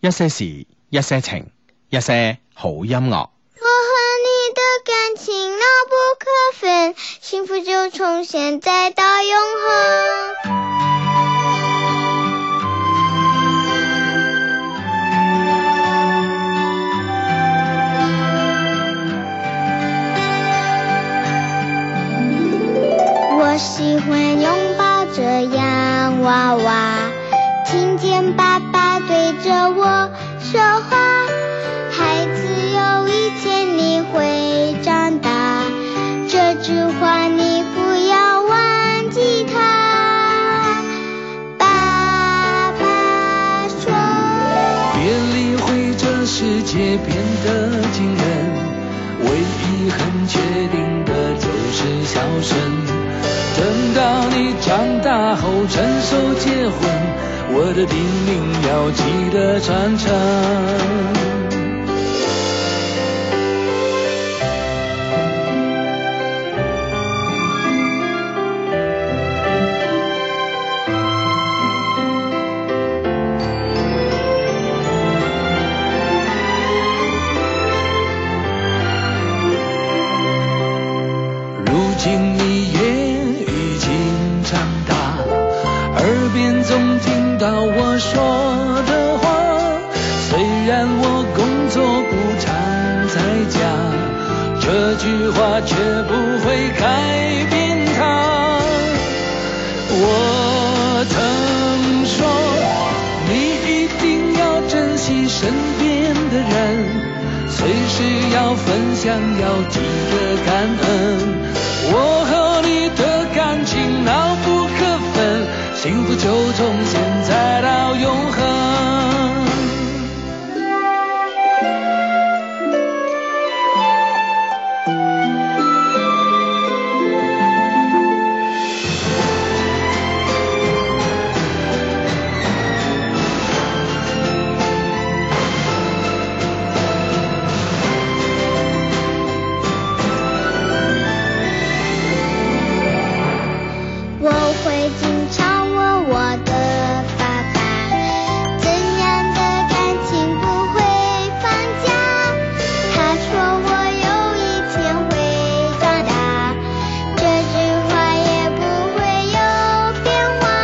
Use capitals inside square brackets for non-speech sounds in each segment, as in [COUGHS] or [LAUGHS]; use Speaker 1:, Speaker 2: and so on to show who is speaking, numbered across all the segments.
Speaker 1: 一些事，一些情，一些好音樂。
Speaker 2: 我和你的感情牢不可分，幸福就从现在到永恒。我喜欢拥抱着洋娃娃，听见爸爸对着我说话。孩子，有一天你会长大，这句话你不要忘记它。爸爸说，
Speaker 3: 别理会这世界变得惊人，唯一很确定的就是笑声。等到你长大后成熟结婚，我的叮咛要记得传承。如今你也已经长大，耳边总听到我说的话。虽然我工作不常在家，这句话却不会改变它。我曾说，你一定要珍惜身边的人，随时要分享，要记得感恩。我和你的感情牢不可分，幸福就从现在到永恒。
Speaker 2: 我会经常问我的爸爸，怎样的感情不会放假？他说我有一天会长大，这句话也不会有变化。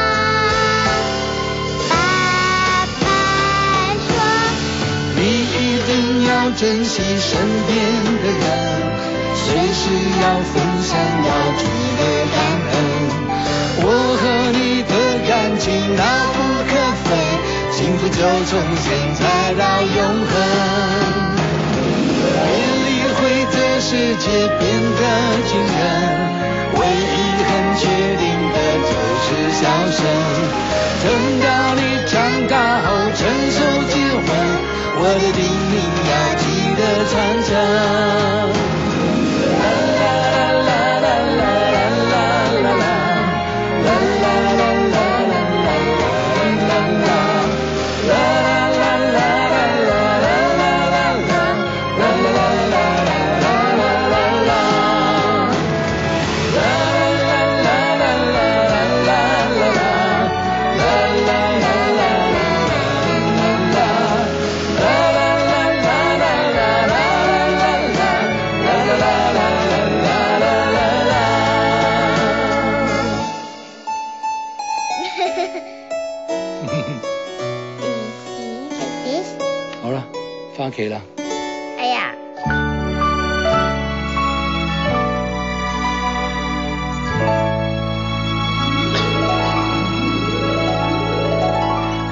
Speaker 2: 爸爸说，
Speaker 3: 你一定要珍惜身边的人，随时要分享，要记得感恩。我和你的感情牢不可分，幸福就从现在到永恒。别理会这世界变得惊人，唯一很确定的就是笑声。等到你长大后成熟结婚，我的叮咛要记得传承。
Speaker 2: This,
Speaker 3: 好啦，翻屋企啦。
Speaker 2: 哎呀，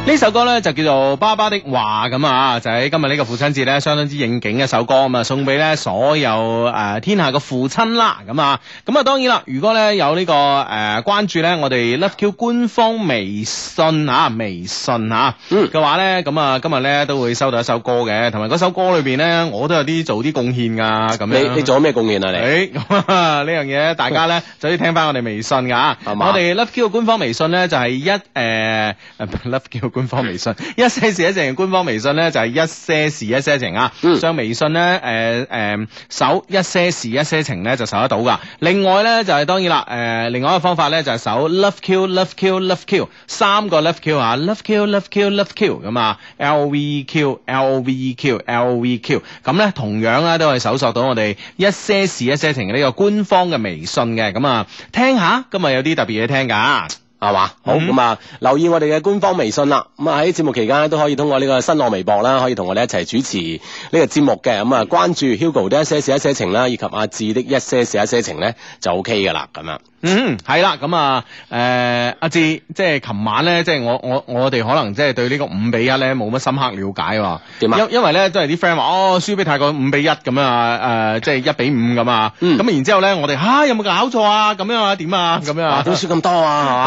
Speaker 1: 呢首歌咧就叫做《爸爸的話》咁啊，就喺今日呢個父親節咧，相當之應景嘅一首歌咁啊，送俾咧所有誒、呃天下嘅父親啦咁啊。咁啊，當然啦，如果咧有呢、個誒、呃、關注咧，我哋 Love Q 官方微信啊，微信啊
Speaker 3: 嗯
Speaker 1: 嘅話咧，咁啊今日咧都會收到一首歌嘅，同埋嗰首歌裏邊咧，我都有啲做啲貢獻㗎咁樣。
Speaker 3: 你你做咗咩貢獻啊你？
Speaker 1: 诶，咁啊呢樣嘢大家
Speaker 3: [LAUGHS]
Speaker 1: 咧就要聽翻我哋微信噶，
Speaker 3: 係嘛
Speaker 1: 我哋呃 [LAUGHS] Love Q 嘅官方微信咧就係一诶 Love Q 嘅官官方
Speaker 3: [LAUGHS]
Speaker 1: 微信，一些事一些情官方微信咧就係一些事一些情啊。
Speaker 4: 嗯
Speaker 1: 上微信咧誒誒搜一些事一些情咧就搜得到噶。另外咧就係、當然啦，誒、呃另外一個方法咧就係、搜 Love Q Love Q Love Q 三個 Love Q 啊，Love Q Love Q Love Q 咁啊，L V Q L V Q L V Q 咁咧同樣咧都係搜索到我哋一些事一些情呢個官方嘅微信嘅咁啊，聽下今日有啲特別嘢聽㗎。
Speaker 4: 係嘛？好
Speaker 1: 嗯
Speaker 4: 咁啊，留意我哋嘅官方微信啦。咁啊喺節目期間咧都可以通過呢個新浪微博啦，可以同我哋一齊主持呢個節目嘅。咁啊，
Speaker 1: 嗯
Speaker 4: 關注 Hugo 的一些事一些情啦，以及阿志的一些事一些情咧就 OK 噶啦。咁啊，
Speaker 1: 嗯，系啦，咁啊，诶、阿志，即系琴晚咧，即系我我我哋可能即系对呢个五比一咧冇乜深刻了解喎。
Speaker 4: 點啊
Speaker 1: 因因为咧都系啲 friend 话，哦，输俾泰国五比一咁啊，诶、即系一比五咁啊。
Speaker 4: 嗯
Speaker 1: 咁、然之后咧，我哋吓、有冇搞错啊？咁样啊，點啊？咁樣
Speaker 4: 哇
Speaker 1: 啊？
Speaker 4: 點輸咁多 啊？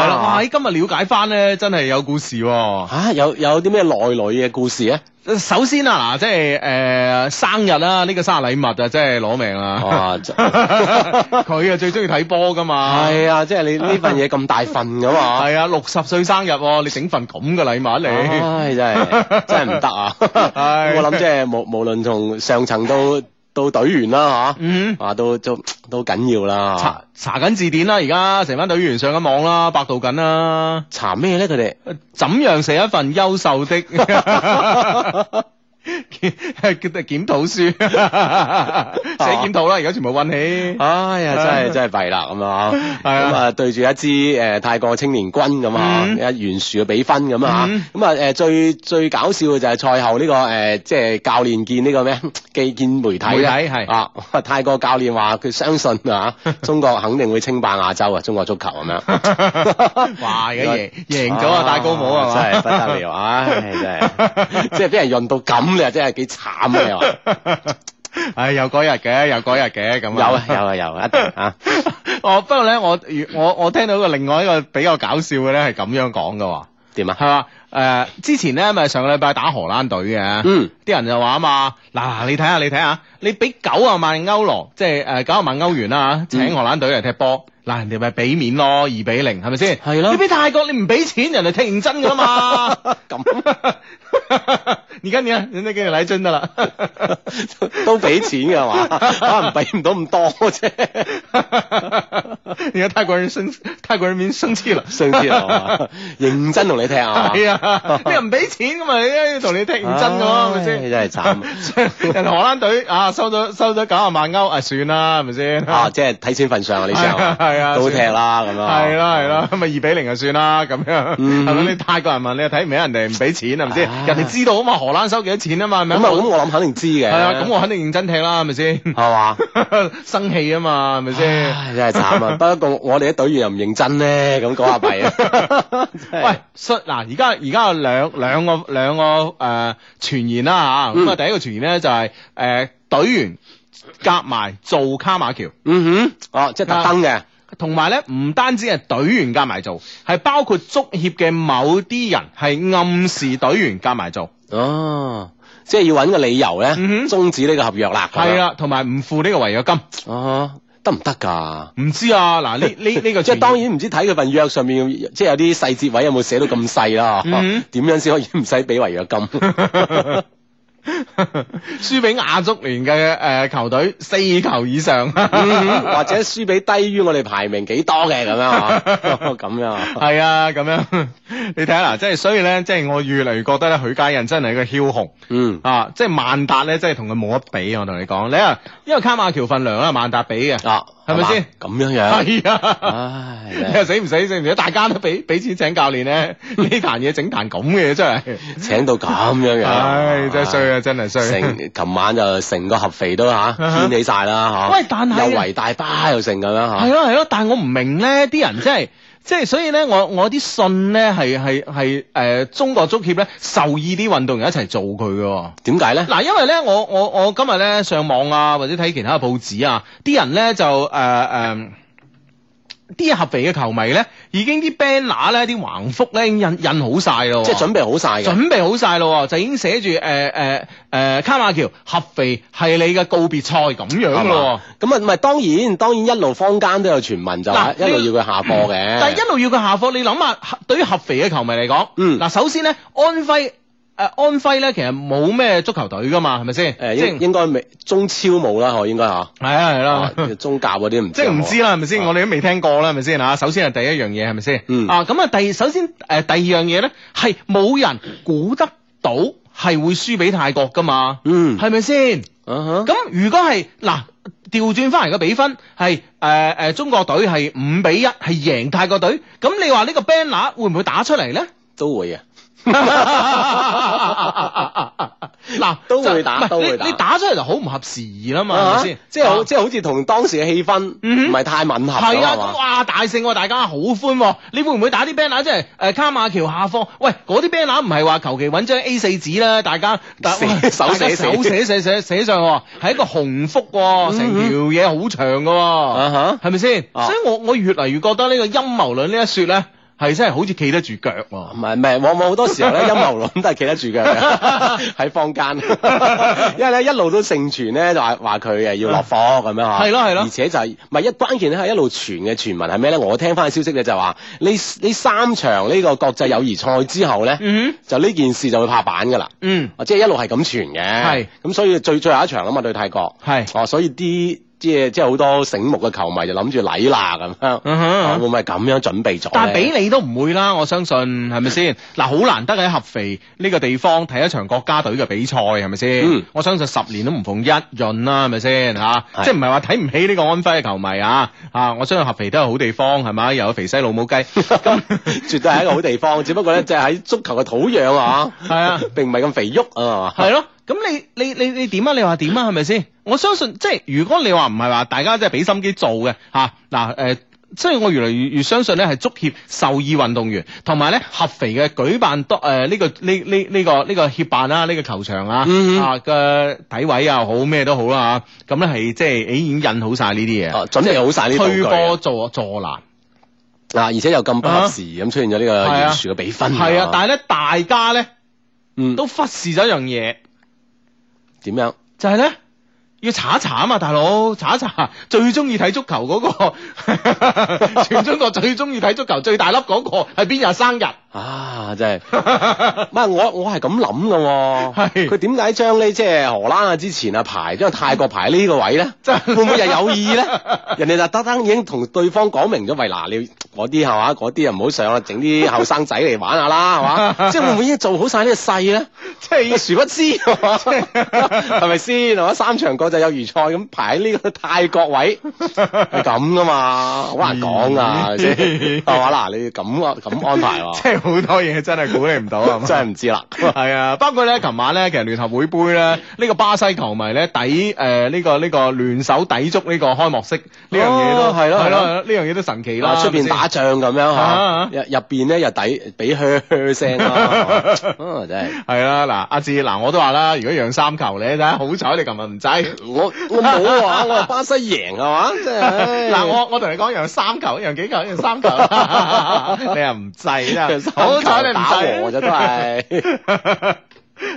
Speaker 1: [LAUGHS] 係啦，哇！
Speaker 4: 係嘛
Speaker 1: 喺今日了解翻咧，真係有故事喎、
Speaker 4: 嚇有有啲咩內裏嘅故事啊？
Speaker 1: 首先啊，嗱，即係诶、誒生日啦，呢、個生日禮物啊，真係攞命啊！
Speaker 4: 哇！真
Speaker 1: [LAUGHS] 佢啊最中意睇波噶嘛。
Speaker 4: 係啊，即係你呢份嘢咁大份噶
Speaker 1: [LAUGHS]
Speaker 4: 嘛？
Speaker 1: 系啊，六十歲生日喎，你整份咁嘅禮物你，
Speaker 4: 唉，
Speaker 1: [LAUGHS]
Speaker 4: 真係真係唔得啊！
Speaker 1: 唉
Speaker 4: 我諗即係無無論從上層到到隊員啦嚇，
Speaker 1: 嗯，
Speaker 4: [LAUGHS] 啊都都都緊要啦嚇
Speaker 1: 查查緊字典啦，而家成班隊員上緊網啦，百度緊啦，
Speaker 4: 查咩咧？佢哋
Speaker 1: 怎樣寫一份優秀的 [LAUGHS] 檢檢討書，寫檢討啦，而家全部運起。
Speaker 4: 哎呀，真係真係弊啦咁啊！
Speaker 1: 係啊
Speaker 4: 咁啊對住一支誒泰國青年軍咁啊，
Speaker 1: 嗯
Speaker 4: 一懸殊嘅比分咁啊
Speaker 1: 嗯，
Speaker 4: 咁啊誒最最搞笑嘅就係賽後呢個誒即係教練見呢個咩 [LAUGHS] 既見媒體
Speaker 1: 媒體
Speaker 4: 呢
Speaker 1: 係
Speaker 4: 啊， [LAUGHS] 泰國教練話佢相信
Speaker 1: [LAUGHS]
Speaker 4: 啊，中國肯定會稱霸亞洲啊，中國足球咁樣。啊
Speaker 1: 哇！而家贏贏咗啊，戴高帽啊嘛，
Speaker 4: 真係不得了，唉，真係，
Speaker 1: [LAUGHS]
Speaker 4: 即係俾人潤到咁，你話真係幾慘啊！你話
Speaker 1: [LAUGHS] 唉，有嗰日嘅，有嗰日嘅咁
Speaker 4: 有
Speaker 1: [LAUGHS]
Speaker 4: 啊有啊 [LAUGHS] 有啊，一定啊，
Speaker 1: 我不過咧，我我我聽到一個另外一個比較搞笑嘅咧，係咁樣講嘅喎，
Speaker 4: 點啊？
Speaker 1: 係嘛？誒、之前咧咪上個禮拜打荷蘭隊嘅，啲、
Speaker 4: 嗯，
Speaker 1: 人就話啊嘛，嗱嗱，你睇下你睇下，你俾九啊萬歐羅，即係誒九啊萬歐元啦，
Speaker 4: 嗯
Speaker 1: 請荷蘭隊嚟踢波。嗱，人哋咪俾面咯，二比零係咪先？
Speaker 4: 係咯
Speaker 1: 你俾泰國你唔俾錢，人哋踢認真㗎啦嘛。 [LAUGHS]
Speaker 4: 咁 [LAUGHS]
Speaker 1: 你看你看，人家給你來真的 [LAUGHS] 了。
Speaker 4: 都俾錢嘅嘛，
Speaker 1: [LAUGHS]
Speaker 4: 可能俾唔到咁多啫，
Speaker 1: 你看泰國人生泰國人民生氣了。
Speaker 4: 上次係嘛？ [LAUGHS] 認真同你踢啊！
Speaker 1: 系啊，你又唔俾錢咁嘛，你一同你踢唔真㗎喎，係咪
Speaker 4: 唉
Speaker 1: 先？
Speaker 4: 真係
Speaker 1: [LAUGHS]
Speaker 4: 慘
Speaker 1: 人荷蘭隊啊，收咗收咗九啊萬歐，啊算啦，係咪先？
Speaker 4: 啊！即係睇錢份上啊，呢場
Speaker 1: [LAUGHS] 係啊
Speaker 4: 都踢啦咁啊，
Speaker 1: 係啦係啦，咁咪二比零就算啦，咁樣
Speaker 4: 嗯
Speaker 1: 係咪？你泰國人民你又睇唔起人哋唔俾錢係咪
Speaker 4: 唉
Speaker 1: 先？人哋知道啊嘛，荷蘭收幾多錢啊嘛，係咪？
Speaker 4: 咁啊，咁我諗肯定知嘅，
Speaker 1: 係啊，咁我肯定認真踢啦，係咪先？ [LAUGHS]
Speaker 4: 係嘛？
Speaker 1: 生氣啊嘛，係咪先？
Speaker 4: 唉，真係慘啊！
Speaker 1: [LAUGHS]
Speaker 4: 不過我哋啲隊員又唔認真咧，咁講下弊啊！真係
Speaker 1: 喂，所以嗱，而家而家有兩兩個兩個誒、呃、傳言啦嚇，咁啊、
Speaker 4: 嗯
Speaker 1: 第一個傳言咧就呃係、誒、隊員夾埋做卡馬橋，
Speaker 4: 嗯哼，哦，即係特登
Speaker 1: 啊
Speaker 4: 嘅，
Speaker 1: 同埋咧唔單止係隊員夾埋做，係包括足協嘅某啲人係暗示隊員夾埋做，
Speaker 4: 哦，即係要揾個理由咧，
Speaker 1: 嗯哼
Speaker 4: 終止呢個合約啦。咁樣
Speaker 1: 係，啊啦、同埋唔付呢個違約金，
Speaker 4: 哦，得唔得㗎？
Speaker 1: 唔知啊嗱呢呢呢個
Speaker 4: [LAUGHS] 即係
Speaker 1: 傳
Speaker 4: 當
Speaker 1: 言
Speaker 4: 然唔知睇佢份約上面，即係有啲細節位有冇寫到咁細啦？
Speaker 1: 嗯
Speaker 4: 嗬點樣先可以唔使俾違約金？
Speaker 1: [LAUGHS] 輸俾亞足聯嘅誒球隊四球以上。 [LAUGHS]
Speaker 4: 嗯 [LAUGHS] 或者輸俾低於我哋排名幾多嘅咁樣啊？哦 [LAUGHS] 咁樣啊
Speaker 1: 系啊，咁样 [LAUGHS] 你睇下嗱，即系所以咧，即系我越嚟越覺得咧，許家印真係一個枭雄
Speaker 4: 嗯
Speaker 1: 啊！即係萬達咧，真係同佢冇得比，我同你講，你啊，因為卡馬喬份量啦，萬達比嘅，
Speaker 4: 啊，
Speaker 1: 係咪
Speaker 4: 嘛
Speaker 1: 先
Speaker 4: 咁樣樣？
Speaker 1: 係啊。
Speaker 4: 唉，
Speaker 1: 你
Speaker 4: 真
Speaker 1: 話 [LAUGHS]
Speaker 4: 係
Speaker 1: 死唔死死唔死？大家都俾俾錢請教練
Speaker 4: [LAUGHS]
Speaker 1: 咧，呢壇嘢整壇咁嘅嘢真係，
Speaker 4: 請到咁樣樣，哦
Speaker 1: 唉，真係衰啊，真係衰。
Speaker 4: 哎
Speaker 1: [LAUGHS] 啊
Speaker 4: 成琴晚就成個合肥都嚇
Speaker 1: 哈
Speaker 4: 掀起晒啦嚇，
Speaker 1: 喂但係
Speaker 4: 又圍大巴又成咁樣
Speaker 1: 係啊
Speaker 4: 嚇，
Speaker 1: 咯係咯，但係我唔明咧，啲人真係。即係所以咧，我我啲信咧係係係誒中國足協咧授意啲運動員一齊做佢嘅喎。
Speaker 4: 點解咧？
Speaker 1: 嗱，因為咧，我我我今日咧上網啊，或者睇其他嘅報紙啊，啲人咧就誒誒。啲合肥嘅球迷咧，已經啲 banner 咧、啲橫幅咧已經印印好晒咯喎，
Speaker 4: 即係準備好晒嘅。
Speaker 1: 準備好晒咯喎，就已經寫住誒誒誒卡馬喬合肥係你嘅告別賽咁樣咯
Speaker 4: 係嘛咁啊，唔係當然，當然一路坊間都有傳聞就話
Speaker 1: 嗱
Speaker 4: 一路要佢下
Speaker 1: 喎。
Speaker 4: 課
Speaker 1: 但係
Speaker 4: 嘅。
Speaker 1: 一路要佢下課，你諗下，合對於合肥嘅球迷嚟講，
Speaker 4: 嗯
Speaker 1: 嗱，首先咧，安徽誒、呃安徽咧，其實冇咩足球隊噶嘛，係咪先？
Speaker 4: 誒
Speaker 1: 即
Speaker 4: 應
Speaker 1: 係
Speaker 4: 應該未中超冇啦，嗬，應該嚇。
Speaker 1: 係啊係 [LAUGHS] 啦。
Speaker 4: 啊宗教嗰啲唔
Speaker 1: 即係唔知
Speaker 4: 啦。
Speaker 1: 啦，係咪先？我哋都未聽過啦，係咪先嚇？首先係第一樣嘢，係咪先？
Speaker 4: 嗯
Speaker 1: 啊，咁啊，第首先誒、呃第二樣嘢咧，係冇人估得到係會輸俾泰國噶嘛，
Speaker 4: 嗯，
Speaker 1: 係咪先？
Speaker 4: 啊哈
Speaker 1: 咁如果係嗱調轉翻嚟嘅比分係誒誒中國隊係五比一係贏泰國隊，咁你話呢個 banner 會唔會打出嚟 [LAUGHS]
Speaker 4: [LAUGHS]
Speaker 1: 咧？
Speaker 4: 都會啊嘅。
Speaker 1: 嗱
Speaker 4: 都會
Speaker 1: 就
Speaker 4: 打
Speaker 1: 唔係
Speaker 4: 都會
Speaker 1: 你
Speaker 4: 打
Speaker 1: 你打出嚟就好唔合時宜啦嘛，係咪
Speaker 4: 啊
Speaker 1: 先？
Speaker 4: 即係
Speaker 1: 啊
Speaker 4: 好，即係好似同當時嘅氣氛
Speaker 1: 嗯哼
Speaker 4: 唔係太吻合
Speaker 1: 係
Speaker 4: 咁
Speaker 1: 啊，
Speaker 4: 係
Speaker 1: 咁
Speaker 4: 嘛？
Speaker 1: 哇大勝喎，大家好歡喎！你會唔會打啲 banner 即係誒卡馬橋下方？喂，嗰啲 banner 唔係話求其揾張 A 四紙啦，大家大
Speaker 4: 寫
Speaker 1: 哇大家
Speaker 4: 手寫寫
Speaker 1: 手寫寫寫寫上喎，係一個紅幅喎，成條嘢好長嘅
Speaker 4: 啊
Speaker 1: 喎，
Speaker 4: 哈，
Speaker 1: 係咪先？
Speaker 4: 啊
Speaker 1: 所以我我越嚟越覺得呢個陰謀論呢一説咧，係真係好似企得住腳喎
Speaker 4: 唔。係唔係，往往好多時候咧，陰謀論都係企得住
Speaker 1: [LAUGHS]
Speaker 4: 嘅，喺坊間。因為咧一路都盛傳咧，就話話佢誒要落課咁樣嚇。
Speaker 1: 係咯係咯
Speaker 4: 而且就係唔係一關鍵咧，係一路傳嘅傳聞係咩咧？我聽翻嘅消息咧就話，呢呢三場呢個國際友誼賽之後咧，
Speaker 1: 嗯哼
Speaker 4: 就呢件事就會拍板㗎啦。
Speaker 1: 嗯，
Speaker 4: 啊，即係一路係咁傳嘅，
Speaker 1: 係
Speaker 4: 咁，所以最最後一場啊嘛對泰國，
Speaker 1: 係
Speaker 4: 哦，所以啲即係即係好多醒目嘅球迷就諗住禮啦咁樣，
Speaker 1: 嗯哼
Speaker 4: 啊會唔會係咁樣準備咗
Speaker 1: 但係
Speaker 4: 咧
Speaker 1: 俾你都唔會啦，我相信係咪先？嗱，好難得喺合肥呢個地方睇一場國家隊嘅比賽，係咪先？
Speaker 4: 嗯
Speaker 1: 我相信十年都唔逢一潤啦，係咪先嚇？
Speaker 4: 係
Speaker 1: 即係唔係話睇唔起呢個安徽嘅球迷啊？啊，我相信合肥都係好地方，係咪？又有肥西老母雞，
Speaker 4: [LAUGHS]
Speaker 1: 咁
Speaker 4: 絕對係一個好地方，只不過咧就係喺足球嘅土壤啊，
Speaker 1: 係啊，
Speaker 4: 並唔係咁肥沃啊，
Speaker 1: 係咯。咁你你你你點啊？你話點啊？係咪先？我相信即係如果你話唔係話大家即係俾心機做嘅嚇嗱誒。即係我越嚟越越相信咧，係足協授意運動員，同埋咧合肥嘅舉辦多誒呢個呢呢呢個呢個協辦啦，呢個球場啊
Speaker 4: 嗯
Speaker 1: 啊嘅體位啊好咩都好啦嚇，咁咧係即係已經印好晒呢啲嘢，
Speaker 4: 哦準備好晒呢啲道具
Speaker 1: 推
Speaker 4: 啊
Speaker 1: 波助助籃。
Speaker 4: 嗱，而且又咁不合時宜咁出現咗呢個
Speaker 1: 係啊
Speaker 4: 懸殊嘅比分，
Speaker 1: 係啊，但係咧大家咧
Speaker 4: 嗯
Speaker 1: 都忽視咗一樣嘢，
Speaker 4: 點樣？
Speaker 1: 就係咧要查一查啊嘛，大佬查一查最中意睇足球嗰、個， [LAUGHS] 全中國最中意睇足球最大粒嗰、個係邊日生日？ [LAUGHS]
Speaker 4: 啊，真係， [LAUGHS] 唔係我我係咁諗嘅
Speaker 1: 係
Speaker 4: 喎，佢點解將呢即係荷蘭啊之前啊排將泰國排呢個位咧？
Speaker 1: [LAUGHS] 真係
Speaker 4: 會唔會又有
Speaker 1: [LAUGHS]
Speaker 4: 意咧？人哋就特登已經同對方講明咗，喂嗱，你嗰啲係嘛，嗰啲又唔好上啦，整啲後生仔嚟玩下啦，係
Speaker 1: [LAUGHS]
Speaker 4: 嘛？即係會唔會已經做好晒呢個勢咧？
Speaker 1: 即係
Speaker 4: 殊不知係嘛係咪先？係嘛？三場國際友誼賽咁排喺呢個泰國位係咁噶嘛？好難講啊，係咪先係嘛嗱？你咁啊咁安排
Speaker 1: [LAUGHS]
Speaker 4: 喎
Speaker 1: [LAUGHS] 即。係好多嘢真係估你唔到啊！
Speaker 4: 真係唔知啦。
Speaker 1: 係啊，包括咧，琴晚咧，其實聯合會杯咧，呢、個巴西球迷咧抵誒呢、個呢、個聯手抵觸呢個開幕式呢樣嘢都
Speaker 4: 哦係咯
Speaker 1: 係咯，啊
Speaker 4: 係咯
Speaker 1: 呢樣嘢都神奇啦，
Speaker 4: 出邊打仗咁樣
Speaker 1: 啊
Speaker 4: 嚇，入入邊咧又抵俾噓噓
Speaker 1: [LAUGHS]
Speaker 4: 聲啦，啊真係。
Speaker 1: 係啦，嗱，阿志嗱，我都話啦，如果讓三球你睇下，好彩你琴日唔制。
Speaker 4: 我我冇話，我話巴西贏係嘛，即係唉
Speaker 1: 嗱，
Speaker 4: [LAUGHS]
Speaker 1: 我我同你講，讓三球，讓幾球，讓三球， [LAUGHS] 你又唔制啦
Speaker 4: 讓三，球
Speaker 1: 好彩你唔
Speaker 4: 打和
Speaker 1: 制
Speaker 4: 啫都
Speaker 1: 係。 [LAUGHS]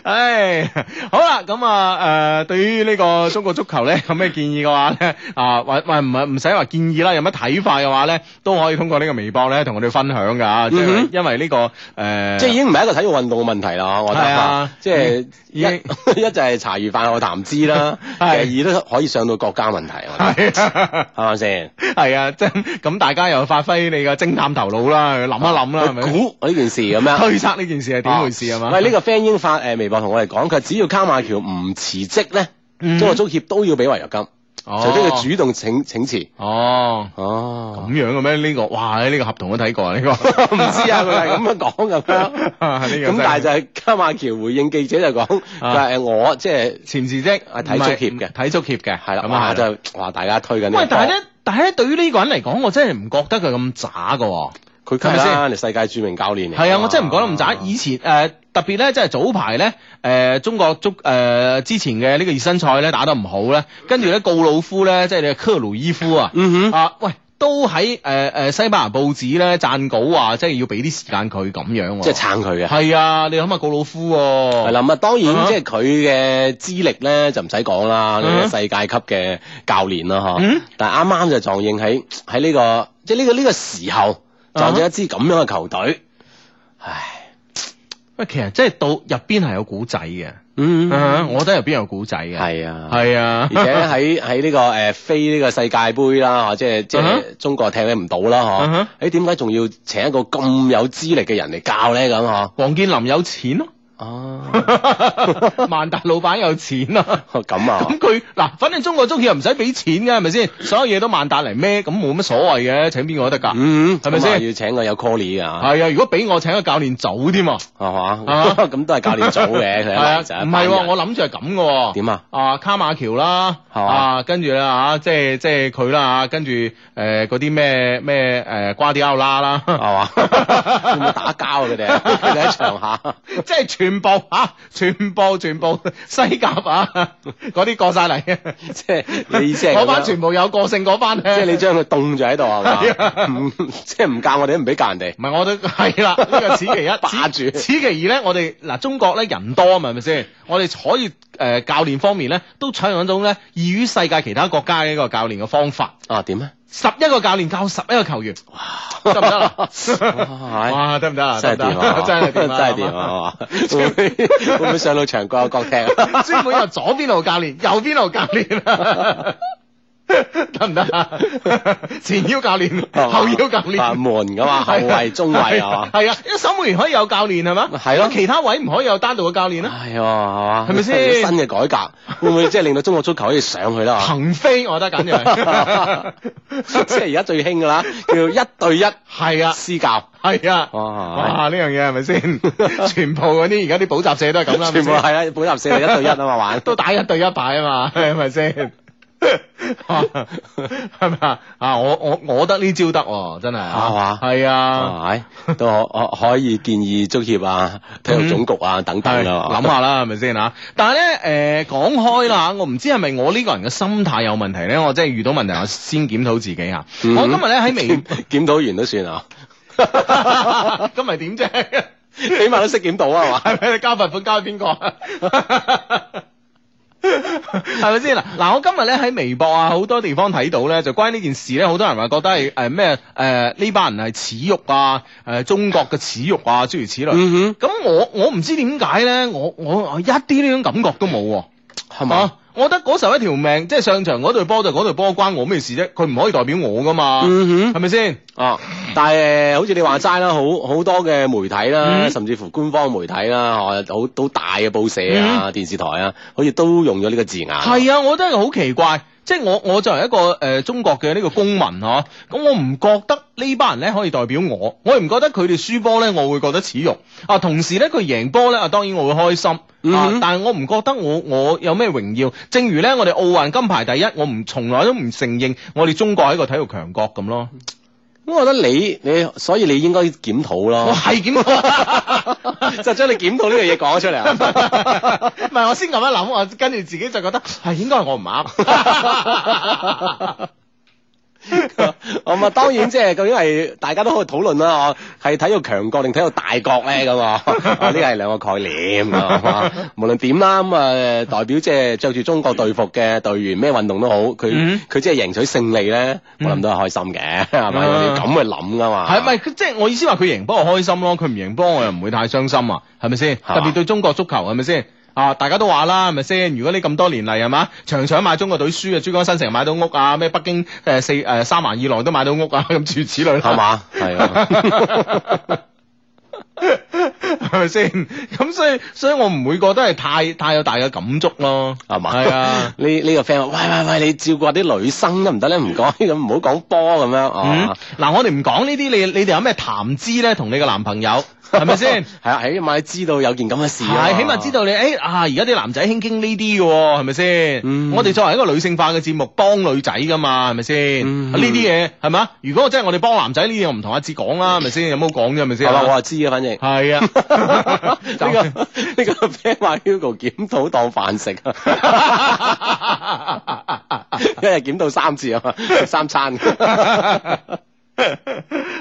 Speaker 1: 唉，好啦，咁啊，誒、對於呢個中國足球咧，有咩建議嘅話咧，啊，或或唔係唔使話建議啦，有乜睇法嘅話咧，都可以通過呢個微博咧，同我哋分享噶，即
Speaker 4: 嗯哼
Speaker 1: 係因為呢、個誒， [LAUGHS]
Speaker 4: 即係已經唔係一個體育運動嘅問題啦，我覺
Speaker 1: 係
Speaker 4: 得
Speaker 1: 啊
Speaker 4: 啊即係
Speaker 1: 已
Speaker 4: 一
Speaker 1: 經
Speaker 4: 一 [LAUGHS] 就係茶餘飯後談資啦，
Speaker 1: [LAUGHS]
Speaker 4: 其
Speaker 1: 係
Speaker 4: 實二都可以上到國家問題，我覺得
Speaker 1: 係。
Speaker 4: 係咪先？
Speaker 1: 係啊，即係咁，大家又發揮你嘅偵探頭腦啦，去諗一諗啊啦，係咪？
Speaker 4: 去估呢件事咁樣。
Speaker 1: 推測呢件 [LAUGHS] 事係點回事係嘛？
Speaker 4: 喂，呢、個 friend 已經發誒微博同我哋講，佢話只要卡馬喬唔辭職咧，
Speaker 1: 嗯
Speaker 4: 中國足協都要俾違約金，
Speaker 1: 哦
Speaker 4: 除非佢主動請請辭。
Speaker 1: 哦。咁
Speaker 4: 哦， [LAUGHS]
Speaker 1: 樣嘅咩？呢、個哇，呢、個合同我睇過啊，呢、個
Speaker 4: 唔知啊，佢係咁樣講咁樣。
Speaker 1: [LAUGHS] 啊
Speaker 4: 咁但係就係卡馬喬回應記者就講，佢話誒我即係
Speaker 1: 潛字啫，
Speaker 4: 啊睇足協嘅
Speaker 1: 唔係睇足協嘅
Speaker 4: 係啦，
Speaker 1: 咁啊
Speaker 4: 哇
Speaker 1: 係啦
Speaker 4: 就哇大家推緊呢個波。
Speaker 1: 喂，但係咧，但係咧，對於呢個人嚟講，我真係唔覺得佢咁渣嘅喎。
Speaker 4: 佢
Speaker 1: 係咪
Speaker 4: 梗係
Speaker 1: 先
Speaker 4: 啦，你世界著名教練嚟㗎嘛。
Speaker 1: 係啊，我真係唔覺得咁渣。以前誒、呃特別咧，即係早排咧，誒、中國足誒、呃之前嘅呢個熱身賽咧打得唔好咧，跟住咧告魯夫咧，即係你嘅科魯伊夫啊，
Speaker 4: 嗯哼
Speaker 1: 啊喂。都喺诶诶西班牙報紙咧撰稿話，即係要俾啲時間佢咁樣喎。
Speaker 4: 即係撐佢嘅。
Speaker 1: 嗯係啊，你諗下告老夫喎。
Speaker 4: 係啦，咁啊當
Speaker 1: 啊
Speaker 4: 然即係佢嘅資歷咧就唔使講啦，
Speaker 1: 嗯
Speaker 4: 世界級嘅教練啦嗬。
Speaker 1: 嗯
Speaker 4: 但係啱啱就撞應喺喺呢個即係呢個呢個時候撞咗一支咁樣嘅球隊，唉，
Speaker 1: 喂，其實即係到入邊係有古仔嘅，
Speaker 4: 嗯，
Speaker 1: 啊我覺得入邊有古仔嘅。
Speaker 4: 係啊，
Speaker 1: 係啊，[LAUGHS]
Speaker 4: 而且喺喺呢個誒非呢個世界盃啦，嚇即係即
Speaker 1: 嗯哼
Speaker 4: 係中國踢得唔到
Speaker 1: 嗯哼
Speaker 4: 啦，嚇誒點解仲要請一個咁有資歷嘅人嚟教咧咁嚇？
Speaker 1: 王健林有錢
Speaker 4: [LAUGHS]
Speaker 1: 咯、
Speaker 4: 哦，
Speaker 1: 萬達老闆有錢啊。
Speaker 4: 咁
Speaker 1: [LAUGHS]
Speaker 4: 啊
Speaker 1: 咁，佢嗱，反正中國足協又唔使俾錢嘅，係咪先？所有嘢都萬達嚟孭，咁冇乜所謂嘅，請邊個都得㗎。
Speaker 4: 嗯，
Speaker 1: 係咪
Speaker 4: 咁啊
Speaker 1: 先
Speaker 4: 要請個有 call 嘅嚇，
Speaker 1: 係啊，如果俾我請個教練早添啊，
Speaker 4: 係
Speaker 1: 啊
Speaker 4: 嘛？ [LAUGHS] 咁都係教練組
Speaker 1: [LAUGHS]
Speaker 4: 嘅，佢
Speaker 1: 係
Speaker 4: 一
Speaker 1: 啊，
Speaker 4: 嚟就一
Speaker 1: 唔
Speaker 4: 班
Speaker 1: 係喎，
Speaker 4: 人
Speaker 1: 我諗住係咁嘅喎。[LAUGHS]
Speaker 4: 點啊？
Speaker 1: 啊卡馬喬啦，
Speaker 4: 係嘛
Speaker 1: 啊跟住啦嚇，即係即係佢啦嚇，跟住誒嗰啲咩咩誒瓜迪奧拉啦， [LAUGHS]
Speaker 4: 係嘛？哦 [LAUGHS] 會唔會打交啊？佢哋佢哋喺場下， [LAUGHS]
Speaker 1: 即係全部嚇、啊全部全部西甲啊嗰啲過晒嚟，
Speaker 4: 即係你意思係
Speaker 1: 嗰
Speaker 4: 咁
Speaker 1: 班
Speaker 4: 樣
Speaker 1: 全部有個性嗰班
Speaker 4: 即
Speaker 1: 咧，
Speaker 4: 係你將佢凍咗喺度係
Speaker 1: 係啊
Speaker 4: [LAUGHS] 嘛？唔即係唔教我哋，唔俾教人哋
Speaker 1: 唔。係，我都 [LAUGHS] 係啦，呢個此其一，
Speaker 4: [LAUGHS] 霸
Speaker 1: 此
Speaker 4: 住
Speaker 1: 此其二咧，我哋嗱中國咧人多啊嘛，係咪先？我哋可以誒、呃教練方面咧，都採用一種咧異於世界其他國家嘅一個教練嘅方法，
Speaker 4: 啊點
Speaker 1: [LAUGHS]
Speaker 4: 咧？
Speaker 1: 十一個教練教十一個球員，得唔得啊？
Speaker 4: [LAUGHS] 哇
Speaker 1: 哇，得唔得啊？
Speaker 4: 真係
Speaker 1: 得唔
Speaker 4: 掂
Speaker 1: 得 [LAUGHS]
Speaker 4: 啊！
Speaker 1: 真係掂啊，
Speaker 4: [LAUGHS] 真係掂啊！係嘛會唔會會唔會上到場各有各踢啊？
Speaker 1: 係嘛！ [LAUGHS] 專門有左邊路教練，右邊路教練。
Speaker 4: [LAUGHS]
Speaker 1: 得唔得啊？前腰教練， [LAUGHS] 後腰教練，
Speaker 4: 哦啊門
Speaker 1: [LAUGHS]
Speaker 4: 噶嘛，後衞、中衞啊嘛，
Speaker 1: 係啊，因為守門員可以有教練係嘛？
Speaker 4: 係咯
Speaker 1: 其他位唔可以有單獨嘅教練咧。
Speaker 4: 哎係喎，係嘛？
Speaker 1: 係咪先
Speaker 4: 新嘅
Speaker 1: [LAUGHS]
Speaker 4: 改革會唔會即係令到中國足球可以上去啦？啊
Speaker 1: 騰飛，我覺得簡直
Speaker 4: [LAUGHS]
Speaker 1: 係
Speaker 4: 即係而家最興噶啦，叫一對一
Speaker 1: 係啊，
Speaker 4: 私教。哦
Speaker 1: 係啊。
Speaker 4: 哇！
Speaker 1: 哇！呢樣嘢係咪
Speaker 4: [LAUGHS]
Speaker 1: 先？全部嗰啲而家啲補習社都係咁啦，
Speaker 4: 全部
Speaker 1: 係咪先
Speaker 4: 係啦，本立社係一對一啊嘛玩。 [LAUGHS]
Speaker 1: 都打一對一擺啊嘛，係咪先？ [LAUGHS] 係咪啊？啊！我我我覺得呢招得喎，真係
Speaker 4: 係嘛
Speaker 1: 係啊，
Speaker 4: 哦係都可
Speaker 1: [LAUGHS]
Speaker 4: 可可以建議足協啊、體育總局啊等
Speaker 1: 係
Speaker 4: 等啊。
Speaker 1: 嗯諗下啦，係咪先嚇？但係咧誒講開啦，我唔知係咪我呢個人嘅心態有問題咧，我真係遇到問題，我先檢討自己嚇。
Speaker 4: 嗯
Speaker 1: 我今日咧喺微，
Speaker 4: [LAUGHS] [LAUGHS]
Speaker 1: [LAUGHS]
Speaker 4: 檢討完都算啊，
Speaker 1: 今日點啫？
Speaker 4: 起碼都識檢討啊係
Speaker 1: [LAUGHS]
Speaker 4: 嘛。
Speaker 1: 系咪你交罰款交俾邊個啊？係咪先嗱？嗱，我今日咧喺微博啊，好多地方睇到咧，就關於呢件事咧，好多人話覺得係誒咩誒呢班人係恥辱啊，誒、中國嘅恥辱啊，諸如此類。咁、
Speaker 4: 嗯
Speaker 1: 我我唔知點解咧，我我我一啲呢種感覺都冇喎、
Speaker 4: 哼，係嘛
Speaker 1: 啊。？我覺得嗰時候一條命，即係上場嗰隊波就嗰隊波，關我咩事啫？佢唔可以代表我噶嘛，
Speaker 3: Ừ
Speaker 4: 嗯哼
Speaker 1: 係。咪先？
Speaker 4: 啊！但係呃好似你話齋啦，好好多嘅媒體啦，
Speaker 1: 嗯
Speaker 4: 甚至乎官方媒體啦，啊好好大嘅報社啊、電視台啊，好似都用咗呢個字眼。
Speaker 1: 嗯係啊，我真係好奇怪，即係我我作為一個誒、呃中國嘅呢個公民嗬，咁我唔覺得呢班人咧可以代表我，我又唔覺得佢哋輸波咧，我會覺得恥辱啊。同時咧，佢贏波咧啊，當然我會開心。啊
Speaker 4: 嗯！
Speaker 1: 但係我唔覺得我我有咩榮耀，正如咧我哋奧運金牌第一，我唔從來都唔承認我哋中國係一個體育強國咁咯。
Speaker 4: 咁我覺得你你，所以你應該檢討
Speaker 1: 我
Speaker 4: 咯，
Speaker 1: 係點講？
Speaker 4: [LAUGHS] 就將你檢討呢樣嘢講咗出嚟啊。
Speaker 1: 唔係，我先咁一諗，我跟住自己就覺得係應該係我唔啱。
Speaker 4: [LAUGHS] 咁啊，當然即係究竟係大家都可以討論啦，我係體育強國定體育大國咧咁啊？ [LAUGHS] 啊呢個係兩個概念 [LAUGHS] 啊。無論點啦，咁啊代表即係着住中國隊服嘅隊員，咩運動都好，
Speaker 1: 嗯
Speaker 4: 佢佢即係贏取勝利咧，我諗都係開心嘅， [LAUGHS] 係咪？我哋咁去諗噶嘛。
Speaker 1: [LAUGHS] 嗯係咪？佢即係我意思話佢贏波我開心咯，佢唔贏波我又唔會太傷心啊，係咪先？
Speaker 4: 嘛
Speaker 1: 特別對中國足球係咪先？啊！大家都話啦，係咪先？如果你咁多年嚟係嘛，場場買中國隊輸啊，珠江新城買到屋啊，咩北京誒、呃四誒、呃三環以內都買到屋啊，咁 [LAUGHS] 諸如此類啦
Speaker 4: 係嘛？
Speaker 1: [LAUGHS]
Speaker 4: 係啊。
Speaker 1: 係咪先？咁所以所以我唔會覺得係太太有大嘅感觸咯，
Speaker 4: 係嘛？
Speaker 1: 係啊。
Speaker 4: 呢呢個 friend 話：喂喂喂，你照顧下啲女生得唔得咧？唔該，咁唔好講波咁樣
Speaker 1: 嗯
Speaker 4: 哦。，
Speaker 1: 嗱，我哋唔講呢啲，你你哋有咩談資咧？同你個男朋
Speaker 4: [LAUGHS]
Speaker 1: 友係咪先？
Speaker 4: 係啊，起碼知道有件咁嘅事啊。
Speaker 1: 係，起碼知道你，誒啊！而家啲男仔興傾呢啲嘅喎，係咪先？
Speaker 4: 嗯
Speaker 1: 我哋作為一個女性化嘅節目，幫女仔噶嘛，係咪先？
Speaker 4: 嗯
Speaker 1: 呢啲嘢係咪啊？如果真係我哋幫男仔呢啲，我唔同阿志講啦，係咪先？有冇講啫？係咪先？
Speaker 4: 係嘛？我就知嘅，反正。
Speaker 1: 係
Speaker 4: [LAUGHS]
Speaker 1: 啊， [LAUGHS]
Speaker 4: 呢個呢 [LAUGHS] 個 friend 話 Hugo 檢討當飯食啊，一日檢到三次啊嘛，食三餐。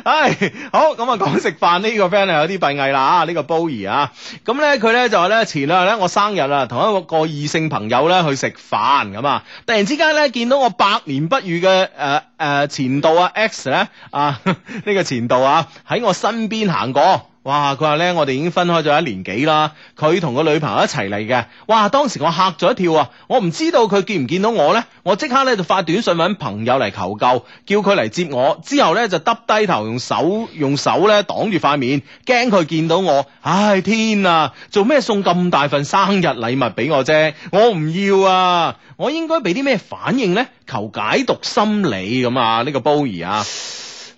Speaker 1: 唉，好咁啊，講食飯呢個 friend 係有啲閉翳啦啊，呢、個 Bowie 啊，咁咧佢咧就話咧前兩日咧我生日啊，同一個個異性朋友咧去食飯咁啊，突然之間咧見到我百年不遇嘅誒誒前度啊 X 咧啊呢、個前度啊喺我身邊行過。哇！佢話咧，我哋已經分開咗一年幾啦。佢同個女朋友一齊嚟嘅。哇！當時我嚇咗一跳啊！我唔知道佢見唔見到我咧，我即刻咧就發短信揾朋友嚟求救，叫佢嚟接我。之後咧就耷低頭，用手用手咧擋住塊面，驚佢見到我。唉，天啊！做咩送咁大份生日禮物俾我啫？我唔要啊！我應該俾啲咩反應咧？求解讀心理咁啊！呢、個 Bowie 啊，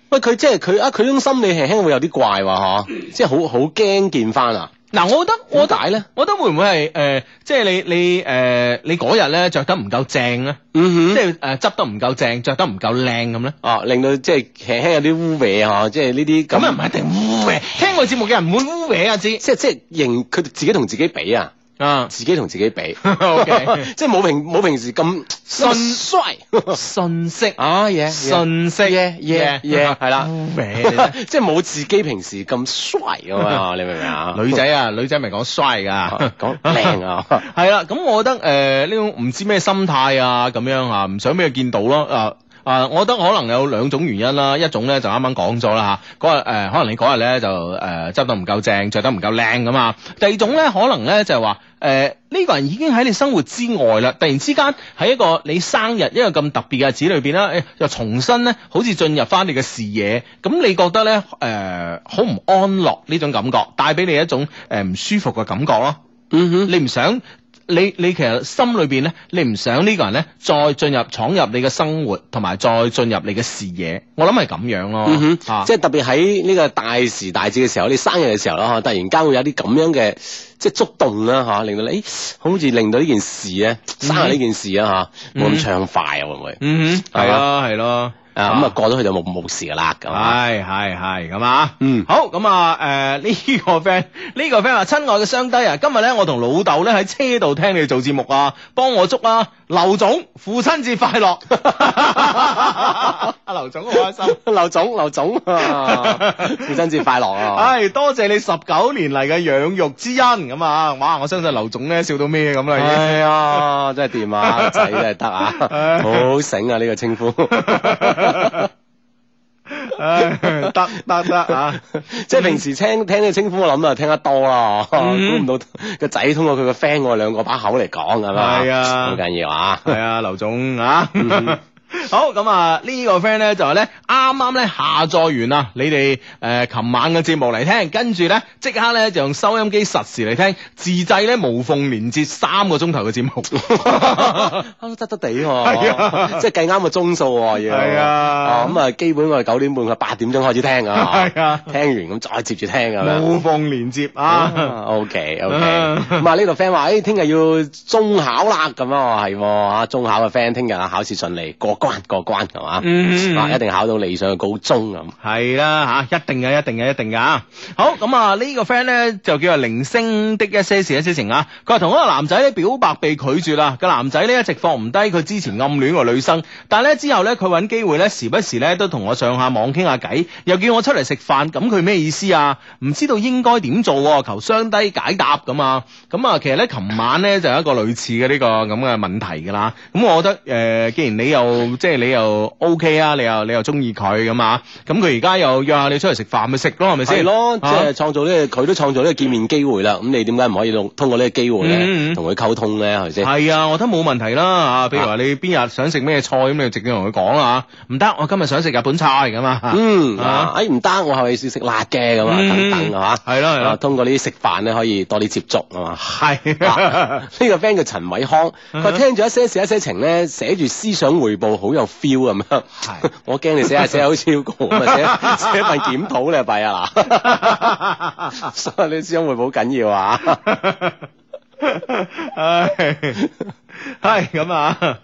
Speaker 4: 喂，佢即係佢啊，佢種心理輕輕會有啲怪喎，嗬，即係好好驚見翻啊！
Speaker 1: 嗱，我覺得我覺
Speaker 4: 點
Speaker 1: 得
Speaker 4: 解咧？
Speaker 1: 我覺得會唔會係誒、呃即係你你誒、呃你嗰日咧着得唔夠正咧，
Speaker 4: 嗯
Speaker 1: 即係誒執得唔夠正，着得唔夠靚咁咧？
Speaker 4: 哦，令到即係輕輕有啲污衊嗬，即係呢啲
Speaker 1: 咁又唔係一定污嘅，聽我節目嘅人唔會污嘅啊知
Speaker 4: 即係即係認佢自己同自己比啊，
Speaker 1: 啊 [LAUGHS]
Speaker 4: 自己同自己比
Speaker 1: OK
Speaker 4: [LAUGHS] 即係冇平冇平時咁
Speaker 1: 信
Speaker 4: 衰
Speaker 1: 信息
Speaker 4: 啊嘢
Speaker 1: 信息
Speaker 4: 嘢嘢嘢係啦，
Speaker 1: 污嘅。
Speaker 4: [LAUGHS] 即係冇自己平時咁衰咁啊！你明唔明啊？
Speaker 1: [LAUGHS] 女仔啊，女仔咪講衰噶，
Speaker 4: 講
Speaker 1: [LAUGHS]
Speaker 4: 靚啊！
Speaker 1: 係啦，咁我覺得呃诶呢、種唔知咩心態啊，咁樣啊，唔想俾佢見到咯啊。啊，我覺得可能有兩種原因啦，一種咧就啱啱講咗啦嚇，嗰日誒可能你嗰日咧就呃誒執、得唔夠正，着得唔夠靚咁啊。第二種咧可能咧就係話誒呢個人已經喺你生活之外啦，突然之間喺一個你生日一個咁特別嘅日子裏邊啦，誒又重新咧好似進入翻你嘅視野，咁你覺得咧誒好唔安樂呢種感覺，帶俾你一種誒唔舒服嘅感覺咯。
Speaker 3: Ừ
Speaker 4: 嗯哼。
Speaker 1: 你唔想你你其實心裏邊咧，你唔想呢個人咧再進入闖入你嘅生活，同埋再進入你嘅視野。我諗係咁樣咯，
Speaker 4: 嗯
Speaker 1: 啊
Speaker 4: 哼，即係特別喺呢個大時大節嘅時候，你生日嘅時候啦，嚇，突然間會有啲咁樣嘅即係觸動啦，嚇，令到你，誒，好似令到呢件事咧，生日呢件事啊，嚇，冇咁暢快啊，會唔會？
Speaker 1: 嗯哼，係啊，係咯，
Speaker 4: 啊，咁啊，過咗去就冇冇事噶啦，咁啊。
Speaker 1: 係係係咁啊。
Speaker 4: 嗯，
Speaker 1: 好咁啊！誒呢個 friend [LAUGHS] 呢個 friend 話：親愛嘅雙低啊，今日咧我同老豆咧喺車度聽你哋做節目啊，幫我祝啊劉總父親節快樂！
Speaker 4: [LAUGHS]
Speaker 1: [LAUGHS] 阿劉總好開心。
Speaker 4: 劉總，
Speaker 1: [LAUGHS]
Speaker 4: 劉總，啊父親節快樂啊！
Speaker 1: 唉，多謝你十九年嚟嘅養育之恩咁啊！哇，我相信劉總咧笑到咩咁啦已經。
Speaker 4: 哎呀，真係
Speaker 1: [LAUGHS]
Speaker 4: 掂啊，個仔真係得啊
Speaker 1: 唉，
Speaker 4: 好醒啊呢
Speaker 1: [LAUGHS]
Speaker 4: 個稱呼。 [LAUGHS]
Speaker 1: 唉，得得得啊！
Speaker 4: 即係平時聽聽你稱呼，我諗啊聽得多啦，估
Speaker 1: 嗯
Speaker 4: 唔到個仔通過佢個 friend 我哋兩個把口嚟講係嘛，
Speaker 1: 係啊
Speaker 4: 好緊要啊！
Speaker 1: 係啊，劉總啊
Speaker 4: 嗯。
Speaker 1: 好咁啊！呢個 friend 咧就係咧啱啱咧下載完啊，你哋誒琴晚嘅節目嚟聽，跟住咧即刻咧就用收音機實時嚟聽，自製咧無縫連接三個鐘頭嘅節目。
Speaker 4: [LAUGHS] 啊得得地
Speaker 1: 係啊
Speaker 4: 喎，即係計啱個鐘數喎要。
Speaker 1: 係啊
Speaker 4: 哦咁啊基本我哋九點半，佢八點鐘開始聽啊，
Speaker 1: 係啊
Speaker 4: 聽完咁再接住聽咁樣。
Speaker 1: 無縫連接啊！
Speaker 4: O K O K，
Speaker 1: 啊
Speaker 4: 咁啊呢度 friend 話，誒聽日要中考啦，咁啊係喎啊中考嘅 friend 聽日啊考試順利過關過關係嘛，
Speaker 1: 嗯
Speaker 4: 啊一定考到理想嘅高中咁。
Speaker 1: 係啦吓，一定嘅，一定嘅，一定嘅啊！好咁啊，呢個 friend 咧就叫做零星的一些事一些情啊。佢話同一個男仔咧表白被拒絕啦，個男仔咧一直放唔低佢之前暗戀個女生，但係咧之後咧佢揾機會咧時不時咧都同我上下網傾下偈，又叫我出嚟食飯，咁佢咩意思啊？唔知道應該點做喎，求相低解答咁啊！咁啊，其實咧琴晚咧就有一個類似嘅呢個咁嘅問題㗎啦。咁我覺得誒、呃既然你又即係你又 OK 啊，你又你又中意佢咁啊，咁佢而家又約下你出嚟食飯，咪食咯，係咪
Speaker 4: 係
Speaker 1: 先？
Speaker 4: 咯，即
Speaker 1: 啊
Speaker 4: 係創造呢個，佢都創造呢個見面機會啦。咁你點解唔可以用通過呢個機會
Speaker 1: 嗯嗯
Speaker 4: 咧，同佢溝通咧？係咪先？
Speaker 1: 係啊，我覺得冇問題啦啊，譬如話你邊日想食咩菜咁，你就直接同佢講啦嚇唔得，我今日想食日本菜咁啊。 [LAUGHS]
Speaker 4: 嗯
Speaker 1: 啊
Speaker 4: 啊，哎唔得，我係咪要食辣嘅咁啊？
Speaker 1: 嗯
Speaker 4: 等等啊
Speaker 1: 係咯係咯
Speaker 4: 啊通過呢啲食飯咧，可以多啲接觸
Speaker 1: [LAUGHS]
Speaker 4: 啊嘛。 [LAUGHS]
Speaker 1: 係
Speaker 4: 啊呢個 friend 叫陳偉康，佢話
Speaker 1: 嗯
Speaker 4: 聽咗一些事一些情咧，寫住思想匯報好有 feel 咁樣。 [LAUGHS]
Speaker 1: 係
Speaker 4: 我驚你
Speaker 1: [LAUGHS]
Speaker 4: 寫下寫下好似 Hugo 咁啊，寫寫份檢討你係弊啊嗱。 [LAUGHS] 所以你思想匯報好緊要啊。
Speaker 1: [LAUGHS] 唉，係咁啊！呢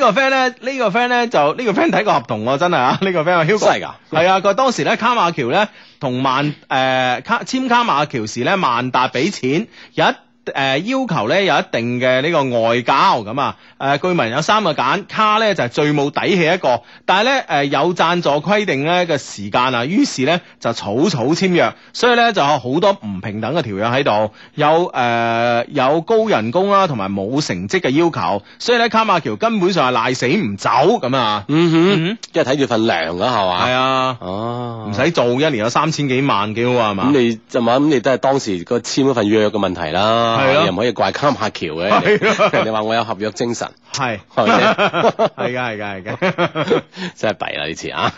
Speaker 1: 個 friend 咧，呢個 friend 咧就呢個 friend 睇個合同喎，真係啊！呢個 friend 話 Hugo
Speaker 4: 真係㗎
Speaker 1: 係啊！佢當時咧卡馬橋咧同萬誒卡簽卡馬橋時咧萬達俾錢有一。诶要求咧有一定嘅呢個外交咁啊。誒據聞有三個揀，卡咧就係最冇底氣一個，但係咧誒有贊助規定咧嘅時間啊，於是咧就草草簽約，所以咧就有好多唔平等嘅條約喺度，有誒、有高人工啊啦，同埋冇成績嘅要求，所以咧卡馬喬根本上係賴死唔走咁啊，
Speaker 4: 嗯哼，
Speaker 1: 嗯，
Speaker 4: 即係睇住份糧啦，係嘛？
Speaker 1: 係啊，
Speaker 4: 哦，
Speaker 1: 唔使做一年有三千幾萬幾好啊，係嘛
Speaker 4: 咁？你就嘛咁你都係當時個簽嗰份約嘅問題啦，
Speaker 1: 係咯
Speaker 4: 你又唔可以怪卡馬橋嘅，人
Speaker 1: 係啊
Speaker 4: [LAUGHS] 哋人哋話我有合約精神，
Speaker 1: 係，
Speaker 4: 係咪先
Speaker 1: [LAUGHS] 係㗎，係㗎，係㗎。 [LAUGHS]
Speaker 4: 真係弊啦呢次啊！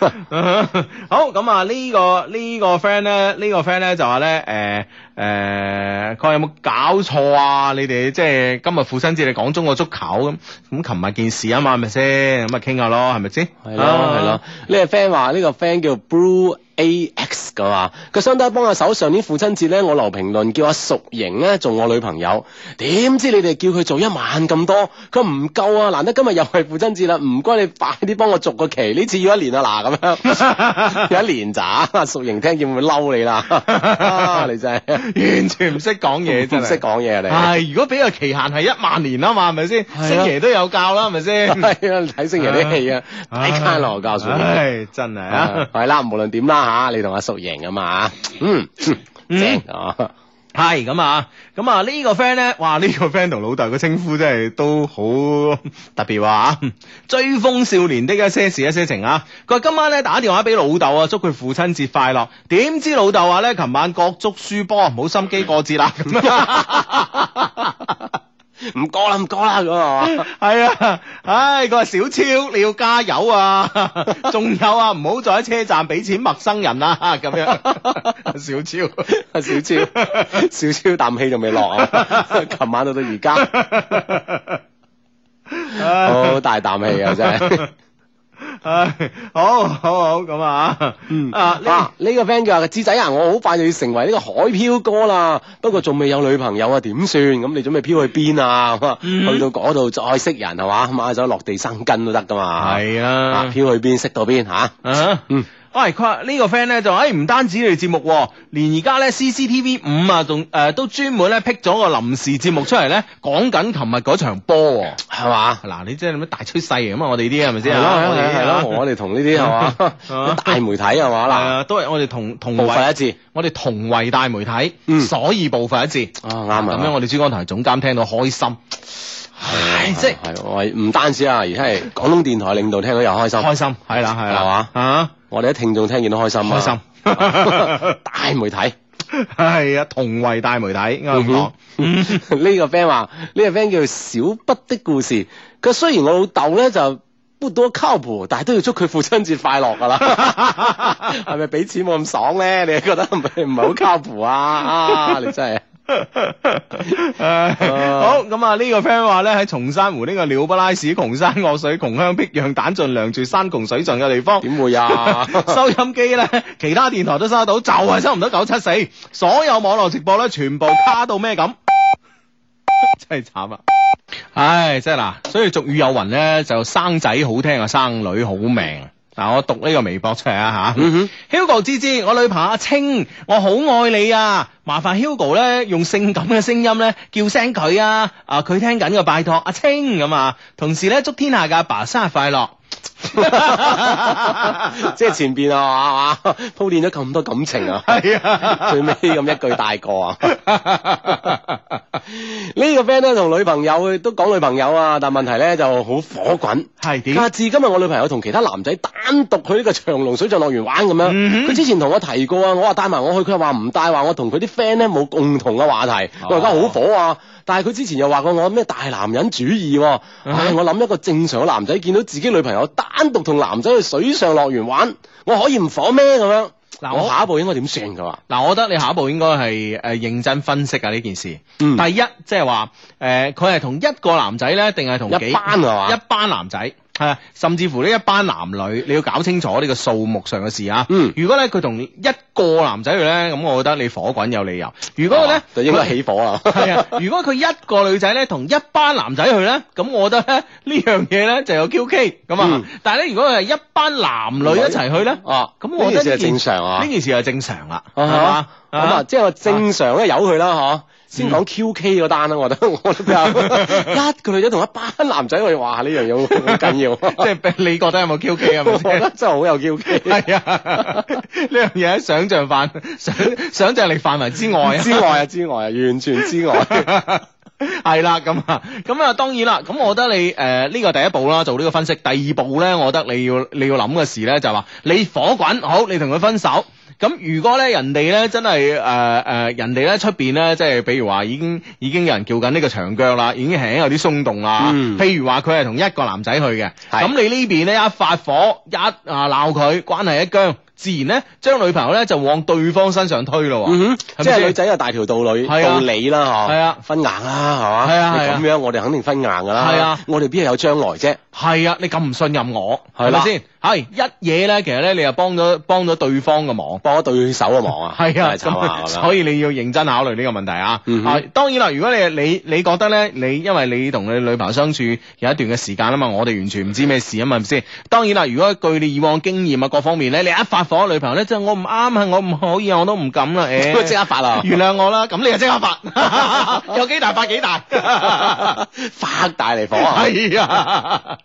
Speaker 1: 好咁啊！呢、個呢、個 friend 咧，呢、個 friend 咧就話咧，誒、誒，佢、有冇搞錯啊？你哋即係今日父親節，你講中國足球咁，咁琴日件事啊嘛，係咪先？咁啊傾下咯，係咪先？
Speaker 4: 係咯
Speaker 1: 啊
Speaker 4: 係咯，呢個 friend 話呢個 friend 叫 Blue。A X 噶嘛，佢相低幫下手。上年父親節咧，我留評論叫阿淑瑩咧做我女朋友，點知你哋叫佢做一晚咁多，佢唔夠啊！難得今日又係父親節啦，唔該你快啲幫我續個期，呢次要一年啊嗱咁樣，
Speaker 1: [LAUGHS]
Speaker 4: 要一年咋？阿淑瑩聽見會嬲你啦，啊你真係
Speaker 1: [LAUGHS] 完全唔識講 [LAUGHS] 嘢，真
Speaker 4: 唔
Speaker 1: 係
Speaker 4: 識。講嘢啊
Speaker 1: 係，如果俾個期限係一萬年啊嘛，係咪先？
Speaker 4: 啊
Speaker 1: 星期都有教啦，係咪
Speaker 4: 你，
Speaker 1: 先？
Speaker 4: 係啊 [LAUGHS] 睇星期啲戲啊，大家羅教授。
Speaker 1: 唉，真係啊！
Speaker 4: 系啦，無論點啦吓，你同阿叔贏啊嘛，嗯，
Speaker 1: 嗯
Speaker 4: 正啊，
Speaker 1: 系咁啊，咁啊呢個 friend 咧，哇呢、個 friend 同老豆嘅稱呼真係都好 [LAUGHS] 特別話、追風少年的一些事一些情啊，佢話今晚咧打電話俾老豆啊，祝佢父親節快樂。點知老豆話咧，琴晚各足輸波，唔好心機過節啦。咁
Speaker 4: 唔過啦唔過啦咁啊，
Speaker 1: [LAUGHS] 係啊，唉，佢話小超你要加油啊，仲有啊，唔好再喺車站俾錢陌生人啊，咁樣 [LAUGHS] 小超。 [LAUGHS]
Speaker 4: 阿小超，小超啖氣仲未落啊，琴晚到到
Speaker 1: [LAUGHS]
Speaker 4: 而家，好大啖氣啊真係。
Speaker 1: 唉，好好好咁啊， [LAUGHS] 啊呢
Speaker 4: 啊！呢個 friend 叫話志仔啊，我好快就要成為呢個海漂哥啦，
Speaker 1: 嗯
Speaker 4: 不過仲未有女朋友啊，點算？咁你準備漂去邊啊？咁啊
Speaker 1: 嗯
Speaker 4: 去到嗰度再識人係嘛，馬上落地生根都得噶嘛。
Speaker 1: 係
Speaker 4: 啊，
Speaker 1: 啊，
Speaker 4: 漂去邊識到邊吓？
Speaker 1: 啊
Speaker 4: 嗯。
Speaker 1: 喂，佢話呢個 friend 咧就話，哎誒唔單止你哋節目喎，連而家咧 CCTV 五啊，仲誒都專門咧辟咗個臨時節目出嚟咧，講緊琴日嗰場波喎。
Speaker 4: 係嘛？
Speaker 1: 嗱，你真係咩大趨勢嚟咁嘛？啊我哋啲係咪
Speaker 4: 系
Speaker 1: 先
Speaker 4: 咯
Speaker 1: 啊？
Speaker 4: 係
Speaker 1: 我
Speaker 4: 咯
Speaker 1: 哋
Speaker 4: 係
Speaker 1: 啲啊
Speaker 4: 咯，我哋同呢啲係嘛
Speaker 1: [LAUGHS] 啊
Speaker 4: 大媒體係
Speaker 1: 係
Speaker 4: 嘛
Speaker 1: 啊，都係我哋同同
Speaker 4: 嗱，步伐一
Speaker 1: 為
Speaker 4: 致
Speaker 1: 我哋同為大媒體，
Speaker 4: 嗯
Speaker 1: 所以步伐一致。
Speaker 4: 啊，啱
Speaker 1: 咁樣
Speaker 4: 啊，
Speaker 1: 我哋珠江台總監聽到開心，唉，即係
Speaker 4: 係我唔單止啊，而係廣東電台領導聽到又開心，
Speaker 1: 開心，係啦係
Speaker 4: 係
Speaker 1: 啦
Speaker 4: 嘛，
Speaker 1: 啊
Speaker 4: 我哋啲聽眾聽見都開心
Speaker 1: 開
Speaker 4: 啊，，
Speaker 1: 心
Speaker 4: [LAUGHS] 大媒體。
Speaker 1: [LAUGHS] 係啊，同為大媒體啱講，
Speaker 4: 嗯哼 [LAUGHS] 呢個 friend 話，呢個 friend 叫小北的故事。佢雖然我老豆咧就不多靠譜，但係都要祝佢父親節快樂㗎啦。 [LAUGHS] 係咪俾錢冇咁爽咧？你覺得唔係唔係好靠譜啊？啊，你真係〜
Speaker 1: [LAUGHS] 唉哎好咁嗯啊！呢個 friend 話咧喺松山湖呢個鳥不拉屎、窮山惡水、窮鄉僻壤、蛋盡糧絕、山窮水盡嘅地方。
Speaker 4: 點會啊？
Speaker 1: [LAUGHS] 收音機咧，其他電台都收得到，就係收唔到九七四。所有網絡直播咧，全部卡到咩咁， [LAUGHS] 真係慘啊！唉，真係嗱，所以俗語有云咧，就生仔好聽啊，生女好命。嗱，我讀呢個微博出嚟啊吓。
Speaker 4: 嗯
Speaker 1: Hugo 芝芝，我女朋友阿青，我好愛你啊！麻煩 Hugo 咧用性感嘅聲音咧叫聲佢啊！啊，佢聽緊嘅，拜託阿青咁啊！同時咧，祝天下嘅阿爸生日快
Speaker 4: [LAUGHS]
Speaker 1: 樂。
Speaker 4: 哼， [LAUGHS] 即係前邊啊嘛，鋪墊咗咁多感情啊，
Speaker 1: 系啊，
Speaker 4: 最尾咁一句大個啊！ [LAUGHS]
Speaker 1: 系
Speaker 4: 呢個 friend 咧同女朋友都講女朋友啊，但問題咧就好火滾。
Speaker 1: 點？
Speaker 4: 啊！至今日我女朋友同其他男仔單獨去呢個長隆水上樂園玩咁樣，佢、
Speaker 1: 嗯哼
Speaker 4: 之前同我提過啊，我話帶埋我去，佢話唔帶，話我同佢啲 friend 咧冇共同嘅話題，
Speaker 1: 哦
Speaker 4: 我而家好火啊！但係佢之前又話過我咩大男人主義喎、
Speaker 1: 嗯
Speaker 4: 唉，我諗一個正常嘅男仔見到自己女朋友單獨同男仔去水上樂園玩，我可以唔火咩咁樣？
Speaker 1: 嗱
Speaker 4: 我
Speaker 1: 我
Speaker 4: 下一步應該點算？佢話
Speaker 1: 嗱，我覺得你下一步應該係誒認真分析啊呢件事。
Speaker 4: 嗯
Speaker 1: 第一，即係話誒，佢係同一個男仔咧，定係同幾
Speaker 4: 一班係嘛
Speaker 1: 一班男仔。係啊，甚至乎呢一班男女，你要搞清楚呢個數目上嘅事啊。
Speaker 4: 嗯
Speaker 1: 如果咧佢同一個男仔去咧，咁我覺得你火滾有理由。如果咧
Speaker 4: 啊，就應該起火
Speaker 1: [LAUGHS]
Speaker 4: 啦。
Speaker 1: 係啊，如果佢一個女仔咧同一班男仔去咧，咁我覺得咧呢樣嘢咧就有 QK 咁啊。
Speaker 4: 嗯
Speaker 1: 但係咧，如果係一班男女一齊去咧，
Speaker 4: 啊，
Speaker 1: 咁我覺
Speaker 4: 呢
Speaker 1: 得
Speaker 4: 件事係
Speaker 1: 呢件
Speaker 4: 正常啊
Speaker 1: 呢。件事係正常啦，係
Speaker 4: 啊
Speaker 1: 嘛
Speaker 4: 咁啊，
Speaker 1: 啊？嗯
Speaker 4: 即係話正常咧由佢啦，嗬。先講 QK 嗰單啦，我覺得 [LAUGHS] 我都
Speaker 1: [LAUGHS]
Speaker 4: 比較一個女仔同一班男仔去，哇！呢樣嘢好好緊
Speaker 1: [LAUGHS]
Speaker 4: 要，
Speaker 1: 即係你覺得有冇 QK 啊？係
Speaker 4: [LAUGHS] 我
Speaker 1: 咪
Speaker 4: 覺
Speaker 1: 先 [LAUGHS]
Speaker 4: 得？真係好有 QK。
Speaker 1: 係啊， [LAUGHS] 呢樣嘢喺想像範、想想像力範圍之外啊。
Speaker 4: 之外啊，之外啊，完全之
Speaker 1: [LAUGHS]
Speaker 4: 外。
Speaker 1: 係啦，咁啊，咁啊，當然啦，咁我覺得你誒呢個第一步啦，做呢個分析。第二步咧，我覺得你要你要諗嘅事咧，就係話你火滾好，你同佢分手。咁如果咧人哋咧真係誒誒人哋咧出邊咧，即係比如話已經已經有人叫緊呢個長腳啦，已經係有啲鬆動啦。
Speaker 4: 嗯
Speaker 1: 譬如話佢係同一個男仔去嘅，
Speaker 4: 係
Speaker 1: 咁你呢邊咧一發火一啊鬧佢，關係一僵，自然咧將女朋友咧就往對方身上推咯喎。
Speaker 4: 嗯哼，
Speaker 1: 係咪
Speaker 4: 即係
Speaker 1: 先
Speaker 4: 女仔有大條道理，
Speaker 1: 係啊
Speaker 4: 道理啦，嗬，
Speaker 1: 係啊
Speaker 4: 分硬啦，係嘛，
Speaker 1: 係啊係啊
Speaker 4: 你咁樣我哋肯定分硬噶啦，
Speaker 1: 係啊，
Speaker 4: 我哋邊係有將來啫，
Speaker 1: [LAUGHS] 係啊，你咁唔信任我，
Speaker 4: 係
Speaker 1: 係
Speaker 4: 啦
Speaker 1: 咪先？係一嘢咧，其實咧你又幫咗幫咗對方嘅忙。
Speaker 4: 幫咗對手嘅忙啊，
Speaker 1: 係啊，
Speaker 4: 真係慘啊
Speaker 1: 咁
Speaker 4: 咁樣
Speaker 1: 所以你要認真考慮呢個問題啊。
Speaker 4: 嗯哼
Speaker 1: 啊，當然啦，如果你你你覺得咧，你因為你同你女朋友相處有一段嘅時間啊嘛，我哋完全唔知咩事啊嘛，係咪先？當然啦，如果據你以往經驗啊各方面咧，你一發火，女朋友咧，即係我唔啱啊，我唔可以啊，我都唔敢
Speaker 4: [LAUGHS]
Speaker 1: 啦，誒、
Speaker 4: 即刻
Speaker 1: [LAUGHS]
Speaker 4: 發啦，
Speaker 1: 原諒我啦，咁你就即刻發，有幾大發幾大，
Speaker 4: [LAUGHS] [LAUGHS] 發大嚟火啊，
Speaker 1: 係啊。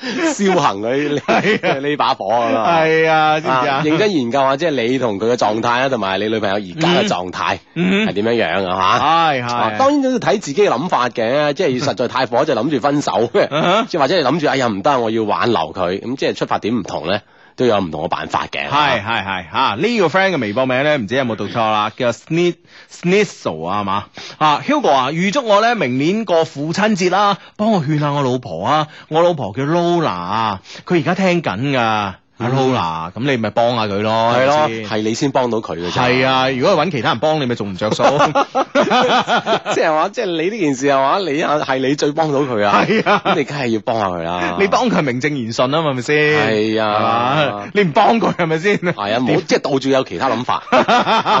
Speaker 4: 燒行佢
Speaker 1: 係啊
Speaker 4: 呢呢把火咁啊。
Speaker 1: 係啊，知唔知
Speaker 4: 啊
Speaker 1: 啊？
Speaker 4: 認真研究下，即係你同佢嘅狀態啊啦，同埋你女朋友而家嘅狀態
Speaker 1: 嗯
Speaker 4: 係點樣樣啊？嚇？
Speaker 1: 係
Speaker 4: 啊
Speaker 1: 係，嗯
Speaker 4: 當然都要睇自己嘅諗法嘅，即係實在太火就諗住分手，
Speaker 1: 哈
Speaker 4: 即係或者你諗住哎呀唔得，我要挽留佢，咁即係出發點唔同咧，都有唔同嘅辦法嘅。
Speaker 1: 係係係吓，呢個 friend 嘅微博名咧，唔知有冇讀錯啦，叫 Snit Snizzle 啊係嘛啊，Hugo 啊，預祝我咧明年過父親節啦，幫我勸下我老婆啊，我老婆叫 Lola，啊佢而家聽緊噶，阿 Lola，咁你咪幫下佢咯，
Speaker 4: 嗯係
Speaker 1: 係
Speaker 4: 咯，
Speaker 1: 咪先
Speaker 4: 係你先幫到佢嘅啫。
Speaker 1: 係啊，如果揾其他人幫你，咪仲唔着數，
Speaker 4: [LAUGHS]
Speaker 1: 啊
Speaker 4: 即係話，即係你呢件事係話，你啊係你最幫到佢啊。
Speaker 1: 係啊
Speaker 4: 咁你梗係要幫下佢啦。
Speaker 1: 你幫佢係名正言順啊嘛，係咪先？
Speaker 4: 係啊
Speaker 1: 係嘛，你唔幫佢係咪先？係
Speaker 4: 係啊，冇即係到處有其他諗法，係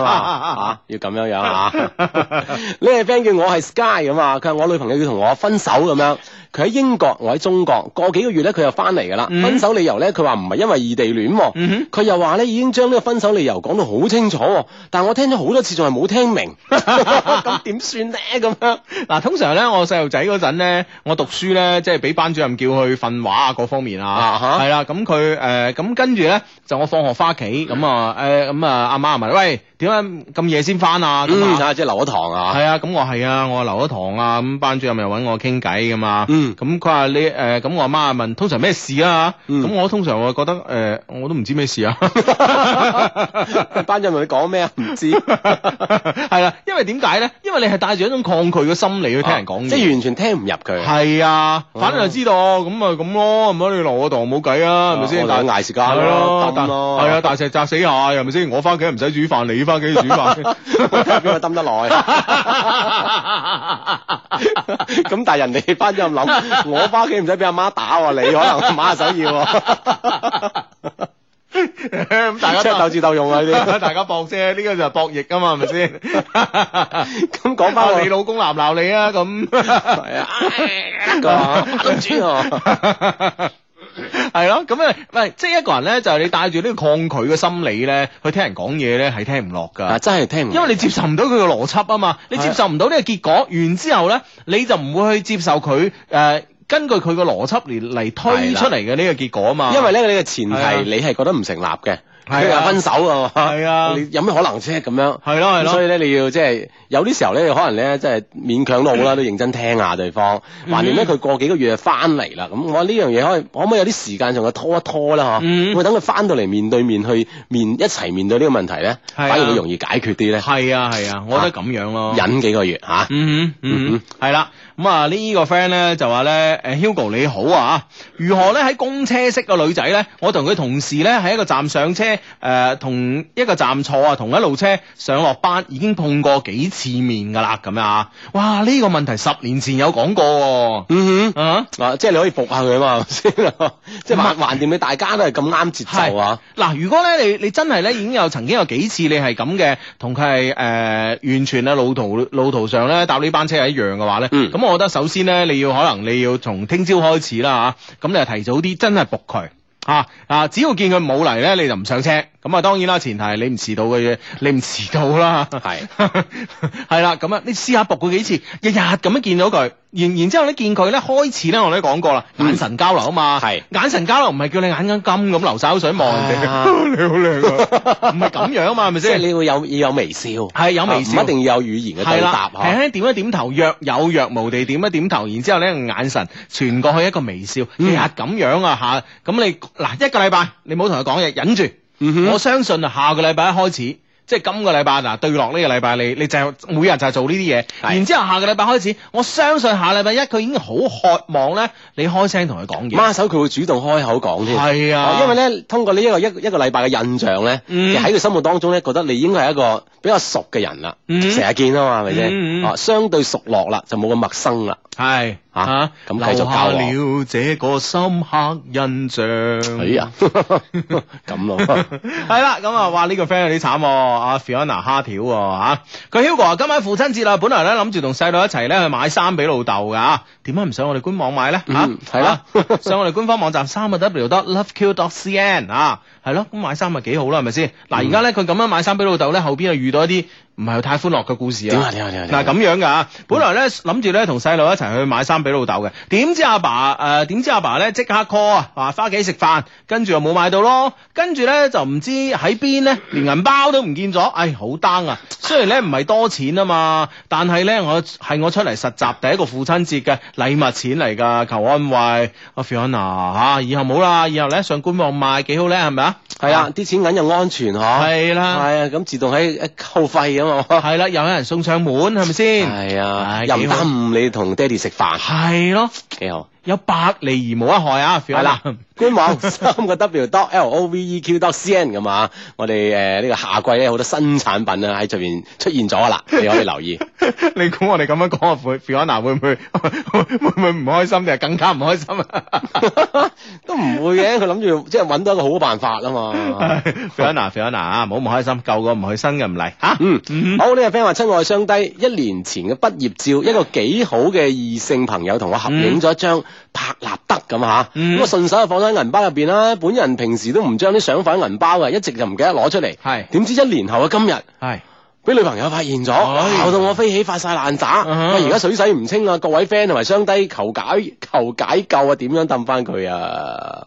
Speaker 1: [LAUGHS]
Speaker 4: 嘛啊？要咁樣樣啊！ [LAUGHS] 呢個 friend 叫我係 Sky 咁啊，佢話我女朋友要同我分手咁樣，佢喺英國，我喺中國，過幾個月咧佢又翻嚟噶啦。
Speaker 1: 嗯
Speaker 4: 分手理由咧，佢話唔係因為異地戀
Speaker 1: 嗯
Speaker 4: 喎
Speaker 1: 哼，
Speaker 4: 佢又話咧已經將呢個分手理由講到好清楚喎，但我聽咗好多次仲係冇聽
Speaker 1: [LAUGHS]
Speaker 4: 明，咁點算咧咁
Speaker 1: 啊
Speaker 4: 樣？
Speaker 1: 嗱，通常咧，我細路仔嗰陣咧，我讀書咧，即係俾班主任叫去訓話啊，各方面
Speaker 4: 啊
Speaker 1: 啊，
Speaker 4: 哈
Speaker 1: 係啦，咁佢誒，咁跟住咧就我放學翻屋企，
Speaker 4: 嗯
Speaker 1: 咁啊，誒，咁啊，阿媽問，喂，點解咁夜先翻啊？咁
Speaker 4: 嗯，
Speaker 1: 啊。
Speaker 4: 啊，即係留咗堂啊，
Speaker 1: 係啊，咁我係啊，我留咗堂啊，咁班主任又揾我傾偈噶嘛，
Speaker 4: 嗯
Speaker 1: 咁佢話你誒，呃咁、我阿媽問通常咩事啊，
Speaker 4: 嗯
Speaker 1: 咁、我通常我覺得誒、呃我都唔知咩
Speaker 4: [LAUGHS]
Speaker 1: 事啊。 [LAUGHS]
Speaker 4: 班主任同你講咩啊？唔知，
Speaker 1: 係啦，因為點解咧？因為你係帶住一種抗拒嘅心理去聽人講嘢，
Speaker 4: 啊即係完全聽唔入佢。
Speaker 1: 系啊，
Speaker 4: 哦
Speaker 1: 反正就知道咁啊咁咯，咁啊你落我堂冇計啊，係咪先？
Speaker 4: 哦我哋嗌時間
Speaker 1: 係
Speaker 4: 咯
Speaker 1: 咯，
Speaker 4: 抌咯
Speaker 1: 係啊，大石砸死蟹係咪先？我翻屋企唔使煮飯，你翻屋企煮
Speaker 4: [LAUGHS]
Speaker 1: 飯。
Speaker 4: 睇 [LAUGHS] 邊個抌得耐？ [LAUGHS] 咁但係人哋班主
Speaker 1: [LAUGHS]
Speaker 4: 任諗，我翻屋企唔使俾阿媽打喎，你可能馬下手要喎，
Speaker 1: 咁 [LAUGHS] 大家
Speaker 4: 即係鬥
Speaker 1: 鬥
Speaker 4: 智鬥勇啊呢 [LAUGHS]
Speaker 1: [LAUGHS] 大家搏啫，呢個就係博弈啊嘛，係咪先？
Speaker 4: 啲。咁
Speaker 1: [LAUGHS]
Speaker 4: 講翻
Speaker 1: 啊
Speaker 4: 我
Speaker 1: 你老公鬧唔鬧你啊？咁
Speaker 4: [LAUGHS] 係啊，哎個公主啊，
Speaker 1: 係咯，咁啊，喂，即係一個人咧，就係你帶住呢個抗拒嘅心理咧，去聽人講嘢咧，係聽唔落㗎。
Speaker 4: [LAUGHS] 啊真係聽唔明，
Speaker 1: 因為你接受唔到佢嘅邏輯啊嘛，你接受唔到呢個結果，完之後咧，你就唔會去接受佢誒、呃根據佢嘅邏輯嚟嚟推出嚟嘅呢個結果啊嘛。
Speaker 4: 因為咧你嘅前
Speaker 1: 係啊
Speaker 4: 提你係覺得唔成立嘅，佢
Speaker 1: 係
Speaker 4: 話
Speaker 1: 啊
Speaker 4: 分手啊嘛，
Speaker 1: 係啊
Speaker 4: 你有咩可能啫咁樣？
Speaker 1: 係咯係
Speaker 4: 咁所
Speaker 1: 咯，
Speaker 4: 以咧，你要即係有啲時候咧，你可能咧，即係勉強都好啦，都認真聽下對方。
Speaker 1: 嗯
Speaker 4: 橫掂咧，佢過幾個月就翻嚟啦，咁我呢樣嘢可以可唔可以有啲時間上嘅拖一拖啦？
Speaker 1: 嗯
Speaker 4: 嗬，會等佢翻到嚟面對面去面一齊面對呢個問題咧，
Speaker 1: 係啊
Speaker 4: 反而會容易解決啲咧。
Speaker 1: 係啊係啊，我覺得咁樣咯。
Speaker 4: 忍幾個月吓，
Speaker 1: 嗯哼，嗯哼，係啦，咁啊呢個 friend 咧就話咧，誒 Hugo 你好啊，如何咧喺公車識個女仔咧？我同佢同事咧喺一個站上車，誒、同一個站坐啊，同一路車上落班已經碰過幾次面㗎啦，咁樣啊，哇呢、個問題十年前有講過喎、
Speaker 4: 嗯
Speaker 1: 啊
Speaker 4: 哼，啊，即係你可以伏下佢啊
Speaker 1: [LAUGHS]
Speaker 4: 嘛，係咪先即係橫橫掂你大家都係咁啱節奏啊，
Speaker 1: 嗱，如果咧你你真係咧已經有曾經有幾次你係咁嘅，同佢係誒完全咧啊路途路途上咧搭呢班車係一樣嘅話咧，咁、
Speaker 4: 嗯
Speaker 1: 我覺得首先咧你要可能你要從聽朝開啊始啦嚇，咁、你就提早啲真係仆佢。啊啊！只要見佢冇嚟咧，你就唔上車。咁咁啊，當然啦，前提係你唔遲到嘅嘢，你唔遲到啦。
Speaker 4: 係
Speaker 1: [LAUGHS] 係啦，咁啊，你試下搏佢幾次，日日咁樣見到佢，然然之後咧見佢咧開始咧，我哋都講過啦，眼神交流啊嘛，
Speaker 4: 嗯係
Speaker 1: 眼神交流唔係叫你眼眼金咁流晒口水望人哋，
Speaker 4: 啊
Speaker 1: 你好靚 [LAUGHS] 啊，唔係咁樣啊嘛，係咪
Speaker 4: 即係
Speaker 1: 先？
Speaker 4: 你會有要有微笑，有
Speaker 1: 係有微笑，
Speaker 4: 唔一定要有語言嘅
Speaker 1: 係啊
Speaker 4: 對
Speaker 1: 啦
Speaker 4: 答，
Speaker 1: 輕
Speaker 4: 嚇。
Speaker 1: 輕點一點頭，若有若無地點一點頭，然之後咧眼神傳過去一個微笑，
Speaker 4: 嗯
Speaker 1: 日日咁樣啊吓，咁你嗱一個禮拜你唔好同佢講嘢，忍住。
Speaker 4: 嗯哼
Speaker 1: 我相信啊，下個禮拜一開始。即係今個禮拜嗱，對落呢個禮拜你你就係每日就係做呢啲嘢，
Speaker 4: 係
Speaker 1: 然之後下個禮拜開始，我相信下禮拜一佢已經好渴望咧，你開聲同佢講嘢。
Speaker 4: 孖手佢會主動開口講添。
Speaker 1: 係啊，
Speaker 4: 哦因為咧，通過呢一個一一個禮拜嘅印象咧，
Speaker 1: 嗯
Speaker 4: 其實喺佢心目當中咧，覺得你應該係一個比較熟嘅人啦，
Speaker 1: 嗯
Speaker 4: 成日見啊嘛，係咪
Speaker 1: 嗯嗯
Speaker 4: 先？
Speaker 1: 嗯
Speaker 4: 哦，相對熟絡啦，就冇咁陌生啦。
Speaker 1: 係
Speaker 4: 嚇
Speaker 1: 嚇
Speaker 4: 啊咁繼續
Speaker 1: 留
Speaker 4: 交
Speaker 1: 下
Speaker 4: 往
Speaker 1: 了這個深刻印象。
Speaker 4: 哎
Speaker 1: [LAUGHS]
Speaker 4: 呀，咁啊咯，
Speaker 1: 係啦，咁啊，哇！呢、個 friend 有啲慘喎，阿 Fiona 蝦條喎啊佢 Hugo 啊，今晚父親節啦，本來咧諗住同細佬一齊咧去買衫俾老豆噶，點解唔上我哋官網買咧？吓、
Speaker 4: 嗯係啦
Speaker 1: 啊上我哋官方網站三個 W dot loveq dot cn 啊，係咯，咁買衫咪幾好啦，係咪先？
Speaker 4: 嗯
Speaker 1: 嗱，而家咧佢咁樣買衫俾老豆咧，後邊又遇到一啲唔係太歡樂嘅故事
Speaker 4: 點啊點啊點啊點啊
Speaker 1: 嗱咁樣噶，本來咧諗住咧同細路一齊去買衫俾老豆嘅，點知阿爸誒點、知阿爸咧即刻 call 啊，話翻屋企食飯，跟住又冇買到咯，跟住咧就唔知喺邊咧，連銀包都唔見咗，唉好 down 啊！雖然咧唔係多錢啊嘛，但係咧我係我出嚟實習第一個父親節嘅禮物錢嚟㗎，求安慰阿 Fiona 嚇、啊以後冇啦，以後咧上官網買幾好咧，係咪啊？
Speaker 4: 係啊，啲錢銀又安全嗬，
Speaker 1: 係
Speaker 4: 係
Speaker 1: 啦，
Speaker 4: 啊，咁自動喺一扣費啊嘛，
Speaker 1: 係啦，又有人送上門係咪先？
Speaker 4: 係啊，
Speaker 1: 唉
Speaker 4: 又唔
Speaker 1: 幾好
Speaker 4: 耽誤你同爹哋食飯，
Speaker 1: 係咯。
Speaker 4: 幾好。
Speaker 1: 有百利而無一害啊！
Speaker 4: 係啦，官網三個 W dot L O V E Q dot C N 咁啊，我哋誒呢個夏季咧好多新產品啊喺上邊出現咗啦，你可以留意。
Speaker 1: [LAUGHS] 你估我哋咁樣講，阿 Fiona 會唔 [LAUGHS] 會會唔會唔開心定係更加唔開心啊 [LAUGHS]
Speaker 4: 都唔會嘅，佢諗住即係揾到一個好嘅辦法啊嘛。
Speaker 1: ？Fiona，Fiona 啊，唔好唔開心，舊個唔去，新嘅唔嚟啊吓。
Speaker 4: 嗯，好呢、個 friend 話親愛相低，一年前嘅畢業照，一個幾好嘅異性朋友同我合影咗一張拍立得咁吓，
Speaker 1: 嗯
Speaker 4: 咁我啊順手就放喺銀包入邊啦。本人平時都唔將啲相放喺銀包嘅，一直就唔記得攞出嚟。
Speaker 1: 係
Speaker 4: 點知一年後嘅今日。
Speaker 1: 係
Speaker 4: 俾女朋友發現咗，
Speaker 1: 哎
Speaker 4: 鬧到我飛起發晒爛渣，
Speaker 1: 嗯
Speaker 4: 我而家水洗唔清啊！各位 friend 同埋雙低求解求解救啊！點樣氹翻佢啊？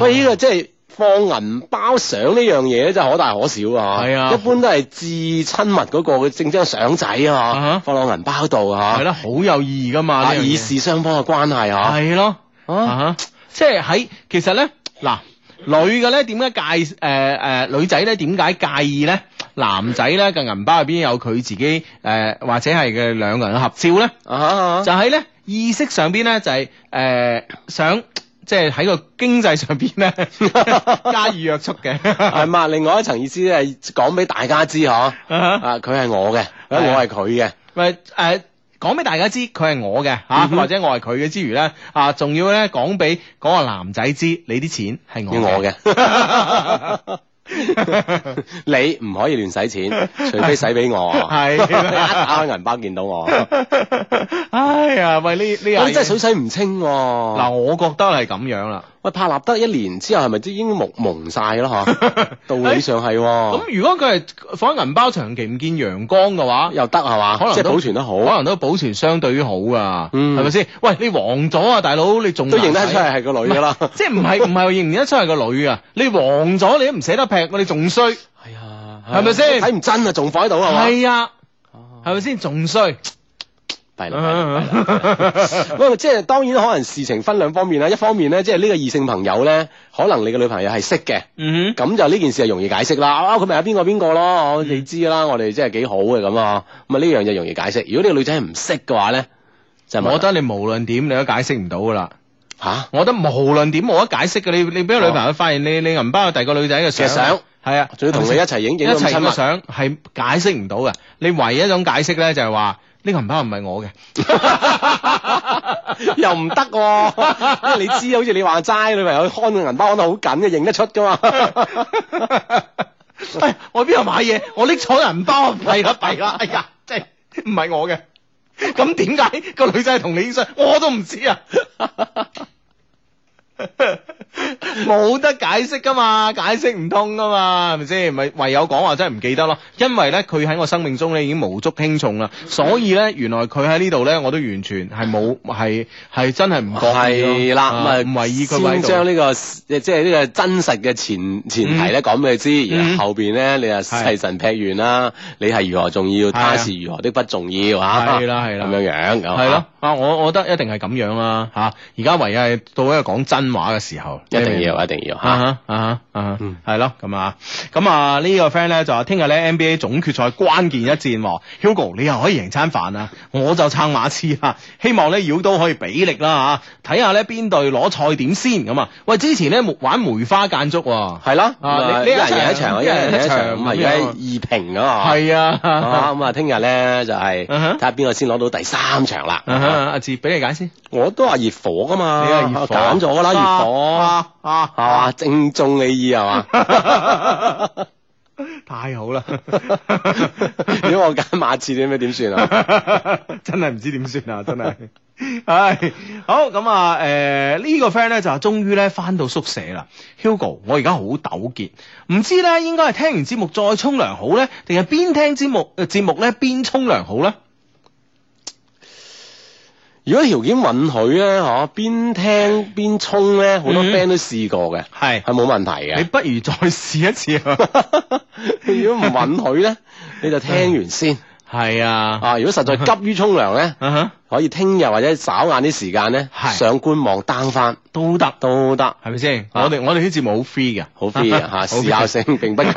Speaker 4: 喂，呢個即係放銀包相呢樣嘢咧，真係可大可小啊！
Speaker 1: 係啊
Speaker 4: 一般都係至親密嗰個嘅正張相仔啊
Speaker 1: 嗯
Speaker 4: 嘛，放落銀包度啊
Speaker 1: 係，啦，好有意義噶嘛，
Speaker 4: 啊
Speaker 1: 呢樣嘢
Speaker 4: 以示雙方嘅關係啊！
Speaker 1: 係咯，
Speaker 4: 啊
Speaker 1: 啊哈即係喺其實咧嗱。女嘅咧點解介誒誒、呃女仔咧點解介意咧？男仔咧嘅銀包入邊有佢自己誒、呃或者係嘅兩個人嘅合照咧？
Speaker 4: 啊啊
Speaker 1: 就喺咧意識上邊咧，就係、呃想即係喺個經濟上邊
Speaker 4: [LAUGHS]
Speaker 1: 咧加以約束嘅，
Speaker 4: 係嘛？另外一層意思咧，講俾大家知嗬，啊佢係我
Speaker 1: 啊
Speaker 4: 嘅，我係佢嘅。
Speaker 1: 咪誒。講俾大家知佢係我嘅嚇，
Speaker 4: 嗯
Speaker 1: 或者我係佢嘅之餘咧，啊，仲要咧講俾嗰個男仔知，你啲錢係
Speaker 4: 要
Speaker 1: 我
Speaker 4: 我
Speaker 1: 嘅。
Speaker 4: 嘅。
Speaker 1: [LAUGHS]
Speaker 4: 你唔可以亂使錢，除非使俾我。
Speaker 1: 係
Speaker 4: [LAUGHS] 你一打開銀包見
Speaker 1: [LAUGHS]
Speaker 4: 到我，
Speaker 1: 哎呀，喂呢呢樣
Speaker 4: 我哋真係水洗唔清
Speaker 1: 嗱，
Speaker 4: 喎。
Speaker 1: 我覺得係咁樣啦。
Speaker 4: 喂，帕納德一年之後係咪都已經蒙蒙晒咯？
Speaker 1: [LAUGHS]
Speaker 4: 嗬，道理上係
Speaker 1: 咁
Speaker 4: 喎，
Speaker 1: 如果佢係放喺銀包長期唔見陽光嘅話，
Speaker 4: 又得係嘛？
Speaker 1: 可能
Speaker 4: 即係
Speaker 1: 都
Speaker 4: 保存得好，
Speaker 1: 可能都保存相對於好噶，
Speaker 4: 嗯
Speaker 1: 係咪先？喂，你黃咗啊，大佬，你仲
Speaker 4: 都認得
Speaker 1: 難睇
Speaker 4: 出係係個女噶啦。
Speaker 1: [LAUGHS] 即係唔係唔係認唔認得出係個女啊？你黃咗，你都唔捨得劈，我哋仲
Speaker 4: [LAUGHS]
Speaker 1: 衰，
Speaker 4: 係啊，
Speaker 1: 係咪先
Speaker 4: 睇唔真啊，仲放喺度係嘛？
Speaker 1: 係啊，係咪先？仲衰，啊
Speaker 4: 弊啦弊啦。 [LAUGHS]
Speaker 1: 係
Speaker 4: 喂，即係當然可能事情分兩方面啦，一方面咧，即係呢個異性朋友咧，可能你嘅女朋友係識嘅，
Speaker 1: [LAUGHS] 嗯
Speaker 4: 咁就呢件事就容易解釋啦。啊，佢咪有邊個邊個咯？我哋知啦，我哋真係幾好嘅咁啊。咁啊呢樣就容易解釋。如果呢個女仔係唔識嘅話咧，就
Speaker 1: 哼，
Speaker 4: 問啦
Speaker 1: 我覺得你無論點你都解釋唔到噶啦。
Speaker 4: 吓
Speaker 1: 我覺得無論點冇得解釋嘅，你你俾個女朋友發現你你銀包有第二個女仔嘅
Speaker 4: 嘅相
Speaker 1: 相，係啊，
Speaker 4: 仲要同
Speaker 1: 係
Speaker 4: 佢
Speaker 1: 咪
Speaker 4: 一
Speaker 1: 先
Speaker 4: 齊影
Speaker 1: 一
Speaker 4: 影到咁
Speaker 1: 齊
Speaker 4: 親
Speaker 1: 嘅
Speaker 4: 密，
Speaker 1: 相係解釋唔到嘅。你唯一一種解釋咧就係話呢個銀包唔係
Speaker 4: [LAUGHS]
Speaker 1: 我嘅。
Speaker 4: [LAUGHS] 又唔得 [LAUGHS] 喎。因為你知，好似你話齋，女朋友看個銀包看得好緊嘅，認得出噶嘛。 [LAUGHS]
Speaker 1: [LAUGHS] 哎，我邊度買嘢？我拎錯人
Speaker 4: [LAUGHS]
Speaker 1: 包，弊啦弊啦！哎呀，真係唔係我嘅。咁點解個女仔係同你相？我都唔知啊。 [LAUGHS] 冇得解釋噶嘛，解釋唔通噶嘛，係咪先？咪唯有講話真係唔記得咯，因為咧佢喺我生命中咧已經無足輕重啦，所以咧原來佢喺呢度咧我都完全係冇係係真係唔覺意咯
Speaker 4: 係啦，
Speaker 1: 啊唔
Speaker 4: 咁啊
Speaker 1: 為意佢喺
Speaker 4: 先
Speaker 1: 度
Speaker 4: 將呢個即係呢個真實嘅前前提咧講俾佢知，然
Speaker 1: 嗯
Speaker 4: 後後邊咧你啊
Speaker 1: 係
Speaker 4: 細神劈完啦，你係如何重要，
Speaker 1: 係啊
Speaker 4: 他是如何的不重要嚇，
Speaker 1: 係啦係啦
Speaker 4: 咁樣樣咁
Speaker 1: 係咯，啊我我覺得一定係咁樣啦吓，而家唯有係到一個講真話嘅時候，
Speaker 4: 一定
Speaker 1: 你明唔明
Speaker 4: 要一定要嚇。
Speaker 1: 啊哈啊哈啊哈
Speaker 4: 嗯，
Speaker 1: 係咯咁啊，咁啊呢個 friend 咧就話聽日咧 NBA 總決賽關鍵一戰喎，Hugo 你又可以贏餐飯啊，我就撐馬刺啊，希望咧妖都可以比力啦吓，睇下咧邊隊攞賽點先咁啊，喂之前咧玩梅花間竹喎，
Speaker 4: 係啦，咁
Speaker 1: 啊
Speaker 4: 啊
Speaker 1: 呢呢
Speaker 4: 一
Speaker 1: 一
Speaker 4: 人贏一
Speaker 1: 場
Speaker 4: 場，一
Speaker 1: 一人
Speaker 4: 人贏一
Speaker 1: 一
Speaker 4: 場，
Speaker 1: 場
Speaker 4: 咁啊而
Speaker 1: 咁
Speaker 4: 家
Speaker 1: 樣
Speaker 4: 二平啊，
Speaker 1: 係
Speaker 4: 啊
Speaker 1: 啊，
Speaker 4: 咁啊，聽日咧就係
Speaker 1: 嗯哼
Speaker 4: 睇下邊個先攞到第三場啦。
Speaker 1: [LAUGHS] 啊哈阿志俾你解先，
Speaker 4: 我都話熱火噶嘛，
Speaker 1: 你係熱火
Speaker 4: 啊揀咗啦，熱火
Speaker 1: 啊啊？
Speaker 4: 係嘛，正中你意係嘛
Speaker 1: [LAUGHS] 太好啦！
Speaker 4: [LAUGHS] 如果我揀馬刺，你咩點算
Speaker 1: [LAUGHS]
Speaker 4: 啊？
Speaker 1: 真係唔知點算啊！真係，唉，好咁啊，誒、呢、個 friend 咧就話終於咧翻到宿舍啦。Hugo，我而家好糾結，唔知咧應該係聽完節目再沖涼好咧，定係邊聽節目呃節目咧邊沖涼好咧？
Speaker 4: 如果條件允許咧，嗬，邊聽邊衝咧，好多
Speaker 1: 嗯
Speaker 4: friend 都試過嘅，
Speaker 1: 係
Speaker 4: 係冇問題
Speaker 1: 你
Speaker 4: 嘅。
Speaker 1: 不如再試一次啊！
Speaker 4: [LAUGHS] 如果唔允許咧，你就聽完先。
Speaker 1: 係 [LAUGHS] 啊，
Speaker 4: 啊，如果實在急於沖涼咧，
Speaker 1: 啊哈，
Speaker 4: 可以聽日或者稍晏啲時間咧，
Speaker 1: 係
Speaker 4: 上官網 down 翻
Speaker 1: 都得，
Speaker 4: 都得，
Speaker 1: 係咪先？我哋我哋啲節目好 free 嘅，
Speaker 4: 好
Speaker 1: [LAUGHS]
Speaker 4: free 啊嚇，
Speaker 1: 好
Speaker 4: 時效
Speaker 1: free
Speaker 4: 性
Speaker 1: [LAUGHS]
Speaker 4: 並不強。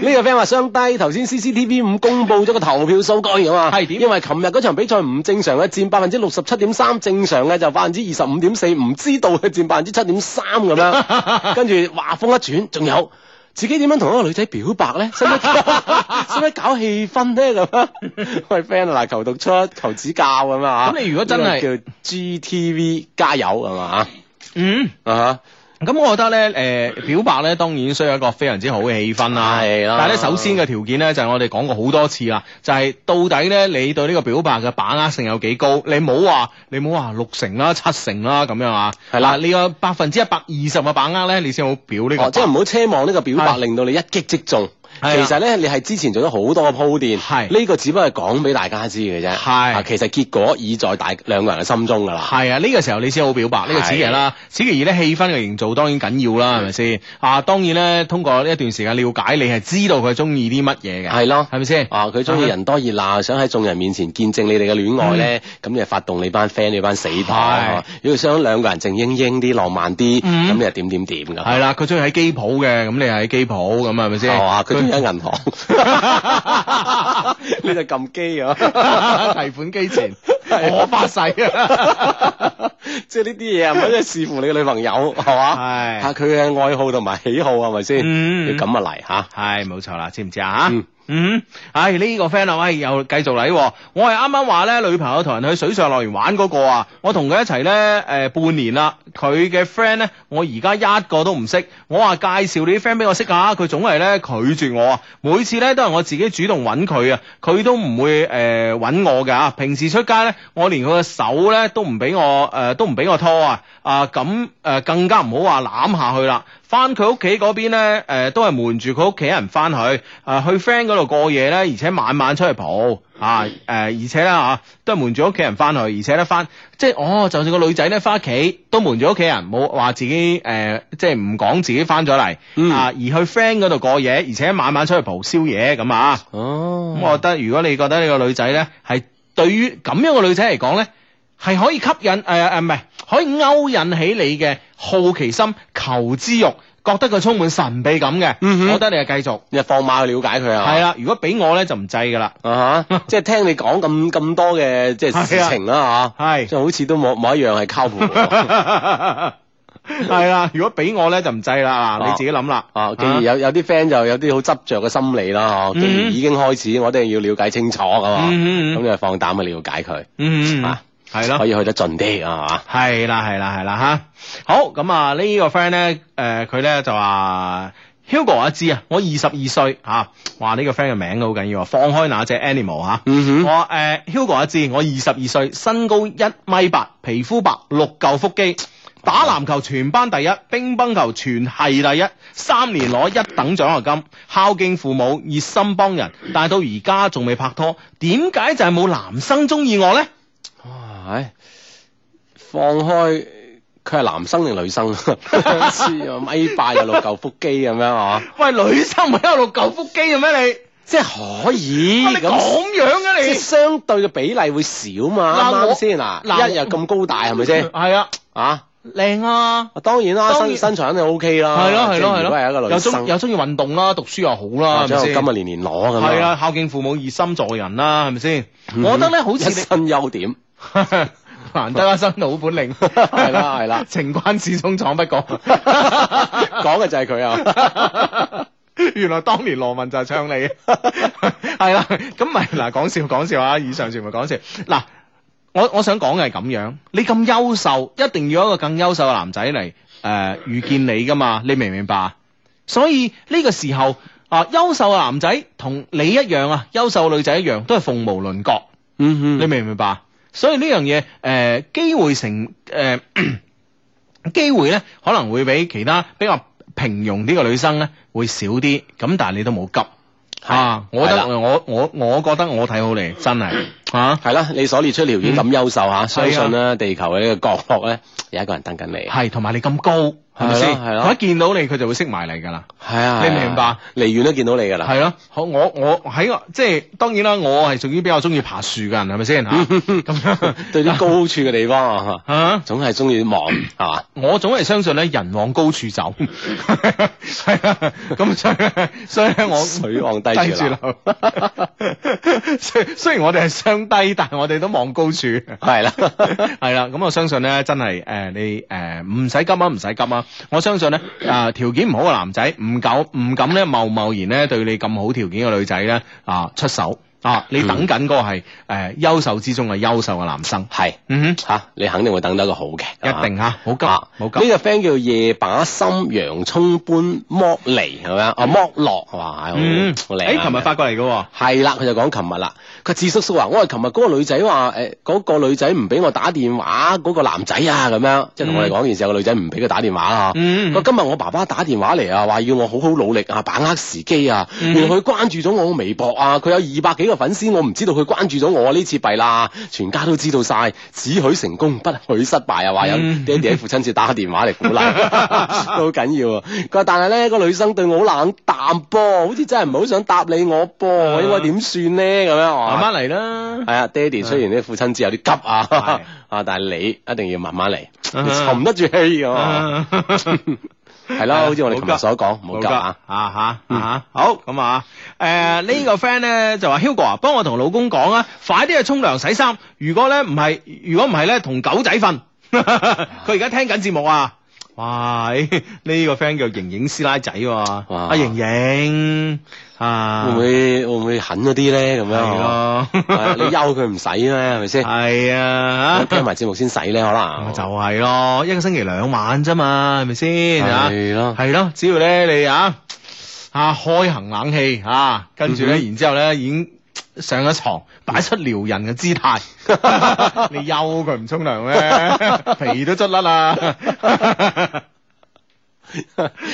Speaker 4: 呢個 friend 話相低，頭先 CCTV 五公佈咗個投票數據咁啊嘛，
Speaker 1: 係點
Speaker 4: 因為琴日嗰場比賽唔正常嘅佔百分之六十七點三，正常嘅就百分之二十五點四，唔知道嘅佔百分之七點三
Speaker 1: [LAUGHS]
Speaker 4: 咁樣。跟住話風一轉，仲有。自己點樣同一個女仔表白咧？使唔
Speaker 1: [LAUGHS]
Speaker 4: 使使唔使搞氣氛咧？咁樣，喂 friend 啊嗱，求讀出，求指教咁啊嚇
Speaker 1: 咁你如果真係
Speaker 4: 呢個叫 GTV 加油係嘛
Speaker 1: 嗯。
Speaker 4: 啊嚇
Speaker 1: 咁我覺得咧，誒、表白咧當然需要一個非常之好嘅氣氛啦。
Speaker 4: 係啦
Speaker 1: 但係咧，首先嘅條件咧就係、我哋講過好多次啦，就係、到底咧你對呢個表白嘅把握性有幾高？你冇話你冇話六成啦、七成啦咁樣啊。
Speaker 4: 係啦
Speaker 1: 嗱你有百分之一百二十嘅把握咧，你先好表呢個白。
Speaker 4: 哦，即係唔好奢望呢個表白
Speaker 1: 係
Speaker 4: 令到你一擊即中。其
Speaker 1: 係啊
Speaker 4: 實咧，你係之前做咗好多嘅鋪墊，
Speaker 1: 係
Speaker 4: 呢個只不過係講俾大家知嘅啫。
Speaker 1: 係
Speaker 4: 啊其實結果已在大兩個人嘅心中㗎啦。
Speaker 1: 係啊，呢、個時候你先好表白，呢、個此其一啦。此其二咧，氣氛嘅營造當然緊要啦，係咪先？啊，當然咧，通過呢一段時間了解，你係知道佢中意啲乜嘢嘅，
Speaker 4: 係咯
Speaker 1: 係咪嗯先？
Speaker 4: 啊！佢中意人多熱鬧，想喺眾人面前見證你哋嘅戀愛咧，咁你就發動你班 friend、你班死黨啊。如果想兩個人靜英英啲、浪漫啲，
Speaker 1: 嗯
Speaker 4: 咁你就點點點 [LAUGHS] 㗎。
Speaker 1: 係啦，佢中意喺機鋪嘅，咁你係喺機鋪，咁係咪先？
Speaker 4: 係哦啊嘛？佢中意喺銀行， [LAUGHS] 你就撳機啊！
Speaker 1: [LAUGHS]
Speaker 4: [LAUGHS]
Speaker 1: 提款機前，我發誓啊！
Speaker 4: 即係呢啲嘢係咪即係視乎你嘅女朋友係嘛？
Speaker 1: 係
Speaker 4: 嚇啊佢嘅愛好同埋喜好係咪先？
Speaker 1: 嗯
Speaker 4: 要咁啊嚟嚇。
Speaker 1: 係冇錯啦，知唔知啊？
Speaker 4: 嗯
Speaker 1: 吓，嗯，唉，呢個 friend 啊，喂，又繼續嚟喎，我係啱啱話咧，女朋友同人去水上樂園玩嗰個啊，我同佢一齊咧，誒，半年啦，佢嘅 friend 咧，我而家一個都唔識，我話介紹你啲 friend 俾我識下，佢總係咧拒絕我啊，每次咧都係我自己主動揾佢啊，佢都唔會誒揾、我㗎啊，平時出街咧，我連佢嘅手咧都唔俾我誒、都唔俾我拖啊，啊咁誒、更加唔好話攬下去啦。翻佢屋企嗰邊咧，誒、都係瞞住佢屋企人翻去，誒、去 friend 嗰度過夜咧，而且晚晚出去蒲啊，誒、而且咧啊，都係瞞住屋企人翻去，而且咧翻，即係哦，就算個女仔咧翻屋企都瞞住屋企人，冇話自己誒、即係唔講自己翻咗嚟
Speaker 4: 嗯
Speaker 1: 啊，而去 friend 嗰度過夜，而且晚晚出去蒲宵夜咁啊，
Speaker 4: 哦
Speaker 1: 咁、我覺得如果你覺得呢個女仔咧係呃對於咁樣嘅女仔嚟講咧，係可以吸引誒誒唔係可以勾引起你嘅好奇心、求知欲，覺得佢充滿神秘感嘅，
Speaker 4: 嗯哼
Speaker 1: 我覺得你係繼續
Speaker 4: 你就放馬去了解佢啊。
Speaker 1: 係啦。如果俾我咧就唔制㗎啦， [LAUGHS]
Speaker 4: 啊哈！即係聽你講咁咁多嘅即
Speaker 1: 啊
Speaker 4: 係事情啦嚇，
Speaker 1: 係
Speaker 4: 即係好似都冇冇一樣係靠譜
Speaker 1: [LAUGHS]
Speaker 4: 喎 [LAUGHS]
Speaker 1: 係啦。如果俾我咧就唔制啦，嗱你自己諗啦。
Speaker 4: 啊！既然有有啲 friend 就有啲好執着嘅心理啦嚇，既然
Speaker 1: 嗯
Speaker 4: 已經開始，我一定要了解清楚㗎嘛，
Speaker 1: 嗯嗯嗯
Speaker 4: 咁你就放膽去了解佢，
Speaker 1: 嗯，
Speaker 4: 啊
Speaker 1: 係咯
Speaker 4: 可。以去得盡啲啊嘛。
Speaker 1: 係啦，係啦，係啦吓。好，咁啊呢個 friend 咧，誒佢咧就話。Hugo 阿芝啊，我二十二歲嚇，哇！呢、個 friend 嘅名都好緊要啊，放開那隻 animal 嚇、
Speaker 4: 嗯
Speaker 1: 我
Speaker 4: 哼，
Speaker 1: 誒、Hugo 阿志，我二十二歲，身高一米八，皮膚白，六嚿腹肌。打籃球全班第一，乒乓球全系第一，三年攞一等獎學金，孝敬父母，熱心幫人，但係到而家仲未拍拖，點解就係冇男生中意我呢？
Speaker 4: 哇，唉放開佢係男生定女生？ [LAUGHS] 黐啊，米八有六嚿腹肌咁樣啊，
Speaker 1: 喂，女生唔係喺度嚿腹肌嘅咩你？
Speaker 4: 即係可以
Speaker 1: 哇啊你
Speaker 4: 咁，
Speaker 1: 咁樣嘅、
Speaker 4: 即係
Speaker 1: 你？
Speaker 4: 相對嘅比例會少嘛，
Speaker 1: 嗱
Speaker 4: 啱唔
Speaker 1: 我
Speaker 4: 啱先嗱？
Speaker 1: 嗱
Speaker 4: 一日咁高大係
Speaker 1: [LAUGHS]
Speaker 4: 咪先
Speaker 1: 係啊，
Speaker 4: 啊？
Speaker 1: 靚啊！
Speaker 4: 當然啦，
Speaker 1: 當然
Speaker 4: 身身材肯定 O K 啦，
Speaker 1: 係咯係咯係
Speaker 4: 即係如果係一個
Speaker 1: 咯，
Speaker 4: 女
Speaker 1: 又中
Speaker 4: 生，啊
Speaker 1: 又中意運動啦，讀書又好啦，
Speaker 4: 或
Speaker 1: 係咪
Speaker 4: 者
Speaker 1: 先？
Speaker 4: 今日年年攞咁
Speaker 1: 係
Speaker 4: 樣，
Speaker 1: 啊，孝敬父母，熱心助人啦，係咪先？
Speaker 4: 嗯
Speaker 1: 我覺得咧，好
Speaker 4: 一
Speaker 1: 似你
Speaker 4: 身
Speaker 1: [LAUGHS]
Speaker 4: 優點。
Speaker 1: 難得一身好本領，
Speaker 4: [LAUGHS] 係啦係啦
Speaker 1: [LAUGHS] 情關始終闖不過。
Speaker 4: 講嘅就係佢啊，
Speaker 1: [LAUGHS] 原來當年羅文就係唱你， [LAUGHS] 係啦，咁咪嗱講笑講笑啊，以上全部講笑。嗱，我我想講嘅係咁樣，你咁優秀，一定要有一個更優秀嘅男仔嚟誒遇見你噶嘛，你明唔明白啊？所以呢個時候啊，優秀嘅男仔同你一樣啊，優秀嘅女仔一樣，都係鳳毛麟角。
Speaker 4: 嗯
Speaker 1: 你明唔明白？所以呢樣嘢，诶、機會成呃 [CLEARS THROAT] 诶、機會咧，可能會比其他比較平庸啲嘅女生咧會少啲，咁但係你都冇急。啊！我覺
Speaker 4: 係啦
Speaker 1: 得我我我覺得我睇好你，真
Speaker 4: [COUGHS]
Speaker 1: 係啊，
Speaker 4: 係啦，你所列出條件咁優秀
Speaker 1: 嗯
Speaker 4: 嚇，相信咧地球嘅呢個角落咧有一個人等緊你。
Speaker 1: 係同埋你咁高，係咪先？
Speaker 4: 係咯係咯
Speaker 1: 佢一見到你，佢就會識埋你㗎啦。
Speaker 4: 係啊，
Speaker 1: 你明白？
Speaker 4: 離遠都見到你㗎啦。
Speaker 1: 係咯，好我我喺我即係當然啦，我係屬於比較中意爬樹嘅人，係咪
Speaker 4: [LAUGHS]
Speaker 1: 先嚇？咁樣
Speaker 4: 對啲高處嘅地方啊，
Speaker 1: [LAUGHS] 啊
Speaker 4: 總係中意望係嘛？
Speaker 1: 我總係相信咧，人往高處走，係啊，咁所以所以咧，我
Speaker 4: 水往低處流
Speaker 1: 流。雖雖然我哋係相低，但係我哋都望高處，係 [LAUGHS]
Speaker 4: 係啦，
Speaker 1: 啦。咁我相信咧，真係誒、呃你誒唔使急啊，唔使急啊。我相信咧，啊、條件唔好嘅男仔唔敢唔敢咧，貿貿然咧對你咁好條件嘅女仔咧啊出手啊，你等緊嗰個係誒優秀之中嘅優秀嘅男生。
Speaker 4: 係
Speaker 1: 嗯
Speaker 4: 嚇，啊你肯定會等到一個好嘅，
Speaker 1: 哼，一定嚇，冇急
Speaker 4: 啊
Speaker 1: 冇急。
Speaker 4: 呢個 friend 叫夜把心洋葱般剝離係咪啊？啊剝落係嘛？好
Speaker 1: 嗯，
Speaker 4: 好靚啊。
Speaker 1: 誒，琴日發過嚟嘅喎。
Speaker 4: 係啦，佢就講琴日啦。佢智叔叔話：我係琴日嗰個女仔話，誒、嗰、個女仔唔俾我打電話，嗰、個男仔啊咁樣，即係同我哋講件事，有個女仔唔俾佢打啊電話啦。
Speaker 1: 嗯
Speaker 4: 佢話今日我爸爸打電話嚟啊，話要我好好努力啊，把握時機啊。
Speaker 1: 嗯
Speaker 4: 原來佢關注咗我微博啊，佢有二百幾個粉絲，我唔知道佢關注咗我呢次弊啦，全家都知道晒，只許成功不許失敗啊！話有
Speaker 1: 嗯
Speaker 4: 爹哋喺父親節打電話嚟鼓勵， [LAUGHS] 都好緊要啊。佢話但係咧個女生對我好冷淡噃，好似真係唔係好想答你我噃，我應該點算咧咁樣
Speaker 1: 嗯慢
Speaker 4: 啊？
Speaker 1: 慢嚟啦。
Speaker 4: 係啊，爹哋雖然呢父親節有啲急
Speaker 1: 係
Speaker 4: 啊， [LAUGHS] 啊，但係你一定要慢慢嚟，
Speaker 1: 嗯
Speaker 4: 你沉得住氣啊！係啦，好似我哋琴日所講， [LAUGHS] 唔好急啊！
Speaker 1: 啊吓啊好咁啊！誒呢個 friend 咧就話 Hugo 啊，幫我同老公講啊，快啲去沖涼洗衫。如果咧唔係，如果唔係咧，同狗仔瞓。 [LAUGHS] 佢而家聽緊節目啊！哇！呢個 friend 叫盈盈師奶仔喎，
Speaker 4: 哇
Speaker 1: 阿盈盈啊，
Speaker 4: 會唔會會唔會狠咗啲咧？咁樣
Speaker 1: 係咯？
Speaker 4: 啊係你休佢唔使咩？係咪先？
Speaker 1: [LAUGHS] 係啊，
Speaker 4: 聽埋節目先使咧，可能
Speaker 1: 就係咯，一個星期兩晚啫嘛，係咪先啊？
Speaker 4: 係咯
Speaker 1: 係咯，只要咧你啊啊開行冷氣啊，跟住咧，
Speaker 4: 嗯哼
Speaker 1: 然之後咧已經上咗床，擺出撩人嘅姿
Speaker 4: [LAUGHS]
Speaker 1: 態， [LAUGHS] 你休佢唔沖涼咩？ [LAUGHS] 皮都捽甩啦，
Speaker 4: [LAUGHS]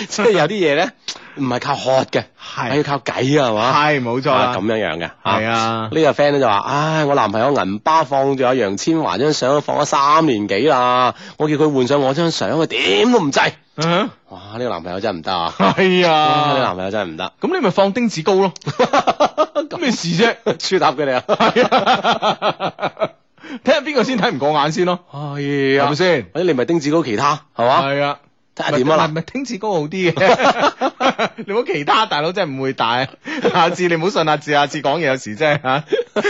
Speaker 4: 即係有啲嘢咧，唔係靠喝嘅，係要
Speaker 1: 係
Speaker 4: 靠計啊，係嘛？
Speaker 1: 係冇錯
Speaker 4: 啊
Speaker 1: 啦
Speaker 4: 咁，樣樣嘅，
Speaker 1: 係啊
Speaker 4: 呢個 friend 咧就話：，唉，我男朋友銀包放咗阿楊千嬅張相，放咗三年幾啦，我叫佢換上我張相，佢點都唔制。
Speaker 1: 嗯
Speaker 4: 哇！呢個男朋友真係唔得啊！
Speaker 1: 係
Speaker 4: 呢個
Speaker 1: 啊
Speaker 4: 男，朋友真係
Speaker 1: [LAUGHS]
Speaker 4: 唔得，
Speaker 1: 咁你咪放丁子高
Speaker 4: [LAUGHS]
Speaker 1: 咯，咁咩事啫？
Speaker 4: 輸答佢哋啊！
Speaker 1: 係啊睇下邊個先睇唔過眼先咯，
Speaker 4: 係啊
Speaker 1: 係咪？先？
Speaker 4: 或者你咪丁志高其他係嘛？
Speaker 1: 係啊。
Speaker 4: 睇下點啊
Speaker 1: 唔係唔係唔
Speaker 4: 嗱，
Speaker 1: 係聽志高好啲嘅， [LAUGHS] 你唔好其他大佬真係唔會大。下次你唔好信阿志，阿志講嘢有時真係啊嚇。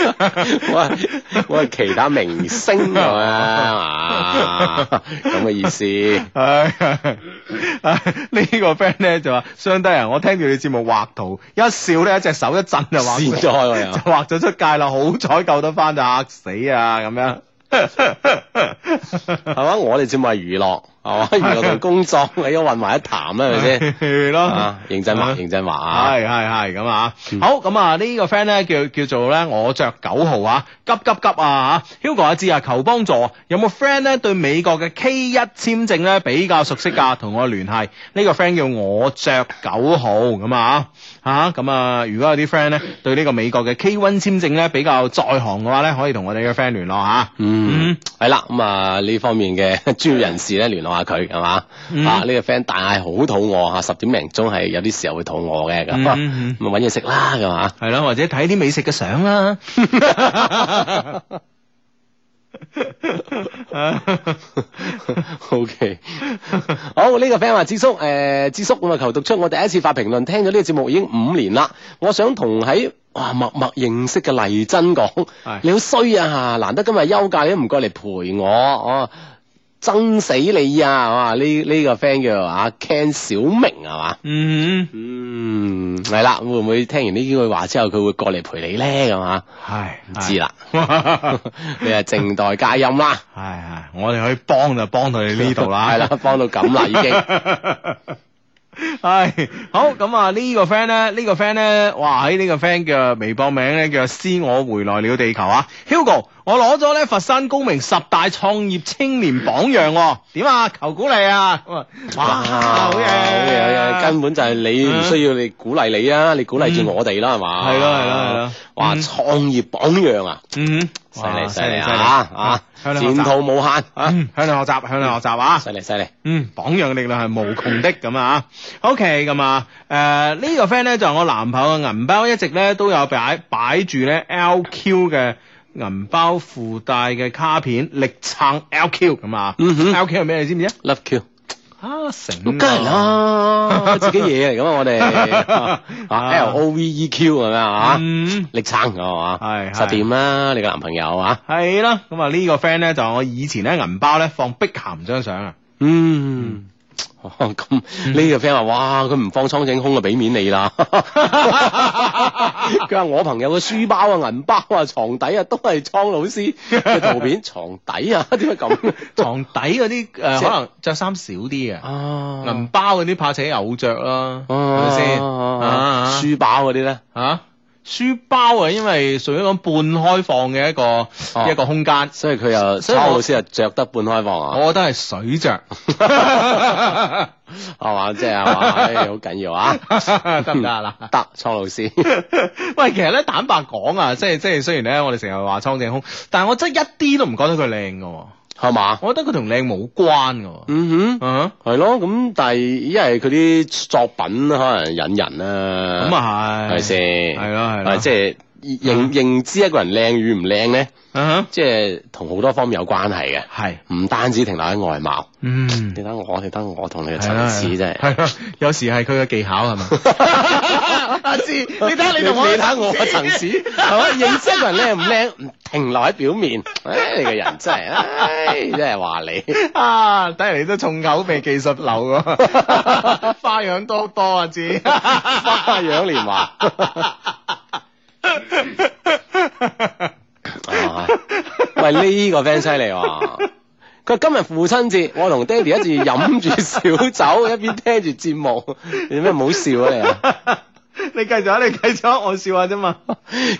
Speaker 4: 我係我係其他明星
Speaker 1: [LAUGHS]
Speaker 4: 咁啊，咁嘅意思。
Speaker 1: 唉唉呢個 friend 咧就話：相低人，我聽住你節目畫圖，一笑咧一隻手一震就畫咗，
Speaker 4: 善哉喎又
Speaker 1: 就畫咗出界啦。好彩救得翻就嚇死啊咁樣。
Speaker 4: 係嘛？我哋節目係娛樂哦，娛樂同工作你都混埋一談啊啦，係咪先？
Speaker 1: [LAUGHS] 係咯
Speaker 4: 啊，。認真話，認真話啊！
Speaker 1: 係係係咁啊！好咁啊，呢個 friend 咧叫叫做咧，我着九號啊，急急急啊嚇！Hugo 阿志啊，求幫助，有冇 friend 咧對美國嘅 K 一簽證咧比較熟悉㗎？同我聯繫。呢個 friend 叫我着九號咁啊嚇咁啊！如果有啲 friend 咧對呢個美國嘅 K one 簽證咧比較在行嘅話咧，可以同我哋嘅 friend 聯絡嚇。
Speaker 4: 嗯，係啦，咁啊呢方面嘅 [LAUGHS] 專業人士咧聯絡下佢係嘛，
Speaker 1: 嗯
Speaker 4: 啊呢個 friend 大嗌好肚餓啊嚇，十點零鐘係有啲時候會肚餓嘅咁，咁
Speaker 1: 嗯
Speaker 4: 啊
Speaker 1: 嗯
Speaker 4: 揾嘢食啦咁啊，
Speaker 1: 係啦，或者睇啲美食嘅相啦。
Speaker 4: [LAUGHS] O K，好呢、個 friend 話智叔，誒、智叔咁啊，求讀出我第一次發評論，聽咗呢個節目已經五年啦。我想同喺哇默默認識嘅麗珍講
Speaker 1: 係，
Speaker 4: 你好衰啊！難得今日休假，你都唔過嚟陪我，哦、憎死你啊！哇，呢呢、個 friend 叫啊 Ken 小明係嘛？
Speaker 1: 嗯，
Speaker 4: 嗯，係啦，會唔會聽完呢幾句話之後，佢會過嚟陪你咧？咁啊，
Speaker 1: 唉，
Speaker 4: 唔知啦，
Speaker 1: 係。
Speaker 4: 你係靜待佳音啦，
Speaker 1: 系系，我哋可以幫就幫到你呢度啦，
Speaker 4: [LAUGHS] 係啦，幫到咁啦已經。
Speaker 1: 系好咁啊！呢個 friend 咧，呢個 friend 咧，哇！喺呢個 friend 嘅微博名咧叫思我回來了地球啊，Hugo，我攞咗咧佛山高明十大創業青年榜樣喎，點啊？求鼓勵啊！咁啊哇，好嘢，嗯
Speaker 4: 好嘢，好嘢，根本就係你唔需要你鼓勵你啊，你鼓勵住我哋啦，係嘛？
Speaker 1: 係咯係咯係咯
Speaker 4: 哇，
Speaker 1: 嗯
Speaker 4: 創業榜樣啊，
Speaker 1: 嗯，
Speaker 4: 犀
Speaker 1: 哇
Speaker 4: 利犀利
Speaker 1: 犀利
Speaker 4: 啊啊，
Speaker 1: 向你
Speaker 4: 前
Speaker 1: 學
Speaker 4: 途
Speaker 1: 習
Speaker 4: 無限
Speaker 1: 啊，
Speaker 4: 啊，
Speaker 1: 向你學習，向你學習啊！
Speaker 4: 犀利犀利，
Speaker 1: 嗯，榜樣力量係無窮的咁啊，OK 咁啊，誒、呢、個 friend 咧就係我男朋友嘅銀包一直咧都有擺擺住咧 LQ 嘅銀包附帶嘅卡片，力撐 LQ 咁啊、
Speaker 4: 嗯哼
Speaker 1: l q 係咩你知唔知啊？
Speaker 4: ，Love Q，
Speaker 1: 啊，成
Speaker 4: 梗係啦，啊自己嘢嚟噶嘛，我
Speaker 1: [LAUGHS]
Speaker 4: 哋啊
Speaker 1: 啊
Speaker 4: ，L O V E Q 係咪啊？
Speaker 1: 嗯。
Speaker 4: 力撐係嘛？
Speaker 1: 係係
Speaker 4: 實掂啦，你個男朋友啊，
Speaker 1: 係啦，咁啊呢個 friend 咧就係我以前咧銀包咧放碧咸張相啊，
Speaker 4: 嗯。哦咁呢個 friend 話：，哇，佢唔放蒼井空啊，俾面你啦！ [LAUGHS] 佢話我朋友嘅書包啊、銀包啊、床底啊，都係蒼老師嘅
Speaker 1: [LAUGHS]
Speaker 4: 圖片。床底啊， [LAUGHS] 點解咁？
Speaker 1: 床底嗰啲誒呃
Speaker 4: 即
Speaker 1: 可
Speaker 4: 係
Speaker 1: 能着衫少啲 [LAUGHS] 啊，
Speaker 4: 啊
Speaker 1: 銀包嗰啲怕自己有着啦，係咪
Speaker 4: 咪
Speaker 1: 先
Speaker 4: 先？
Speaker 1: 啊？
Speaker 4: 書包嗰啲咧，
Speaker 1: 啊，書包啊，因為屬於一種半開放嘅一個、
Speaker 4: 哦
Speaker 1: 一個空間，
Speaker 4: 所以佢又蒼
Speaker 1: 所以我
Speaker 4: 老師啊，着得半開放啊，
Speaker 1: 我覺得係水
Speaker 4: [LAUGHS]
Speaker 1: 着，
Speaker 4: 係嘛？即係係嘛？唉好緊
Speaker 1: [LAUGHS]
Speaker 4: 要啊！
Speaker 1: 得唔得啊？嗱。
Speaker 4: 得蒼老師，
Speaker 1: 喂，其實咧，坦白講啊，即係即係雖然咧，我哋成日話蒼井空，但係我真係一啲都唔覺得佢靚嘅喎，
Speaker 4: 係嘛？
Speaker 1: 我覺得佢同靚冇關嘅喎。
Speaker 4: 嗯哼。
Speaker 1: 嗯
Speaker 4: 係咯，咁但係因為佢啲作品可能引人啦，
Speaker 1: 哼，咁啊
Speaker 4: 係
Speaker 1: 係，
Speaker 4: 咪先？
Speaker 1: 係咯係
Speaker 4: 啊
Speaker 1: 咯，
Speaker 4: 即係認認知一個人靚與唔靚咧，
Speaker 1: 嗯
Speaker 4: 即係同好多方面有關係
Speaker 1: 哼，係，
Speaker 4: 嘅，唔單止停留喺外貌。
Speaker 1: 嗯
Speaker 4: 你。睇我，你睇我同你嘅
Speaker 1: 係啦
Speaker 4: 層次真係。
Speaker 1: 係啦，有時係佢嘅技巧係嘛？
Speaker 4: [LAUGHS]
Speaker 1: 阿志，你睇下你同我，
Speaker 4: 你睇我嘅層次，係嘛？認識一個人靚唔靚，唔停留喺表面。唉，你個人真係，唉，真係話你。
Speaker 1: [LAUGHS] 啊，睇嚟你都重口味技術流喎， [LAUGHS] 花樣多多啊， [LAUGHS] 知。
Speaker 4: 花樣年華。啊喂，呢、個 friend 犀利喎！佢話今日父親節，我同爹哋一直飲住小酒，一邊聽住節目。你咩唔好笑啊你啊！
Speaker 1: 你繼續啊，你繼續啊，我笑下啫嘛。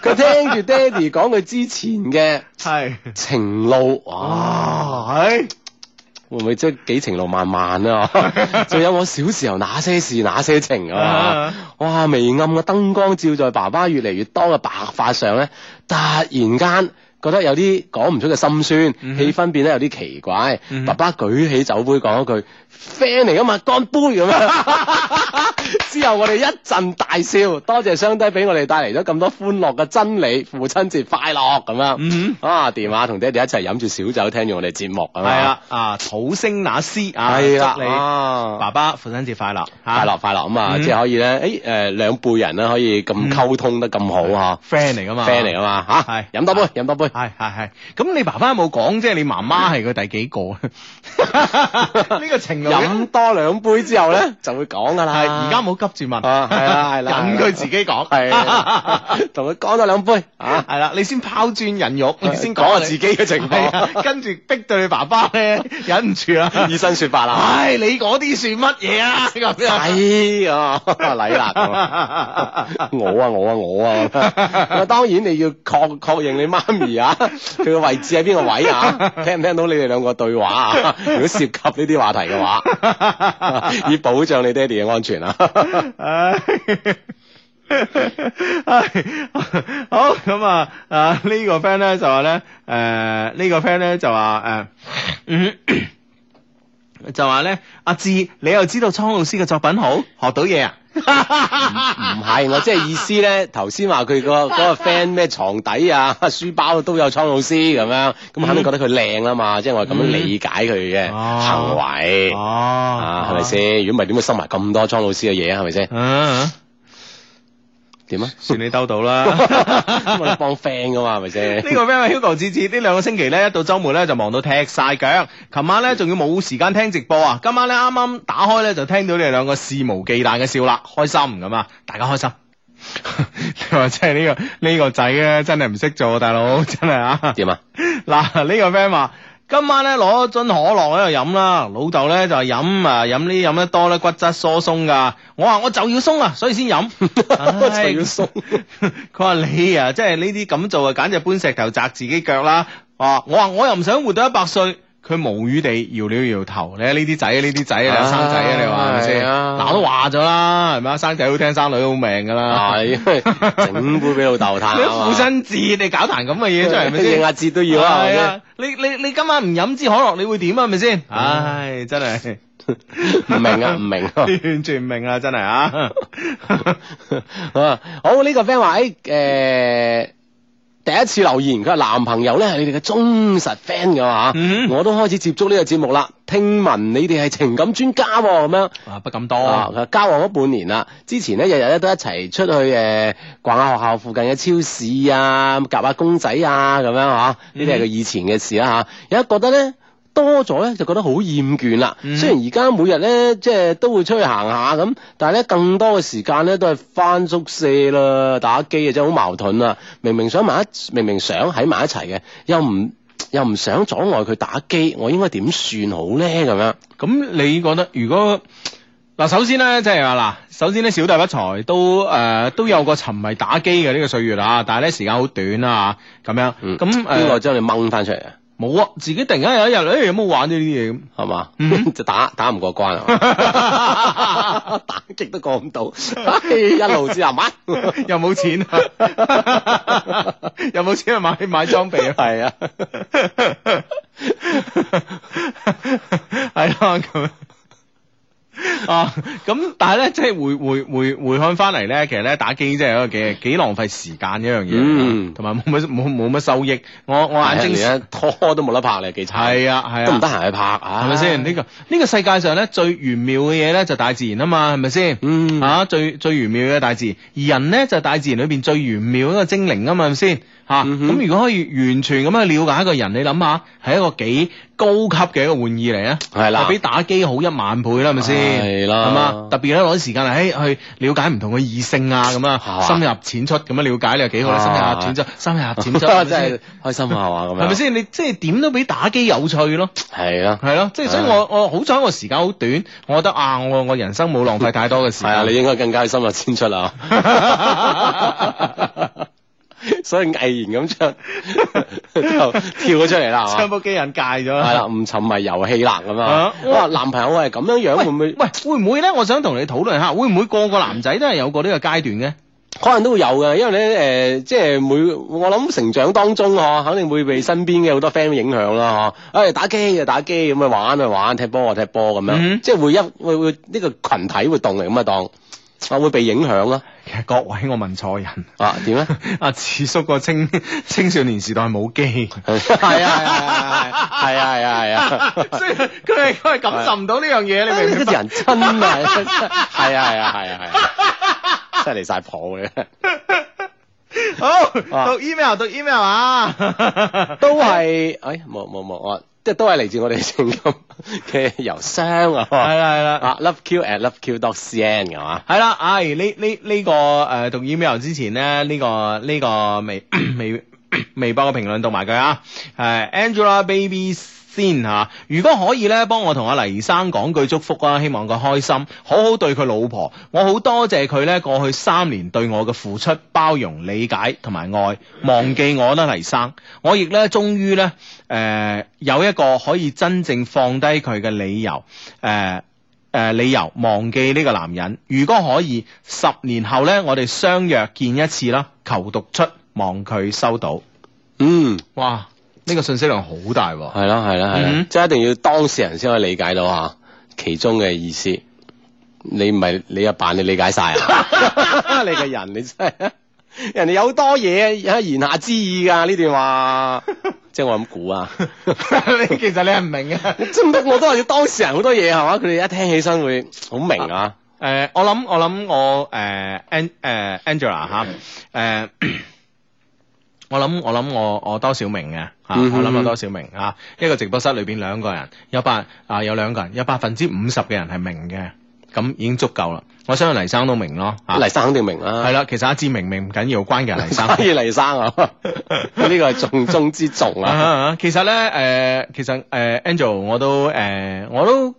Speaker 4: 佢聽住爹哋講佢之前嘅
Speaker 1: 係，
Speaker 4: 情路，哇！
Speaker 1: 哇，係，
Speaker 4: 會唔會即係幾情路漫漫
Speaker 1: [LAUGHS]
Speaker 4: 啊？仲有我小時候那些事那些情啊！哇！微暗嘅燈光照在爸爸越嚟越多嘅白髮上咧，突然間覺得有啲講唔出嘅心酸，
Speaker 1: 嗯哼
Speaker 4: 氣氛變得有啲奇怪。
Speaker 1: 嗯哼
Speaker 4: 爸爸舉起酒杯講一句：friend 嚟噶嘛，乾杯咁樣。 [LAUGHS] 之後我哋一陣大笑，多謝雙低俾我哋帶嚟咗咁多歡樂嘅真理，父親節快樂咁樣。
Speaker 1: 嗯
Speaker 4: 啊！電話同爹哋一齊飲住小酒，聽住我哋節目咁
Speaker 1: 哼，
Speaker 4: 樣
Speaker 1: 係啦，，啊，土星那斯啊，
Speaker 4: 係啦，
Speaker 1: 祝你
Speaker 4: 啊
Speaker 1: 爸爸父親節快樂，
Speaker 4: 快樂快樂咁啊，
Speaker 1: 嗯
Speaker 4: 即係可以咧，誒誒兩輩人咧可以咁溝通得咁好
Speaker 1: ，friend 嚟噶
Speaker 4: 嚇
Speaker 1: 嘛
Speaker 4: ，friend 嚟噶嘛嚇，
Speaker 1: 嗯係
Speaker 4: 飲多杯飲多杯，
Speaker 1: 係係係，咁你爸爸有冇講即係你媽媽係佢第幾 [LAUGHS] 個？呢個情侶
Speaker 4: 飲多兩杯之後咧就會講噶啦，
Speaker 1: 係而家家唔好急住問，
Speaker 4: 啊係啦係啦
Speaker 1: 等佢自己講， [LAUGHS]
Speaker 4: 係啦
Speaker 1: 啊
Speaker 4: 同佢乾多兩杯啊，
Speaker 1: 係啦，你先拋磚引玉，你先
Speaker 4: 講下
Speaker 1: 你
Speaker 4: 自己嘅情
Speaker 1: 係
Speaker 4: 況，
Speaker 1: 啊，跟住逼到你爸爸咧忍唔住
Speaker 4: [LAUGHS]
Speaker 1: 啦，
Speaker 4: 以身說法啦，
Speaker 1: 唉，你嗰啲算乜嘢啊？咁樣。
Speaker 4: [LAUGHS] 係啊， [LAUGHS] 禮啦。 [LAUGHS] 我啊我啊
Speaker 1: [LAUGHS]
Speaker 4: 我啊！咁啊當然你要確確認你媽咪
Speaker 1: [LAUGHS]
Speaker 4: 啊，佢嘅位置喺邊個位啊？聽唔聽到你哋兩個對
Speaker 1: [LAUGHS]
Speaker 4: 話啊？如果涉及呢啲話題嘅話，以保障你爹哋嘅安全啊！
Speaker 1: 唉，好咁啊！啊呢個 friend 咧就話咧，誒呢個 friend 咧就話誒，嗯就話咧，阿志，你又知道蒼老師嘅作品好，學到
Speaker 4: [LAUGHS]
Speaker 1: 嘢啊！
Speaker 4: 唔係，我即係意思咧，頭先話佢個嗰個 friend 咩床底啊、書包都有蒼老師咁樣，咁肯定覺得佢靚啦嘛，即係我係咁樣理解佢嘅
Speaker 1: 嗯哦
Speaker 4: 行為
Speaker 1: 哦
Speaker 4: 啊，係咪？先？如果唔係點會收埋咁多蒼老師嘅嘢啊？係咪先？
Speaker 1: 嗯，[LAUGHS]
Speaker 4: 點啊？
Speaker 1: 算你兜到啦。
Speaker 4: [LAUGHS]
Speaker 1: [LAUGHS]
Speaker 4: 咁我哋幫 friend 噶嘛，係咪先？
Speaker 1: 呢個 friend 係 Hugo 志志，呢兩個星期咧，一到周末咧就忙到踢晒腳。琴晚咧仲要冇時間聽直播啊！今晚咧啱啱打開咧就聽到你哋兩個肆無忌憚嘅笑啦，開心咁啊！大家開心。 [LAUGHS] 你話真係呢、個呢、個仔咧，真係唔識做，大佬真係啊！
Speaker 4: 點啊？
Speaker 1: 嗱，呢個 friend 話。今晚咧攞樽可樂喺度飲啦，老豆咧就係飲啊飲呢飲得多咧骨質疏鬆噶，我話我就要鬆啊，所以先
Speaker 4: [LAUGHS]
Speaker 1: 飲，唉
Speaker 4: 就要鬆。
Speaker 1: [LAUGHS] 佢話你啊，即係呢啲咁做啊，簡直搬石頭砸自己腳啦。啊，我話我又唔想活到一百歲。佢無語地搖了搖頭，你睇呢啲仔呢啲仔啊，生仔啊，你話係咪先？
Speaker 4: 係啊
Speaker 1: 嗱都話咗啦，係咪啊？生仔好聽，生女好命
Speaker 4: [LAUGHS]
Speaker 1: 噶啦。 [LAUGHS]
Speaker 4: 係整杯俾老豆嘆
Speaker 1: 你都父
Speaker 4: 啊啊嘛，
Speaker 1: 親節，你搞壇咁嘅嘢出嚟，係咪先？
Speaker 4: 應下節都要啊，係咪
Speaker 1: 係
Speaker 4: 先
Speaker 1: 啊，你你你今晚唔飲支可樂，你會點啊？係咪先？唉，真係 [LAUGHS]
Speaker 4: 唔明啊，唔明啊。 [LAUGHS]
Speaker 1: 完全唔明啦，真係 [LAUGHS] 啊！
Speaker 4: 啊好呢、個 friend 話誒誒。第一次留言，佢話男朋友咧係你哋嘅忠實 fan 㗎嘛，
Speaker 1: 嗯
Speaker 4: 我都開始接觸呢個節目啦。聽聞你哋係情感專家喎、咁樣。
Speaker 1: 啊，不敢
Speaker 4: 啊
Speaker 1: 多，
Speaker 4: 佢交往咗半年啦，之前咧日日咧都一齊出去誒、呃逛下學校附近嘅超市啊，夾下公仔啊咁樣嚇，呢啲
Speaker 1: 嗯
Speaker 4: 係佢以前嘅事啦嚇。而家覺得咧多咗咧就覺得好厭倦啦。
Speaker 1: 嗯
Speaker 4: 雖然而家每日咧即係都會出去行下咁，但係咧更多嘅時間咧都係翻宿舍啦、打機啊，真係好矛盾啊！明明想埋一，明明想喺埋一齊嘅，又唔又唔想阻礙佢打機，我應該點算好咧？咁樣。
Speaker 1: 咁你覺得如果嗱，首先咧，即係話嗱，首先咧，小弟不才，都誒、呃都有個沉迷打機嘅呢個歲月啊，但係咧時間好短啊，咁樣
Speaker 4: 嗯
Speaker 1: 咁
Speaker 4: 邊個
Speaker 1: 誒
Speaker 4: 將你掹翻出嚟啊？
Speaker 1: 冇啊，自己突然間有一日，誒、有冇玩咗呢啲嘢 [LAUGHS] 咁？
Speaker 4: 係嘛？
Speaker 1: 嗯
Speaker 4: [LAUGHS] 就打打唔過
Speaker 1: [LAUGHS]
Speaker 4: 關啊！打極都過唔到，唉一路之下
Speaker 1: [LAUGHS]
Speaker 4: 買，
Speaker 1: 又冇錢啊， [LAUGHS] 又冇錢去買買裝備啊。[LAUGHS]
Speaker 4: 係啊，
Speaker 1: 系咯咁。啊，咁但係咧，即係回回回回看翻嚟咧，其實咧打機真係一個幾幾浪費時間嘅一樣嘢
Speaker 4: 嗯，啊
Speaker 1: 同埋冇乜冇冇乜收益。我我眼睛
Speaker 4: 咧拖都冇得拍你，幾慘，
Speaker 1: 係啊係啊，
Speaker 4: 都唔得閒去拍啊，
Speaker 1: 係咪先？呢個呢個世界上咧最玄妙嘅嘢咧就大自然啊嘛，係咪先？
Speaker 4: 嗯
Speaker 1: 啊，最最玄妙嘅大自然，而人咧就係大自然裏邊最玄妙一個精靈啊嘛，係咪先？吓、
Speaker 4: 嗯
Speaker 1: 咁、
Speaker 4: 哼
Speaker 1: 如果可以完全咁去了解一個人，你諗下係一個幾高級嘅一個玩意嚟啊！
Speaker 4: 係啦
Speaker 1: 就比打機好一萬倍啦，係咪先？
Speaker 4: 係啊啦
Speaker 1: 係嘛？特別咧攞啲時間嚟唉去了解唔同嘅異性啊，
Speaker 4: [LAUGHS]
Speaker 1: 咁啊，
Speaker 4: 嘛
Speaker 1: 深入淺出咁樣啊了解你又幾好啦，深入
Speaker 4: 啊
Speaker 1: 淺出，深入淺
Speaker 4: [LAUGHS]
Speaker 1: 出，係咪
Speaker 4: 真
Speaker 1: 先
Speaker 4: 係開心下嘛咁樣，
Speaker 1: 係咪？先？你即係點都比打機有趣咯。
Speaker 4: 係啊，
Speaker 1: 係咯，即係所以我我好彩我時間好短，我覺得啊，我我人生冇浪費太多嘅時
Speaker 4: 係
Speaker 1: 間。
Speaker 4: 啊，你應該更加深入淺
Speaker 1: [LAUGHS]
Speaker 4: 出啦。所以毅然咁唱就跳咗出嚟 [LAUGHS] 啦，
Speaker 1: [LAUGHS]
Speaker 4: 係嘛
Speaker 1: 唱部機人戒咗啦。
Speaker 4: 係啊啦，唔沉迷遊戲啦咁
Speaker 1: 啊
Speaker 4: 啊！哇，男朋友係咁樣樣會唔會？
Speaker 1: 喂，會唔會咧？我想同你討論下，會唔會個個男仔都係有過呢個階段嘅？
Speaker 4: 可能都會有嘅，因為咧誒、呃即係每我諗成長當中呵，肯定會被身邊嘅好多 friend 影響啦呵。誒、打機就打機，咁啊玩啊玩，踢波啊踢波咁樣，
Speaker 1: 嗯
Speaker 4: 即係會一會會呢、個群體活動嚟咁啊當，啊會被影響啦。
Speaker 1: 其實各位，我問錯人。 [LAUGHS]
Speaker 4: 啊點咧？
Speaker 1: 阿次叔個青青少年時代冇機，
Speaker 4: 係啊係啊係啊係啊係啊！
Speaker 1: [LAUGHS] 所以佢係佢係感受唔到呢樣嘢，你明唔
Speaker 4: 呢
Speaker 1: 明
Speaker 4: 個
Speaker 1: 白？
Speaker 4: 人真係係啊係啊係啊係啊，真係離晒譜嘅。
Speaker 1: 好，[LAUGHS]
Speaker 4: 啊
Speaker 1: 讀 email 讀 email 啊！
Speaker 4: 都係，哎，冇冇冇，我即係都係嚟自我哋情感嘅郵箱啊，
Speaker 1: 係啦係啦。
Speaker 4: 啊，loveq at loveq dot cn 係嘛？
Speaker 1: 系啦，唉，呢呢呢個诶讀 email 之前咧，呢、個呢、個微 [CLEARS THROAT] 微微博嘅評論讀埋佢啊，诶 Angela Baby。先吓、如果可以咧，幫我同阿黎生講句祝福啊，希望佢開心，好好對佢老婆。我好多謝佢咧，過去三年對我嘅付出、包容、理解同埋愛，忘記我啦，黎生。我亦咧，終於咧，诶、有一個可以真正放低佢嘅理由，呃诶、诶、理由忘記呢個男人。如果可以，十年後呢，我哋相約見一次啦，求讀出，望佢收到。
Speaker 4: 嗯，
Speaker 1: 哇！呢、個信息量好大 [LAUGHS] 喎、
Speaker 4: 係啦係啦係啦
Speaker 1: 嗯，
Speaker 4: 即係一定要當事人先可以理解到吓其中嘅意思。你唔係你阿扮你理解晒啊？你個人你真係，人哋有多嘢言下之意㗎呢段話，即係我咁估啊。
Speaker 1: 你其實你係唔明嘅。
Speaker 4: 即係我都話要當事人好多嘢係嘛，佢哋一聽起身會好明啊。
Speaker 1: 誒、呃我諗我諗我誒 An 誒 Angela 嚇誒、 [CLEARS THROAT] 我諗我諗我我多少明嘅嚇，
Speaker 4: 嗯哼
Speaker 1: 我諗我多少明嚇。一個直播室裏邊兩個人，有百啊有兩個人，有百分之五十嘅人係明嘅，咁已經足夠啦。我相信黎生都明咯嚇。
Speaker 4: 黎生肯定明啦，
Speaker 1: 係啦，其實阿志明明唔緊要，關鍵啊係黎
Speaker 4: [LAUGHS]
Speaker 1: 生。
Speaker 4: 所以黎生
Speaker 1: [LAUGHS]
Speaker 4: 啊，呢個係重中之重
Speaker 1: 啊
Speaker 4: 啊。
Speaker 1: 啊其實咧，誒、其實誒、Angel 我都誒、我都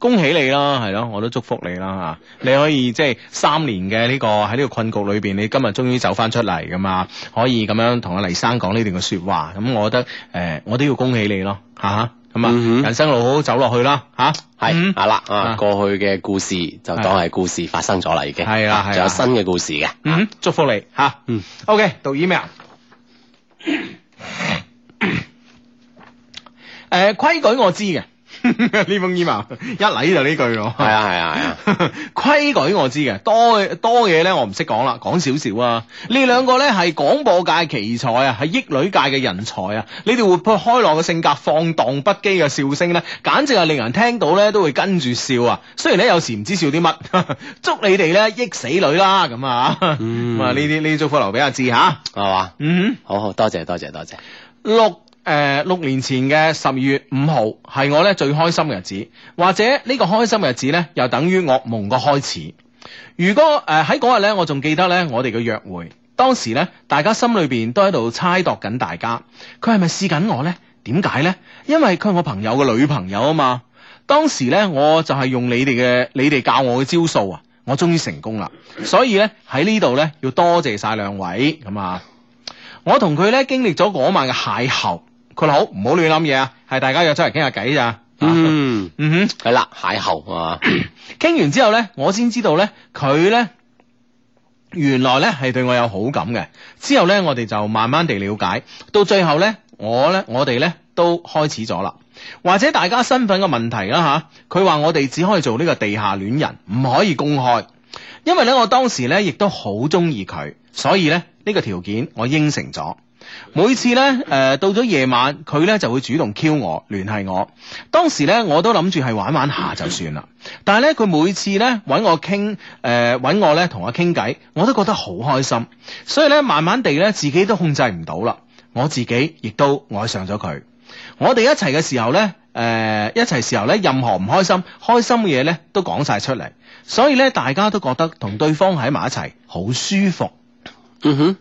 Speaker 1: 恭喜你啦，係咯，我都祝福你啦嚇。你可以即係三年嘅呢、個喺呢個困局裏邊，你今日終於走翻出嚟噶嘛，可以咁樣同阿黎生講呢段嘅説話，咁我覺得誒、我都要恭喜你咯嚇。咁啊，
Speaker 4: 嗯哼
Speaker 1: 人生路好好走落去啦，吓、
Speaker 4: 係
Speaker 1: 嗯
Speaker 4: 啊啦啊
Speaker 1: 啊，
Speaker 4: 過去嘅故事就當係故事發生咗啦，已經
Speaker 1: 係啦係啦
Speaker 4: 仲有新嘅故事嘅。
Speaker 1: 嗯，祝福你吓。
Speaker 4: 嗯
Speaker 1: ，OK，讀 [COUGHS] email。誒規呃矩我知嘅， [LAUGHS] 呢封 email 一嚟就呢句咯。
Speaker 4: 係啊係啊係啊，
Speaker 1: [LAUGHS] 規矩我知嘅，多多嘢咧我唔識講啦，講少少啊。你兩個咧係廣播界奇才啊，係益女界嘅人才啊。你哋活潑開朗嘅性格、放蕩不羈嘅笑聲咧，簡直係令人聽到咧都會跟住笑啊。雖然咧有時唔知笑啲乜， [LAUGHS] 祝你哋咧益死女啦咁啊。咁啊
Speaker 4: 嗯
Speaker 1: 呢啲呢啲祝福留俾阿志吓。
Speaker 4: 係嘛？
Speaker 1: 嗯
Speaker 4: 好好多謝多謝多謝。
Speaker 1: 哼，六。誒、六年前嘅十二月五號係我咧最開心嘅日子，或者呢個開心嘅日子咧，又等於噩夢嘅開始。如果誒喺嗰日咧，我仲記得咧我哋嘅約會，當時咧大家心裏邊都喺度猜度緊大家，佢係咪試緊我咧？點解咧？因為佢係我朋友嘅女朋友啊嘛。當時咧我就係用你哋嘅你哋教我嘅招數啊，我終於成功啦。所以咧喺呢度咧要多謝晒兩位咁啊。我同佢咧經歷咗嗰晚嘅邂逅，佢話好唔好亂諗嘢啊，係大家約出嚟傾下偈咋。啊
Speaker 4: 嗯，
Speaker 1: 嗯哼。
Speaker 4: 係啦，邂逅啊，
Speaker 1: 傾完之後呢，我先知道呢，佢呢原來呢係對我有好感嘅。之後呢，我哋就慢慢地了解，到最後呢，我呢，我哋呢都開始咗啦。或者大家身份嘅問題啦吓，佢話我哋只可以做呢個地下戀人，唔可以公開。因為呢，我當時呢亦都好中意佢，所以呢，呢個條件我應承咗。每次呢，誒、到咗夜晚，佢呢就會主動 Q 我聯繫我。當時呢，我都諗住係玩玩下就算啦。但係咧，佢每次咧揾我傾，誒、揾我咧同我傾偈，我都覺得好開心。所以咧，慢慢地咧，自己都控制唔到啦，我自己亦都愛上咗佢。我哋一齊嘅時候咧，誒、一齊時候咧，任何唔開心、開心嘅嘢咧，都講晒出嚟。所以咧，大家都覺得同對方喺埋一齊好舒服。
Speaker 4: 嗯哼。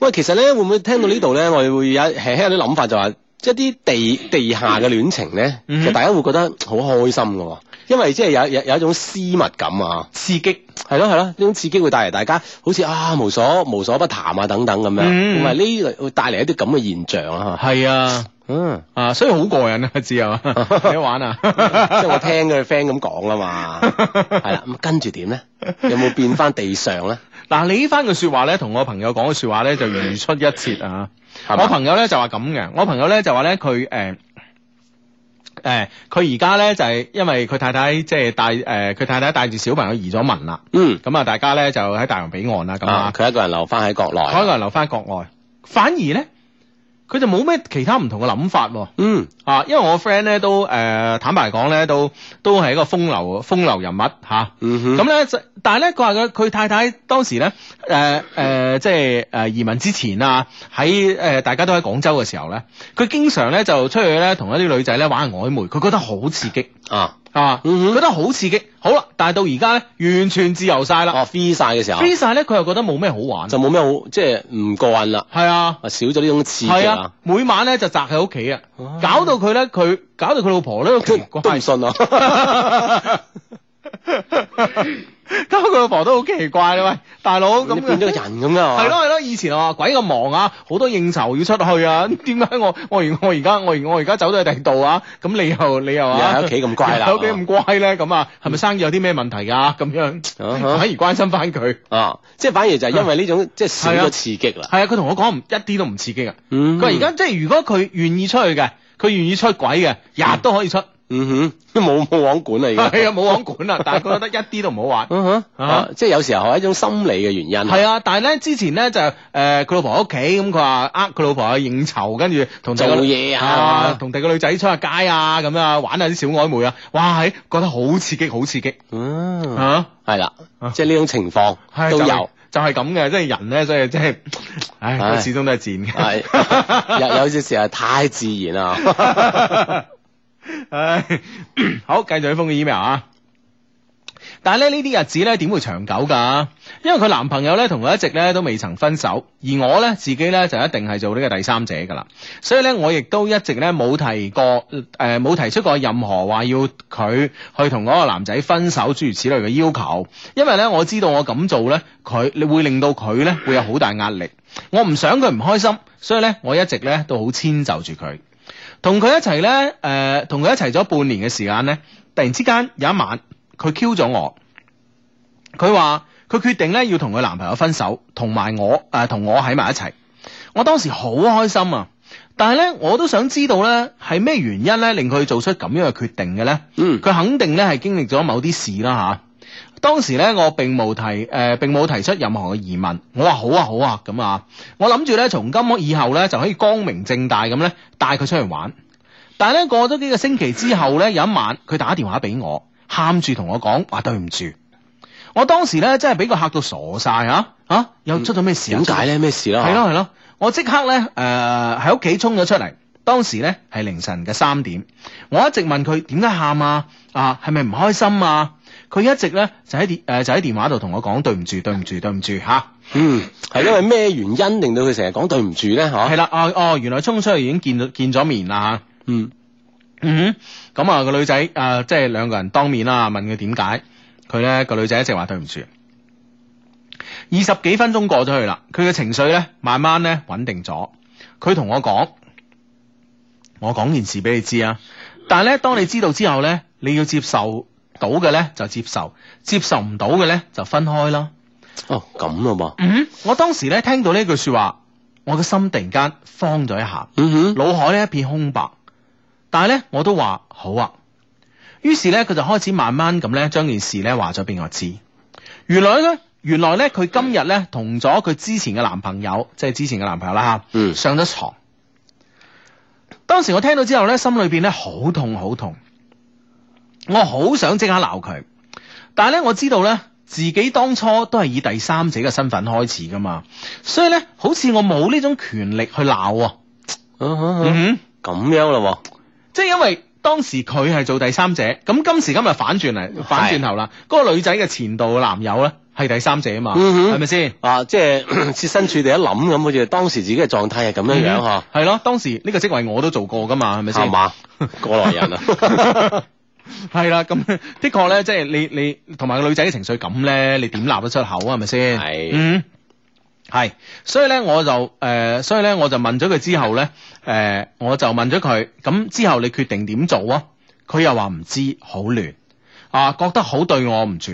Speaker 4: 喂，其實咧，會唔會聽到呢度咧，我哋會有輕輕有啲諗法，就話即係啲地地下嘅戀情咧，
Speaker 1: 嗯哼
Speaker 4: 其實大家會覺得好開心噶喎，因為即係有有有一種私密感啊。
Speaker 1: 刺激，
Speaker 4: 係咯係咯，呢種刺激會帶嚟大家好似啊無所無所不談啊等等咁樣，
Speaker 1: 嗯
Speaker 4: 咁啊呢類會帶嚟一啲咁嘅現象啊，
Speaker 1: 係啊，
Speaker 4: 嗯，
Speaker 1: 啊，所以好過癮啊，知
Speaker 4: [LAUGHS]
Speaker 1: 啊，你玩啊，
Speaker 4: 即係我聽佢 friend 咁講啊嘛，係啦，咁跟住點咧？有冇變翻地上咧？
Speaker 1: 嗱，你呢番嘅説話咧，同我朋友講嘅説話咧，就如出一轍啊！
Speaker 4: 係嘛
Speaker 1: 我朋友咧就話咁嘅，我朋友咧就話咧佢誒誒，佢而家咧就係、因為佢太太即係帶誒，佢、太太帶住小朋友移咗民啦，
Speaker 4: 嗯，
Speaker 1: 咁啊大家咧就喺大洋彼岸啦咁
Speaker 4: 啊
Speaker 1: 啊，
Speaker 4: 佢一個人留翻喺國
Speaker 1: 海
Speaker 4: 內，
Speaker 1: 外留翻國外，反而咧佢就冇咩其他唔同嘅諗法喎。
Speaker 4: 嗯，
Speaker 1: 啊，因為我 friend 咧都誒、呃坦白講咧，都都係一個風流風流人物嚇。
Speaker 4: 嗯哼，
Speaker 1: 咁咧就，但係咧佢話佢佢太太當時咧，誒、誒，即係誒移民之前啊，喺誒、大家都喺廣州嘅時候咧，佢經常咧就出去咧同一啲女仔咧玩曖昧，佢覺得好刺激
Speaker 4: 啊，
Speaker 1: 啊，
Speaker 4: 嗯哼
Speaker 1: 覺得好刺激。好啦，但係到而家咧完全自由晒啦
Speaker 4: 哦，free 晒嘅時候
Speaker 1: ，free 晒咧佢又覺得冇咩好玩，
Speaker 4: 就冇咩好，即係唔過癮啦，
Speaker 1: 係啊。
Speaker 4: 啊少咗呢種刺激
Speaker 1: 係
Speaker 4: 啊
Speaker 1: 啊，，每晚咧就宅喺屋企啊
Speaker 4: 哦，
Speaker 1: 搞到佢咧，佢搞到佢老婆咧
Speaker 4: [LAUGHS]
Speaker 1: 都
Speaker 4: 都
Speaker 1: 奇怪
Speaker 4: 都唔信啊，
Speaker 1: [LAUGHS] 搞到佢老婆都好奇怪啦，喂，大佬咁
Speaker 4: 咁變咗個啊人咁噶，
Speaker 1: 係咯係咯，以前啊鬼咁忙啊，好多應酬要出去啊， [LAUGHS] 咁點解我我而我而家我而我而家走咗去第二度啊？咁你又你又啊
Speaker 4: 又喺屋企咁乖啦
Speaker 1: 又喺屋企咁乖咧，咁啊係咪生意有啲咩問題㗎？咁樣
Speaker 4: 啊
Speaker 1: 反
Speaker 4: 哈
Speaker 1: 而關心翻佢，
Speaker 4: 啊，即係反而就係因為呢種即係少
Speaker 1: 係啊
Speaker 4: 咗刺激啦，
Speaker 1: 係啊，佢同我講唔一啲都唔刺激啊！
Speaker 4: 嗯
Speaker 1: 佢話而家即係如果佢願意出去嘅，佢願意出軌嘅，日都可以出，
Speaker 4: 嗯哼，冇冇網管啦
Speaker 1: [LAUGHS]
Speaker 4: 而家，
Speaker 1: 係啊冇網管啦，但係佢覺得一啲都唔好玩。
Speaker 4: 嗯哼，
Speaker 1: 啊
Speaker 4: 啊即係有時候係一種心理嘅原因，
Speaker 1: 係啊，但係咧之前咧就誒佢、老婆喺屋企咁，佢話呃佢老婆去應酬，跟住同第二個
Speaker 4: 做嘢啊
Speaker 1: 係同第二個女仔出下街啊，咁啊玩下啲小曖昧啊，哇，係覺得好刺激，好刺激
Speaker 4: 嗯。
Speaker 1: 啊，
Speaker 4: 系啦
Speaker 1: 啊，
Speaker 4: 即係呢種情況
Speaker 1: 係
Speaker 4: 都
Speaker 1: 就係
Speaker 4: 有，
Speaker 1: 就係咁嘅，即係人咧，所以即係，唉，
Speaker 4: 唉
Speaker 1: 佢始終都係賤嘅。
Speaker 4: 係 [LAUGHS] 有有啲時候太自然啦。
Speaker 1: [LAUGHS] 唉，好，繼續呢封嘅 email 啊。但係咧呢啲日子咧點會長久㗎？因為佢男朋友咧同佢一直咧都未曾分手，而我咧自己咧就一定係做呢個第三者㗎啦。所以咧我亦都一直咧冇提過誒冇、提出過任何話要佢去同嗰個男仔分手諸如此類嘅要求，因為咧我知道我咁做咧佢你會令到佢咧會有好大壓力，我唔想佢唔開心，所以咧我一直咧都好遷就住佢。同佢一齊咧，誒、同佢一齊咗半年嘅時間咧，突然之間有一晚，佢 Q 咗我，佢話佢決定咧要同佢男朋友分手，同埋我誒同、我喺埋一齊。我當時好開心啊！但係咧，我都想知道咧係咩原因咧令佢做出咁樣嘅決定嘅咧？
Speaker 4: 嗯
Speaker 1: 佢肯定咧係經歷咗某啲事啦嚇。當時咧，我並冇提誒、呃，並冇提出任何嘅疑問。我話好啊，好啊咁啊，我諗住咧，從今以後咧就可以光明正大咁咧帶佢出去玩。但係咧，過咗幾個星期之後咧，有一晚佢打電話俾我，喊住同我講話對唔住。我當時咧真係俾佢嚇到傻晒嚇嚇，又出咗咩事啊？
Speaker 4: 點解咧？咩事啦？
Speaker 1: 係咯係咯，我即刻咧誒喺屋企衝咗出嚟。當時咧係凌晨嘅三點，我一直問佢點解喊啊？啊，係咪唔開心啊？佢一直咧就喺電誒、就喺電話度同我講對唔住對唔住對唔住嚇，
Speaker 4: 嗯，係因為咩原因令到佢成日講對唔住咧？
Speaker 1: 係
Speaker 4: 吓，
Speaker 1: 啦哦哦，原來衝出去已經見到見咗面啦嚇。
Speaker 4: 嗯
Speaker 1: 嗯哼，咁啊個女仔啊、即係兩個人當面啦，問佢點解，佢咧個女仔一直話對唔住。二十幾分鐘過咗去啦，佢嘅情緒咧慢慢咧穩定咗。佢同我講，我講件事俾你知啊，但係咧當你知道之後咧，你要接受到嘅咧就接受，接受唔到嘅咧就分開啦。
Speaker 4: 哦咁咯噃，
Speaker 1: 嗯哼，我當時咧聽到呢句說話，我嘅心突然間慌咗一下。
Speaker 4: 嗯哼，
Speaker 1: 腦海呢一片空白。但係咧，我都話好啊。於是咧，佢就開始慢慢咁咧，將件事咧話咗俾我知。原來咧，原來咧，佢今日咧同咗佢之前嘅男朋友，即係之前嘅男朋友啦吓，
Speaker 4: 嗯
Speaker 1: 上咗床。當時我聽到之後咧，心裏邊咧好痛好痛，我好想即刻鬧佢，但係咧我知道咧自己當初都係以第三者嘅身份開始噶嘛，所以咧好似我冇呢種權力去鬧啊。
Speaker 4: 啊哈哈
Speaker 1: 嗯哼，
Speaker 4: 咁樣咯
Speaker 1: 即係因為當時佢係做第三者，咁今時今日反轉嚟，反轉頭啦，嗰、個女仔嘅前度男友咧係第三者啊嘛，
Speaker 4: 嗯哼
Speaker 1: 係咪先？
Speaker 4: 喎，啊，即係設身處地一諗咁，好似當時自己嘅狀態係咁樣樣
Speaker 1: 嗯
Speaker 4: 嗬，
Speaker 1: 係咯，當時呢個職位我都做過噶嘛，係咪
Speaker 4: 係
Speaker 1: [LAUGHS] 先？
Speaker 4: 嘛？過來人
Speaker 1: [LAUGHS]
Speaker 4: 啊，
Speaker 1: 係啦，咁的確咧，即係你你同埋個女仔嘅情緒咁咧，你點鬧得出口啊？係咪先？
Speaker 4: 係
Speaker 1: 嗯。係，所以咧我就誒、呃所以咧我就問咗佢之後咧，誒、呃我就問咗佢，咁之後你決定點做啊？佢又話唔知，好亂啊，覺得好對我唔住。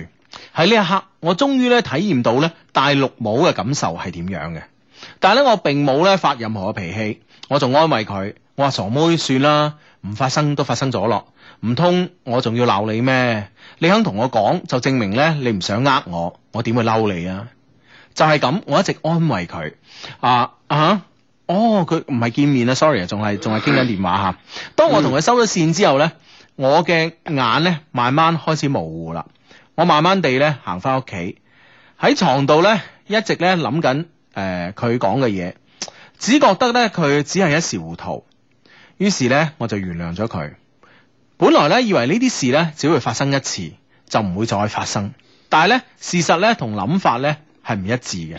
Speaker 1: 喺呢一刻，我終於咧體驗到咧戴綠帽嘅感受係點樣嘅。但係咧，我並冇咧發任何嘅脾氣，我仲安慰佢，我話傻妹算啦，唔發生都發生咗咯，唔通我仲要鬧你咩？你肯同我講，就證明咧你唔想呃我，我點會嬲你啊？就係咁，我一直安慰佢啊啊！哦，佢唔係見面啊，sorry 啊，仲係仲係傾緊電話吓。當我同佢收咗線之後咧，我嘅眼咧慢慢開始模糊啦。我慢慢地咧行翻屋企，喺床度咧一直咧諗緊诶佢講嘅嘢，只覺得咧佢只係一時糊塗。於是咧我就原諒咗佢。本來咧以為呢啲事咧只會發生一次，就唔會再發生。但係咧事實咧同諗法咧係唔一致嘅。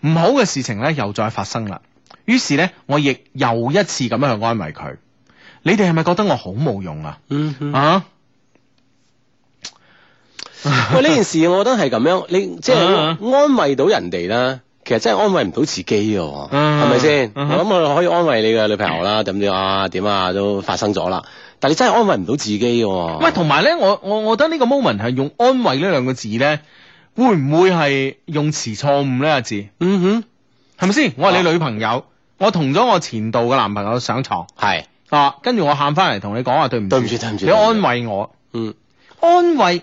Speaker 1: 唔好嘅事情咧又再發生啦。於是咧，我亦又一次咁樣去安慰佢。你哋係咪覺得我好冇用啊？
Speaker 4: 嗯哼
Speaker 1: 啊， [LAUGHS]
Speaker 4: 喂，呢件事我覺得係咁樣，你即係
Speaker 1: 啊
Speaker 4: 安慰到人哋啦。其實真係安慰唔到自己嘅喎，
Speaker 1: 嗯
Speaker 4: 係咪先？我
Speaker 1: 嗯哼
Speaker 4: 諗我可以安慰你嘅女朋
Speaker 1: [LAUGHS]
Speaker 4: 友啦，點點啊點啊都發生咗啦，但你真係安慰唔到自己嘅喎。
Speaker 1: 喂，同埋咧，我我我覺得呢個 moment 係用安慰呢兩個字咧，會唔會係用詞錯誤呢？阿字
Speaker 4: 嗯哼，啊
Speaker 1: 係咪先？我係你女朋友，我同咗我前度嘅男朋友上床
Speaker 4: 係，
Speaker 1: 啊，跟住我喊翻嚟同你講話對唔
Speaker 4: 對唔住對唔住
Speaker 1: 你
Speaker 4: 對唔住
Speaker 1: 安慰我。
Speaker 4: 嗯
Speaker 1: 安慰。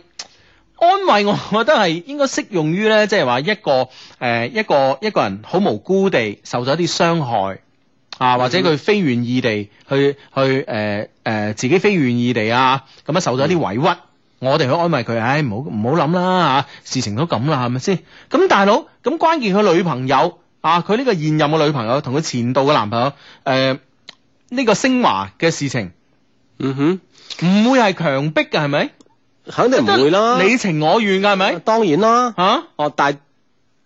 Speaker 1: 安慰我覺得係應該適用於咧，即係話一個誒、呃一個一個人好無辜地受咗一啲傷害啊，或者佢非願意地去去誒誒、呃呃自己非願意地啊，咁樣受咗一啲委屈，我哋去安慰佢，唉唔好唔好諗啦嚇，事情都咁啦係咪先？咁大佬咁關鍵佢女朋友啊，佢呢個現任嘅女朋友同佢前度嘅男朋友誒呢、個升華嘅事情，
Speaker 4: 嗯哼，
Speaker 1: 唔會係強迫嘅係咪？
Speaker 4: 肯定唔會啦。
Speaker 1: 你情我願㗎係咪？
Speaker 4: 當然啦，
Speaker 1: 吓，
Speaker 4: 哦，但係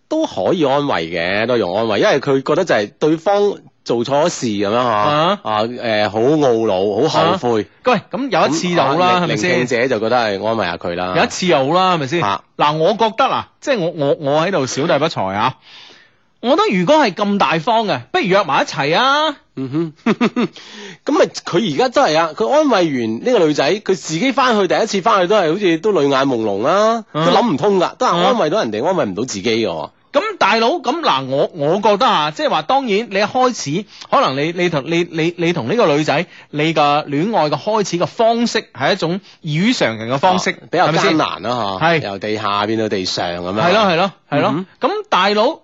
Speaker 4: 都可以安慰嘅，都用安慰，因為佢覺得就係對方做錯事咁樣嚇，
Speaker 1: 啊
Speaker 4: 啊誒好懊惱，好後悔。
Speaker 1: 喂，咁有一次就好
Speaker 4: 咁
Speaker 1: 啦，係
Speaker 4: 啊
Speaker 1: 咪
Speaker 4: 聆聆聽
Speaker 1: 先？
Speaker 4: 者就覺得係安慰下佢啦。
Speaker 1: 有一次就好啦，係咪先？
Speaker 4: 啊
Speaker 1: 嗱，我覺得啊，即係我我我喺度小弟不才啊，我覺得如果係咁大方嘅，不如約埋一齊啊！
Speaker 4: 嗯哼，咁咪佢而家真係啊！佢安慰完呢個女仔，佢自己翻去第一次翻去都係好似都淚眼朦朧啦，
Speaker 1: 嗯
Speaker 4: 都諗唔通噶，都係
Speaker 1: 嗯
Speaker 4: 安慰到人哋，安慰唔到自己嘅喎。
Speaker 1: 咁大佬，咁嗱，我我覺得啊，即係話當然你一開始可能你你同你你你同呢個女仔，你嘅戀愛嘅開始嘅方式係一種異於常人嘅方式，
Speaker 4: 啊比較
Speaker 1: 係咪先
Speaker 4: 艱難啦嚇，
Speaker 1: 係
Speaker 4: 由地下變到地上咁樣。
Speaker 1: 係咯係咯係咯
Speaker 4: 嗯。
Speaker 1: 咁大佬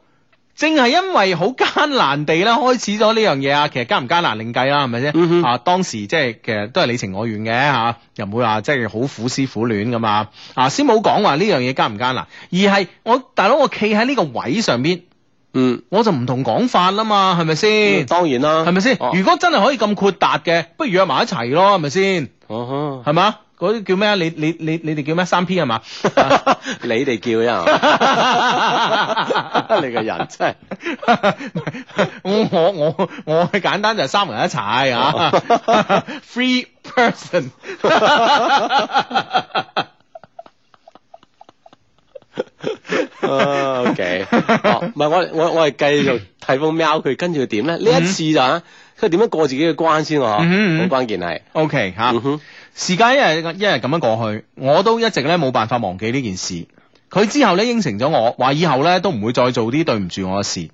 Speaker 1: 正係因為好艱難地啦，開始咗呢樣嘢啊，其實艱唔艱難另計啦，係咪
Speaker 4: 嗯
Speaker 1: 先？
Speaker 4: 哼
Speaker 1: 啊，當時即係其實都係你情我願嘅嚇，又唔會話即係好苦思苦戀噶嘛。啊，先冇講話呢樣嘢艱唔艱難，而係我大佬我企喺呢個位上邊，
Speaker 4: 嗯，
Speaker 1: 我就唔同講法啦嘛，係咪
Speaker 4: 嗯，
Speaker 1: 先？
Speaker 4: 當然啦，
Speaker 1: 係咪先？
Speaker 4: 哦
Speaker 1: 如果真係可以咁豁達嘅，不如約埋一齊咯，係咪先？
Speaker 4: 哦
Speaker 1: 係嘛？嗰啲叫咩啊？你你你你哋叫咩？三 P 係嘛？ [LAUGHS]
Speaker 4: 呵 [LAUGHS] 你哋叫呀？ [LAUGHS] 你個人真係
Speaker 1: 我我我我簡單就係三個人一齊
Speaker 4: [LAUGHS]
Speaker 1: 啊，free person。
Speaker 4: 啊，OK，哦
Speaker 1: [LAUGHS]
Speaker 4: 唔係我我我係繼續睇封喵佢，跟住佢點咧？呢一次就啊，佢點樣過自己嘅關先喎？嗬
Speaker 1: 嗯嗯嗯啊嗯
Speaker 4: 好關鍵係，
Speaker 1: O K 吓
Speaker 4: 嗯，哼，
Speaker 1: 時間一日一日咁樣過去，我都一直咧冇辦法忘記呢件事。佢之後咧應承咗我，話以後咧都唔會再做啲對唔住我嘅事。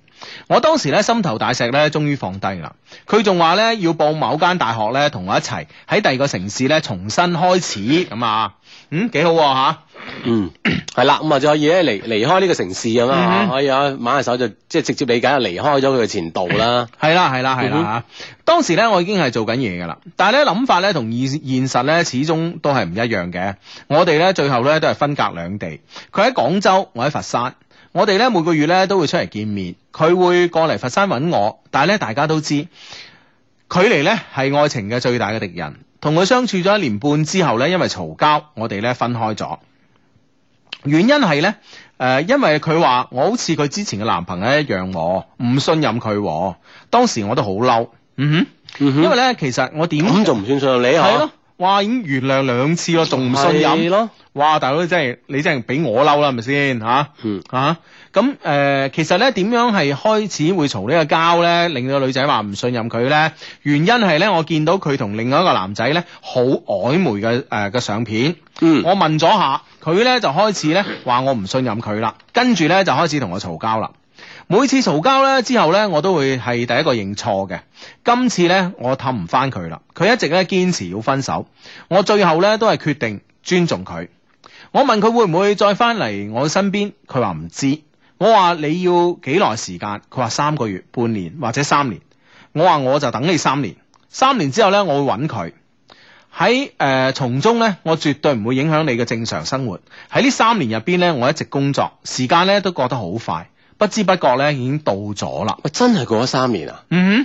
Speaker 1: 我當時咧心頭大石咧，終於放低啦。佢仲話咧要報某間大學咧，同我一齊喺第二個城市咧重新開始咁啊。嗯，幾好喎吓、
Speaker 4: 嗯，係啦，咁啊就可以咧離離開呢個城市咁
Speaker 1: 嗯
Speaker 4: 啊
Speaker 1: 哼，
Speaker 4: 可以啊，挽下手就即係直接理解離開咗佢嘅前度啦。
Speaker 1: 係啦，係啦，係啦
Speaker 4: 嗯
Speaker 1: 吓！當時咧，我已經係做緊嘢噶啦，但係咧諗法咧同現現實咧始終都係唔一樣嘅。我哋咧最後咧都係分隔兩地，佢喺廣州，我喺佛山。我哋咧每個月咧都會出嚟見面，佢會過嚟佛山揾我，但係咧大家都知，距離咧係愛情嘅最大嘅敵人。同佢相處咗一年半之後咧，因為嘈交，我哋咧分開咗。原因係咧，誒、因為佢話我好似佢之前嘅男朋友一樣喎，唔信任佢喎。當時我都好嬲，嗯
Speaker 4: 嗯
Speaker 1: 哼，因為
Speaker 4: 哼，
Speaker 1: 咧其實我點
Speaker 4: 咁仲唔算信任你
Speaker 1: 係
Speaker 4: 嗬
Speaker 1: 咯？，哇已經原諒兩次咯，仲唔信
Speaker 4: 係
Speaker 1: 任？
Speaker 4: 咯，
Speaker 1: 哇，大佬真係你真係俾我嬲啦，係咪先嚇？
Speaker 4: 嗯
Speaker 1: 啊，咁誒、呃其實咧點樣係開始會嘈呢個交咧，令到女仔話唔信任佢咧？原因係咧，我見到佢同另外一個男仔咧好曖昧嘅誒嘅相片，
Speaker 4: 嗯，
Speaker 1: 我問咗下佢咧，就開始咧話我唔信任佢啦，跟住咧就開始同我嘈交啦。每次嘈交咧之後咧，我都會係第一個認錯嘅。今次咧，我氹唔翻佢啦，佢一直咧堅持要分手，我最後咧都係決定尊重佢。我問佢會唔會再翻嚟我身邊，佢話唔知。我話你要幾耐時間？佢話三個月、半年或者三年。我話我就等你三年，三年之後呢，我會揾佢。喺誒、呃從中呢，我絕對唔會影響你嘅正常生活。喺呢三年入邊呢，我一直工作，時間呢都過得好快，不知不覺呢已經到咗啦。
Speaker 4: 喂，真係過咗三年啊！
Speaker 1: 嗯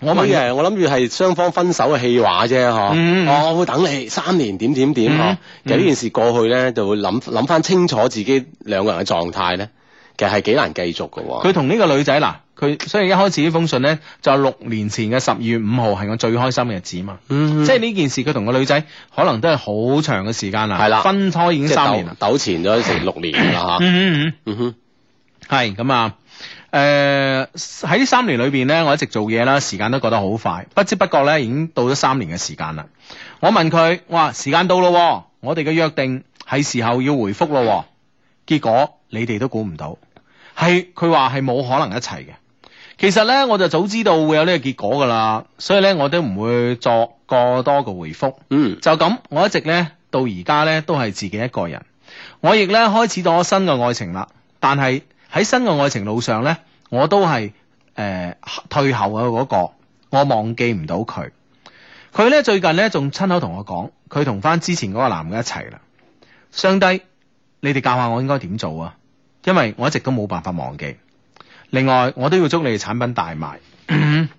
Speaker 1: 哼，我
Speaker 4: 我
Speaker 1: 問
Speaker 4: 以
Speaker 1: 佢
Speaker 4: 為我諗住係雙方分手嘅戲話啫，嗬、
Speaker 1: 嗯
Speaker 4: 哦我會等你三年點點點，
Speaker 1: 嗯
Speaker 4: 嗬、其實呢
Speaker 1: 嗯
Speaker 4: 件事過去咧，就會諗諗翻清楚自己兩個人嘅狀態咧，其實係幾難繼續嘅喎。
Speaker 1: 佢同呢個女仔嗱，佢所以一開始呢封信呢，就係六年前嘅十二月五號係我最開心嘅日子嘛。
Speaker 4: 嗯
Speaker 1: 即係呢件事，佢同個女仔可能都係好長嘅時間啦，
Speaker 4: 係啦
Speaker 1: 分開已經
Speaker 4: 即係
Speaker 1: 三年啦
Speaker 4: 糾。糾纏咗成六年㗎啦吓。
Speaker 1: 嗯嗯嗯。
Speaker 4: 嗯哼，
Speaker 1: 系咁啊。诶，喺呢三年裏邊呢，我一直做嘢啦，時間都過得好快，不知不覺呢已經到咗三年嘅時間啦。我問佢，我話時間到咯喎，我哋嘅約定係時候要回覆咯喎。結果你哋都估唔到，係佢話係冇可能一齊嘅。其實呢，我就早知道會有呢個結果噶啦，所以呢，我都唔會作過多嘅回覆。
Speaker 4: 嗯
Speaker 1: 就咁，我一直呢，到而家呢，都係自己一個人。我亦呢，開始咗新嘅愛情啦，但係喺新嘅愛情路上呢，我都係诶、呃退後嘅嗰、個，我忘記唔到佢。佢呢，最近呢，仲親口同我講，佢同翻之前嗰個男嘅一齊啦。上帝，你哋教下我應該點做啊？因為我一直都冇辦法忘記。另外，我都要祝你哋產品大賣。 [CLEARS THROAT]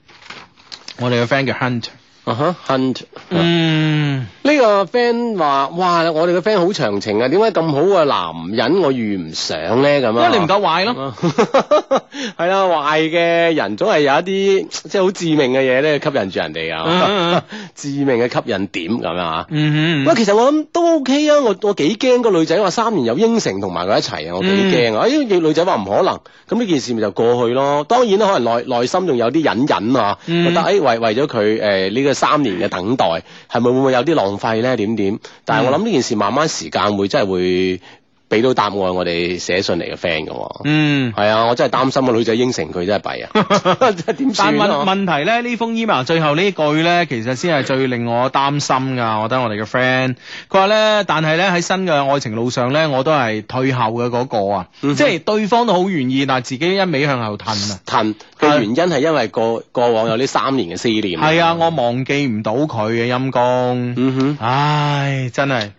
Speaker 1: 我哋嘅 friend 叫 Hunt。
Speaker 4: 啊哈，Hunt。
Speaker 1: 嗯。
Speaker 4: 呢個 friend 話：，哇！我哋嘅 friend 好長情啊，點解咁好嘅男人我遇唔上咧？咁
Speaker 1: 因
Speaker 4: 啊，
Speaker 1: 為你唔夠壞咯。
Speaker 4: 咯， [LAUGHS] 係啦，壞嘅人總係有一啲即係好致命嘅嘢咧，吸引住人哋
Speaker 1: 嗯嗯
Speaker 4: 啊， [LAUGHS] 致命嘅吸引點咁啊。
Speaker 1: 嗯
Speaker 4: 喂，其實我諗都 OK 啊，我我幾驚個女仔話三年有應承同埋佢一齊啊，我幾
Speaker 1: 嗯
Speaker 4: 驚啊！哎，女仔話唔可能，咁呢件事咪就過去咯。當然啦，可能內內心仲有啲隱隱啊，
Speaker 1: 嗯
Speaker 4: 覺得哎為為咗佢誒呢個三年嘅等待，係咪會唔會有啲浪費咧？點點？
Speaker 1: 嗯
Speaker 4: 但係我諗呢件事慢慢時間會真係會俾到答案，我哋寫信嚟嘅 friend 嘅喎。
Speaker 1: 嗯。
Speaker 4: 係啊，我真係擔心個女仔應承佢真係弊啊，
Speaker 1: [LAUGHS]
Speaker 4: [LAUGHS] 真係
Speaker 1: 但
Speaker 4: 點算
Speaker 1: 問
Speaker 4: 啊？
Speaker 1: 問題咧，呢封 email 最後呢句咧，其實先係最令我擔心㗎。我覺得我哋嘅 friend，佢話咧，但係咧喺新嘅愛情路上咧，我都係退後嘅嗰個啊，
Speaker 4: 嗯哼
Speaker 1: 即係對方都好願意，但係自己一味向後褪啊。
Speaker 4: 騰
Speaker 1: 係
Speaker 4: 嘅原因係因為過過往有呢三年嘅思念。
Speaker 1: 係啊，我忘記唔到佢嘅陰公。
Speaker 4: 嗯哼。
Speaker 1: 唉，真係。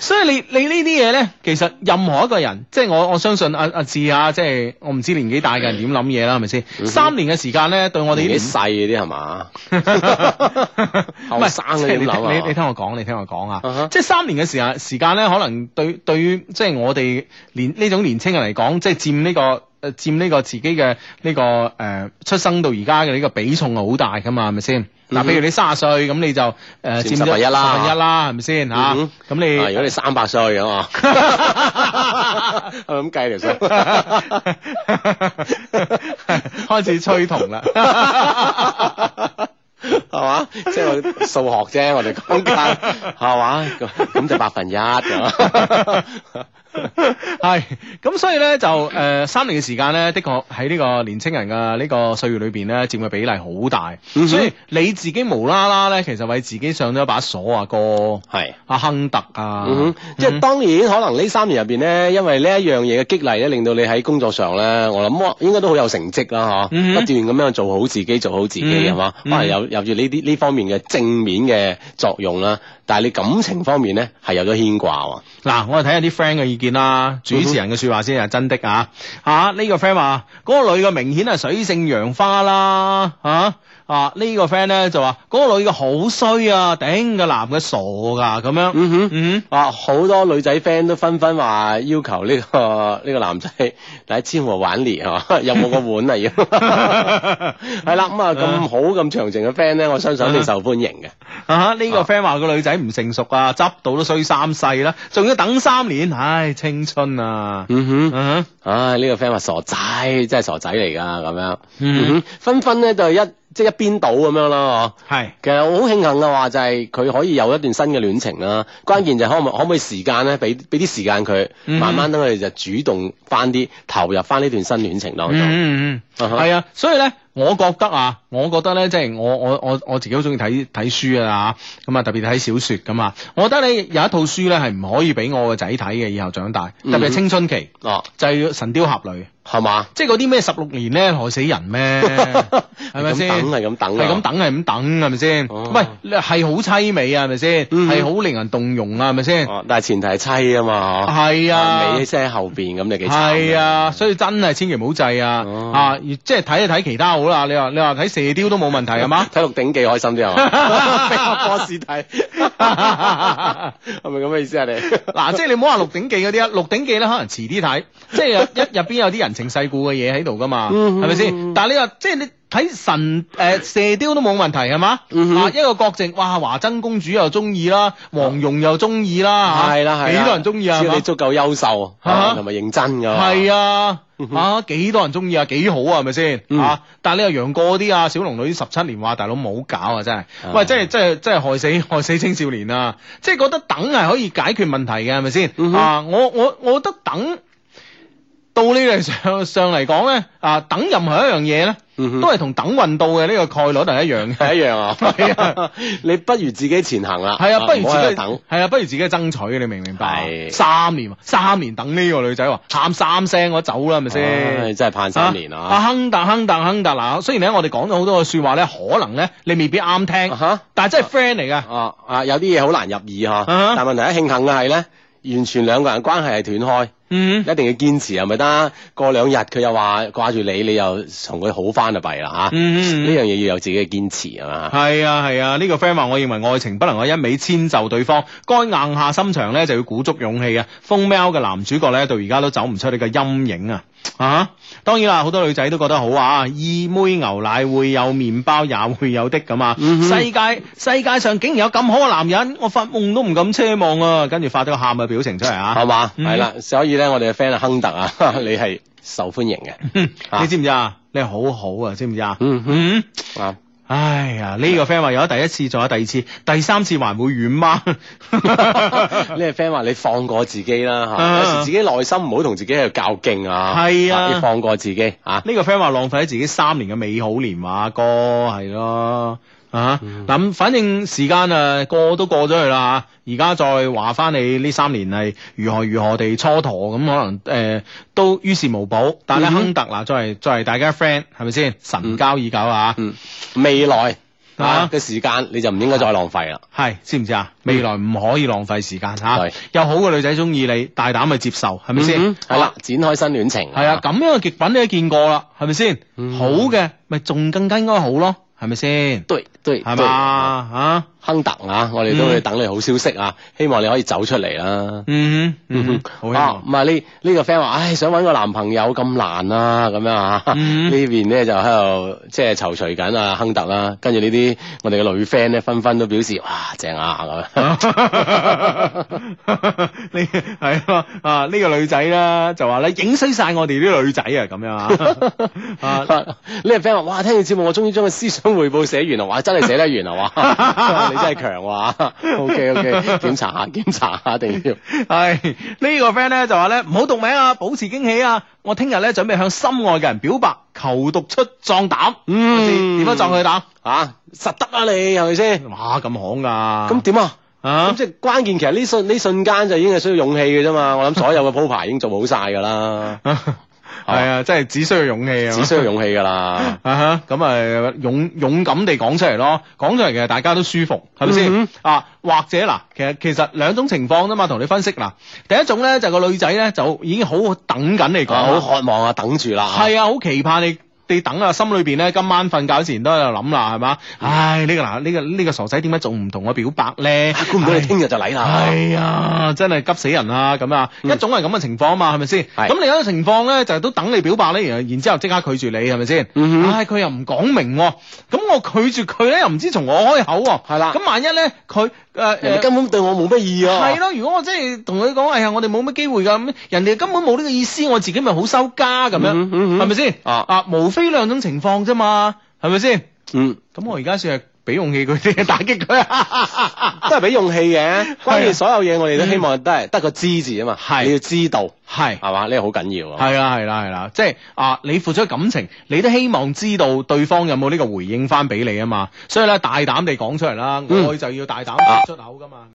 Speaker 1: 所以你你呢啲嘢咧，其實任何一個人，即係我我相信阿阿志啊，即係我唔知年紀大嘅人點諗嘢啦，係咪先？
Speaker 4: 哼
Speaker 1: 三年嘅時間咧，對我哋呢
Speaker 4: 年
Speaker 1: 啲
Speaker 4: 紀細嗰啲係嘛？
Speaker 1: [LAUGHS] 唔
Speaker 4: 後生嗰啲
Speaker 1: 你
Speaker 4: 點啊諗啊
Speaker 1: 你你聽我講，你聽我講啊
Speaker 4: 啊哈
Speaker 1: 即係三年嘅時間時間咧，可能對對於即係我哋年呢種年青人嚟講，即係佔呢、個誒佔呢個自己嘅呢、個誒、呃出生到而家嘅呢個比重係好大噶嘛，係咪先？嗱、
Speaker 4: 嗯哼
Speaker 1: 譬如你卅歲咁，你就誒、呃、佔
Speaker 4: 佔
Speaker 1: 咗
Speaker 4: 十分一啦
Speaker 1: 十分一啦，係咪先嚇？咁、
Speaker 4: 嗯
Speaker 1: 你
Speaker 4: [LAUGHS] 啊，如果你三百歲咁啊，係咪咁計條數。
Speaker 1: [LAUGHS] 開始吹同啦。
Speaker 4: 係嘛？即係我數學啫，我哋講緊係嘛？咁咁就百分一咁啊。 [LAUGHS]
Speaker 1: 系，咁所以咧就诶、呃三年嘅時間咧，的確喺呢個年青人嘅呢個歲月裏边咧，佔嘅比例好大。
Speaker 4: 嗯哼
Speaker 1: 所以你自己無啦啦咧，其實為自己上咗一把鎖啊，哥
Speaker 4: 係。
Speaker 1: 阿亨特啊，
Speaker 4: 嗯哼，即係當然可能呢三年入邊咧，因為呢一樣嘢嘅激勵咧，令到你喺工作上咧，我諗應該都好有成績啦，嗬、
Speaker 1: 嗯哼
Speaker 4: 不斷咁樣做好自己，做好自己
Speaker 1: 嗯
Speaker 4: 係嘛，可能有有住呢啲呢方面嘅正面嘅作用啦。但係你感情方面咧係有咗牽掛喎。
Speaker 1: 嗱，我哋睇下啲 friend 嘅意見啦，主持人嘅说話先係真的啊！啊，呢、個 friend 話嗰個女嘅明顯係水性楊花啦，啊啊呢、個 friend 咧就話嗰、個女嘅好衰啊，頂個男嘅傻噶咁樣，
Speaker 4: 嗯哼。
Speaker 1: 嗯
Speaker 4: 啊！好多女仔 friend 都紛紛話要求呢、個呢、個 [LAUGHS] 男仔嚟千和玩年係嘛？ [LAUGHS] 有冇個
Speaker 1: [LAUGHS]
Speaker 4: 碗啊？要係啦，咁啊咁好咁長情嘅 friend 咧，我相信你受歡迎嘅。
Speaker 1: 啊！呢、個 friend 話個女仔唔成熟啊，執到都衰三世啦，仲要等三年，唉，青春啊！
Speaker 4: 嗯哼，
Speaker 1: 嗯
Speaker 4: 唉，呢、個 friend 話傻仔，真係傻仔嚟㗎咁樣。
Speaker 1: 嗯，
Speaker 4: 嗯哼，紛紛咧就一即係一邊倒咁樣啦，嗬。哦
Speaker 1: 係
Speaker 4: 其實我好慶幸嘅話就係佢可以有一段新嘅戀情啦，關鍵就係可唔可可唔可以時間咧，俾俾啲時間佢，
Speaker 1: 嗯
Speaker 4: 慢慢等佢哋就主動翻啲，投入翻呢段新戀情當中。
Speaker 1: 嗯嗯嗯，
Speaker 4: 啊哈
Speaker 1: 係啊，所以咧，我覺得啊，我覺得咧，即係我我我我自己好中意睇睇書啊，咁啊特別睇小説噶嘛。我覺得你有一套書咧係唔可以俾我個仔睇嘅，以後長大，
Speaker 4: 嗯
Speaker 1: 特別係青春期，
Speaker 4: 哦，
Speaker 1: 就係、神雕俠侶》，
Speaker 4: 係嘛？
Speaker 1: 即係嗰啲咩十六年咧害死人
Speaker 4: [LAUGHS]
Speaker 1: 咩，係咪
Speaker 4: 係
Speaker 1: 先
Speaker 4: 咁？等係咁等
Speaker 1: 係
Speaker 4: 啊
Speaker 1: 咁等係咁等係咪先？
Speaker 4: 哦
Speaker 1: 喂，你係好凄美啊係咪先？
Speaker 4: 嗯
Speaker 1: 係好令人動容啊係咪先？
Speaker 4: 哦，但係前提係妻啊嘛，
Speaker 1: 係啊
Speaker 4: 嗬，尾。聲喺後邊咁你幾慘
Speaker 1: 係啊，所以真係千祈唔好制啊！
Speaker 4: 哦
Speaker 1: 啊，即係睇就睇其他好啦。你話你話睇射雕都冇問題係
Speaker 4: [LAUGHS]
Speaker 1: 嘛？
Speaker 4: 睇《鹿鼎記》開心啲
Speaker 1: [LAUGHS]
Speaker 4: 係嘛？ [LAUGHS] 俾阿波士睇， [LAUGHS] 係咪咁嘅意思啊？你
Speaker 1: [LAUGHS] 嗱，即係你唔好話《鹿鼎記》嗰啲啊，《鹿鼎記》咧可能遲啲睇， [LAUGHS] 即係有一入邊有啲人情世故嘅嘢喺度噶嘛，
Speaker 4: 嗯
Speaker 1: 係咪先
Speaker 4: 嗯？
Speaker 1: 但係你話即係你睇神誒射雕都冇問題係嘛？
Speaker 4: 嗯哼
Speaker 1: 啊，一個郭靖，哇，華箏公主又中意啦，黃蓉又中意啦，
Speaker 4: 係啦係啦，
Speaker 1: 啊幾多人中意啊？
Speaker 4: 只要你
Speaker 1: 係嘛
Speaker 4: 足夠優秀，
Speaker 1: 啊
Speaker 4: 同埋認真㗎嘛。
Speaker 1: 係啊
Speaker 4: 嗯。哼
Speaker 1: 啊，幾多人中意啊？幾好啊，係咪先？
Speaker 4: 嗯
Speaker 1: 啊，但係你話楊過嗰啲啊，小龍女十七年話大佬冇搞啊，真係，喂，
Speaker 4: 啊
Speaker 1: 真係真係真係害死 [LAUGHS] 害死青少年啊！即係覺得等係可以解決問題嘅，係咪先？
Speaker 4: 嗯哼
Speaker 1: 啊，我我我覺得等到呢嚟 [LAUGHS] 上上嚟講咧，啊，等任何一樣嘢咧，
Speaker 4: 嗯哼
Speaker 1: 都係同等運到嘅呢個概率係一樣嘅。
Speaker 4: 係一樣啊
Speaker 1: 係啊，
Speaker 4: [LAUGHS] 你不如自己前行啦，
Speaker 1: 係啊，不如
Speaker 4: 唔好
Speaker 1: 自
Speaker 4: 喺
Speaker 1: 己
Speaker 4: 度等，
Speaker 1: 係啊，不如自己爭取，你明唔明白啊？
Speaker 4: 係
Speaker 1: 三年，三年等呢個女仔話喊三聲，我走啦，係咪
Speaker 4: 唉
Speaker 1: 先？
Speaker 4: 真係盼三年
Speaker 1: 啊！
Speaker 4: 啊！
Speaker 1: 亨達亨達亨達嗱，雖然咧我哋講咗好多嘅説話咧，可能咧你未必啱聽，
Speaker 4: 嚇
Speaker 1: 但係真係 friend 嚟㗎。
Speaker 4: 啊啊！有啲嘢好難入耳
Speaker 1: 啊
Speaker 4: 嚇，但問題一慶幸嘅係咧，完全兩個人關係係斷
Speaker 1: 嗯
Speaker 4: 開，一定要堅持係咪得？過兩日佢又話掛住你，你又同佢好翻就弊啦嚇。
Speaker 1: 嗯
Speaker 4: 呢樣嘢要有自己嘅堅持係嘛？
Speaker 1: 係啊係啊，呢、個 friend 話，我認為愛情不能夠一味遷就對方，該硬下心腸咧就要鼓足勇氣啊！風喵嘅男主角咧到而家都走唔出呢個陰影啊！啊，當然啦，好多女仔都覺得好啊，二妹牛奶會有麵包也會有的咁啊！
Speaker 4: 嗯哼
Speaker 1: 世界世界上竟然有咁好嘅男人，我發夢都唔敢奢望啊！跟住發咗個喊嘅表情出嚟啊！
Speaker 4: 係嘛？
Speaker 1: 嗯
Speaker 4: 係啦，所以咧，我哋嘅 friend 啊亨特啊， [LAUGHS] 你係受歡迎嘅啊
Speaker 1: 你知唔知啊？你好好啊，知唔知啊？
Speaker 4: 嗯
Speaker 1: 嗯。 [LAUGHS]
Speaker 4: 啊！
Speaker 1: 唉呀，呢、個 friend 話有咗第一次，仲有第二次，第三次還會遠 [LAUGHS] 嗎？
Speaker 4: 呢個 friend 話你放過自己啦
Speaker 1: 啊
Speaker 4: 嚇，有時自己內心唔好同自己喺度較勁啊，
Speaker 1: 係啊
Speaker 4: 要放過自己啊。
Speaker 1: 呢個 friend 話浪費咗自己三年嘅美好年華，哥係咯。啊，
Speaker 4: 嗯
Speaker 1: 嗱、反正時間啊過都過咗去啦嚇，而家再話翻你呢三年係如何如何地蹉跎，咁可能誒、呃都於事無補。但係咧，
Speaker 4: 嗯哼
Speaker 1: 亨特嗱，作為作為大家 friend 係咪先神交已久啊？
Speaker 4: 嗯，未來
Speaker 1: 啊
Speaker 4: 啊嘅時間你就唔應該再浪費啦。
Speaker 1: 係知唔知啊？未來唔可以浪費時間嚇、
Speaker 4: 係
Speaker 1: 有好嘅女仔中意你，大膽去接受係咪先？
Speaker 4: 嗯係啦，展開新戀情。
Speaker 1: 係啊，咁樣嘅極品你都見過啦，係咪先？
Speaker 4: 嗯
Speaker 1: 好嘅，咪仲更加應該好咯，係咪先？
Speaker 4: 對對
Speaker 1: 係
Speaker 4: 對
Speaker 1: 嘛嗯啊？
Speaker 4: 亨特啊，我哋都會等你好消息啊，希望你可以走出嚟啦。
Speaker 1: 嗯哼嗯
Speaker 4: 嗯
Speaker 1: 哼，好希
Speaker 4: 啊，
Speaker 1: 望
Speaker 4: 唔係呢呢個 friend 話，唉，想揾個男朋友咁難啊，咁樣啊，
Speaker 1: 嗯
Speaker 4: [LAUGHS] 呢邊咧就喺度即係躊躇緊啊，亨特啦，跟住呢啲我哋嘅女 friend 咧，紛紛都表示，哇，正啊咁樣。
Speaker 1: [LAUGHS] 呢係啊啊呢個女仔啦，就話咧影衰晒我哋啲女仔啊咁樣
Speaker 4: [LAUGHS]
Speaker 1: 啊啊
Speaker 4: 呢個 friend 話：，哇，聽完節目，我終於將個思想匯報寫完啦！哇， [LAUGHS] 真係寫得完啦！哇，你真係強哇！OK
Speaker 1: [LAUGHS]
Speaker 4: [LAUGHS] OK，檢查下，檢查下，一定要。
Speaker 1: 係呢個 friend 咧就話咧唔好讀名啊，保持驚喜啊！我聽日咧準備向心愛嘅人表白，求讀出壯膽，
Speaker 4: 嗯
Speaker 1: 我知點樣壯佢膽？
Speaker 4: 啊，實得啊你係咪先？
Speaker 1: 哇咁行噶，
Speaker 4: 咁點啊？
Speaker 1: 啊
Speaker 4: 咁即係關鍵，其實呢瞬呢瞬間就已經係需要勇氣嘅
Speaker 1: [LAUGHS]
Speaker 4: 啫嘛。我諗所有嘅鋪排已經做好晒㗎啦，
Speaker 1: 係啊，真係只需要勇氣啊！
Speaker 4: 哦只需要勇氣㗎啦。
Speaker 1: 啊哈，咁啊勇勇敢地講出嚟咯，講出嚟其實大家都舒服，係咪先
Speaker 4: 嗯？
Speaker 1: 啊，或者嗱，其實其實兩種情況啫嘛，同你分析嗱，第一種咧就係個女仔咧就已經好等緊你講
Speaker 4: 啊，
Speaker 1: 啦，
Speaker 4: 好渴望啊，等住啦。
Speaker 1: 係啊，好期盼你。你等啊，心裏邊咧今晚瞓覺前都喺度諗啦，係嘛？
Speaker 4: 嗯
Speaker 1: 唉，呢、個嗱，呢、個呢、個傻仔點解仲唔同我表白咧
Speaker 4: 啊，？估唔到
Speaker 1: 唉
Speaker 4: 你聽日就嚟啦。
Speaker 1: 係啊，真係急死人啦！咁啊，一種係咁嘅情況啊嘛，係咪先？
Speaker 4: 嗯係
Speaker 1: 咁另一個情況咧，就係都等你表白咧，然然之後即刻拒絕你，係咪先？
Speaker 4: 嗯哼
Speaker 1: 唉，佢又唔講明喎，咁我拒絕佢咧，又唔知從我開口喎。
Speaker 4: 係啦
Speaker 1: 咁萬一咧，佢呃誒
Speaker 4: 啊人哋
Speaker 1: 誒。
Speaker 4: 根本對我冇乜意啊。
Speaker 1: 係咯，如果我真係同佢講，哎呀，我哋冇乜機會㗎，咁人哋根本冇呢個意思，我自己咪好收家咁樣
Speaker 4: 嗯，哼嗯哼
Speaker 1: 係咪先？
Speaker 4: 啊
Speaker 1: 啊，無非兩種情況啫嘛，係咪先？
Speaker 4: 嗯。
Speaker 1: 咁我而家算係俾勇氣佢哋 [LAUGHS] 打擊佢啊！
Speaker 4: 都係俾勇氣嘅。
Speaker 1: 係
Speaker 4: 關
Speaker 1: 啊
Speaker 4: 鍵所有嘢我哋都希望都係得個知字啊嘛，
Speaker 1: 係
Speaker 4: 你要知道
Speaker 1: 係
Speaker 4: 係嘛，呢個好緊要啊。
Speaker 1: 係啦，係啦，係啦，即係啊！你付出感情，你都希望知道對方有冇呢個回應翻俾你啊嘛，所以咧大膽地講出嚟啦，
Speaker 4: 嗯
Speaker 1: 愛就要大膽講出口噶嘛。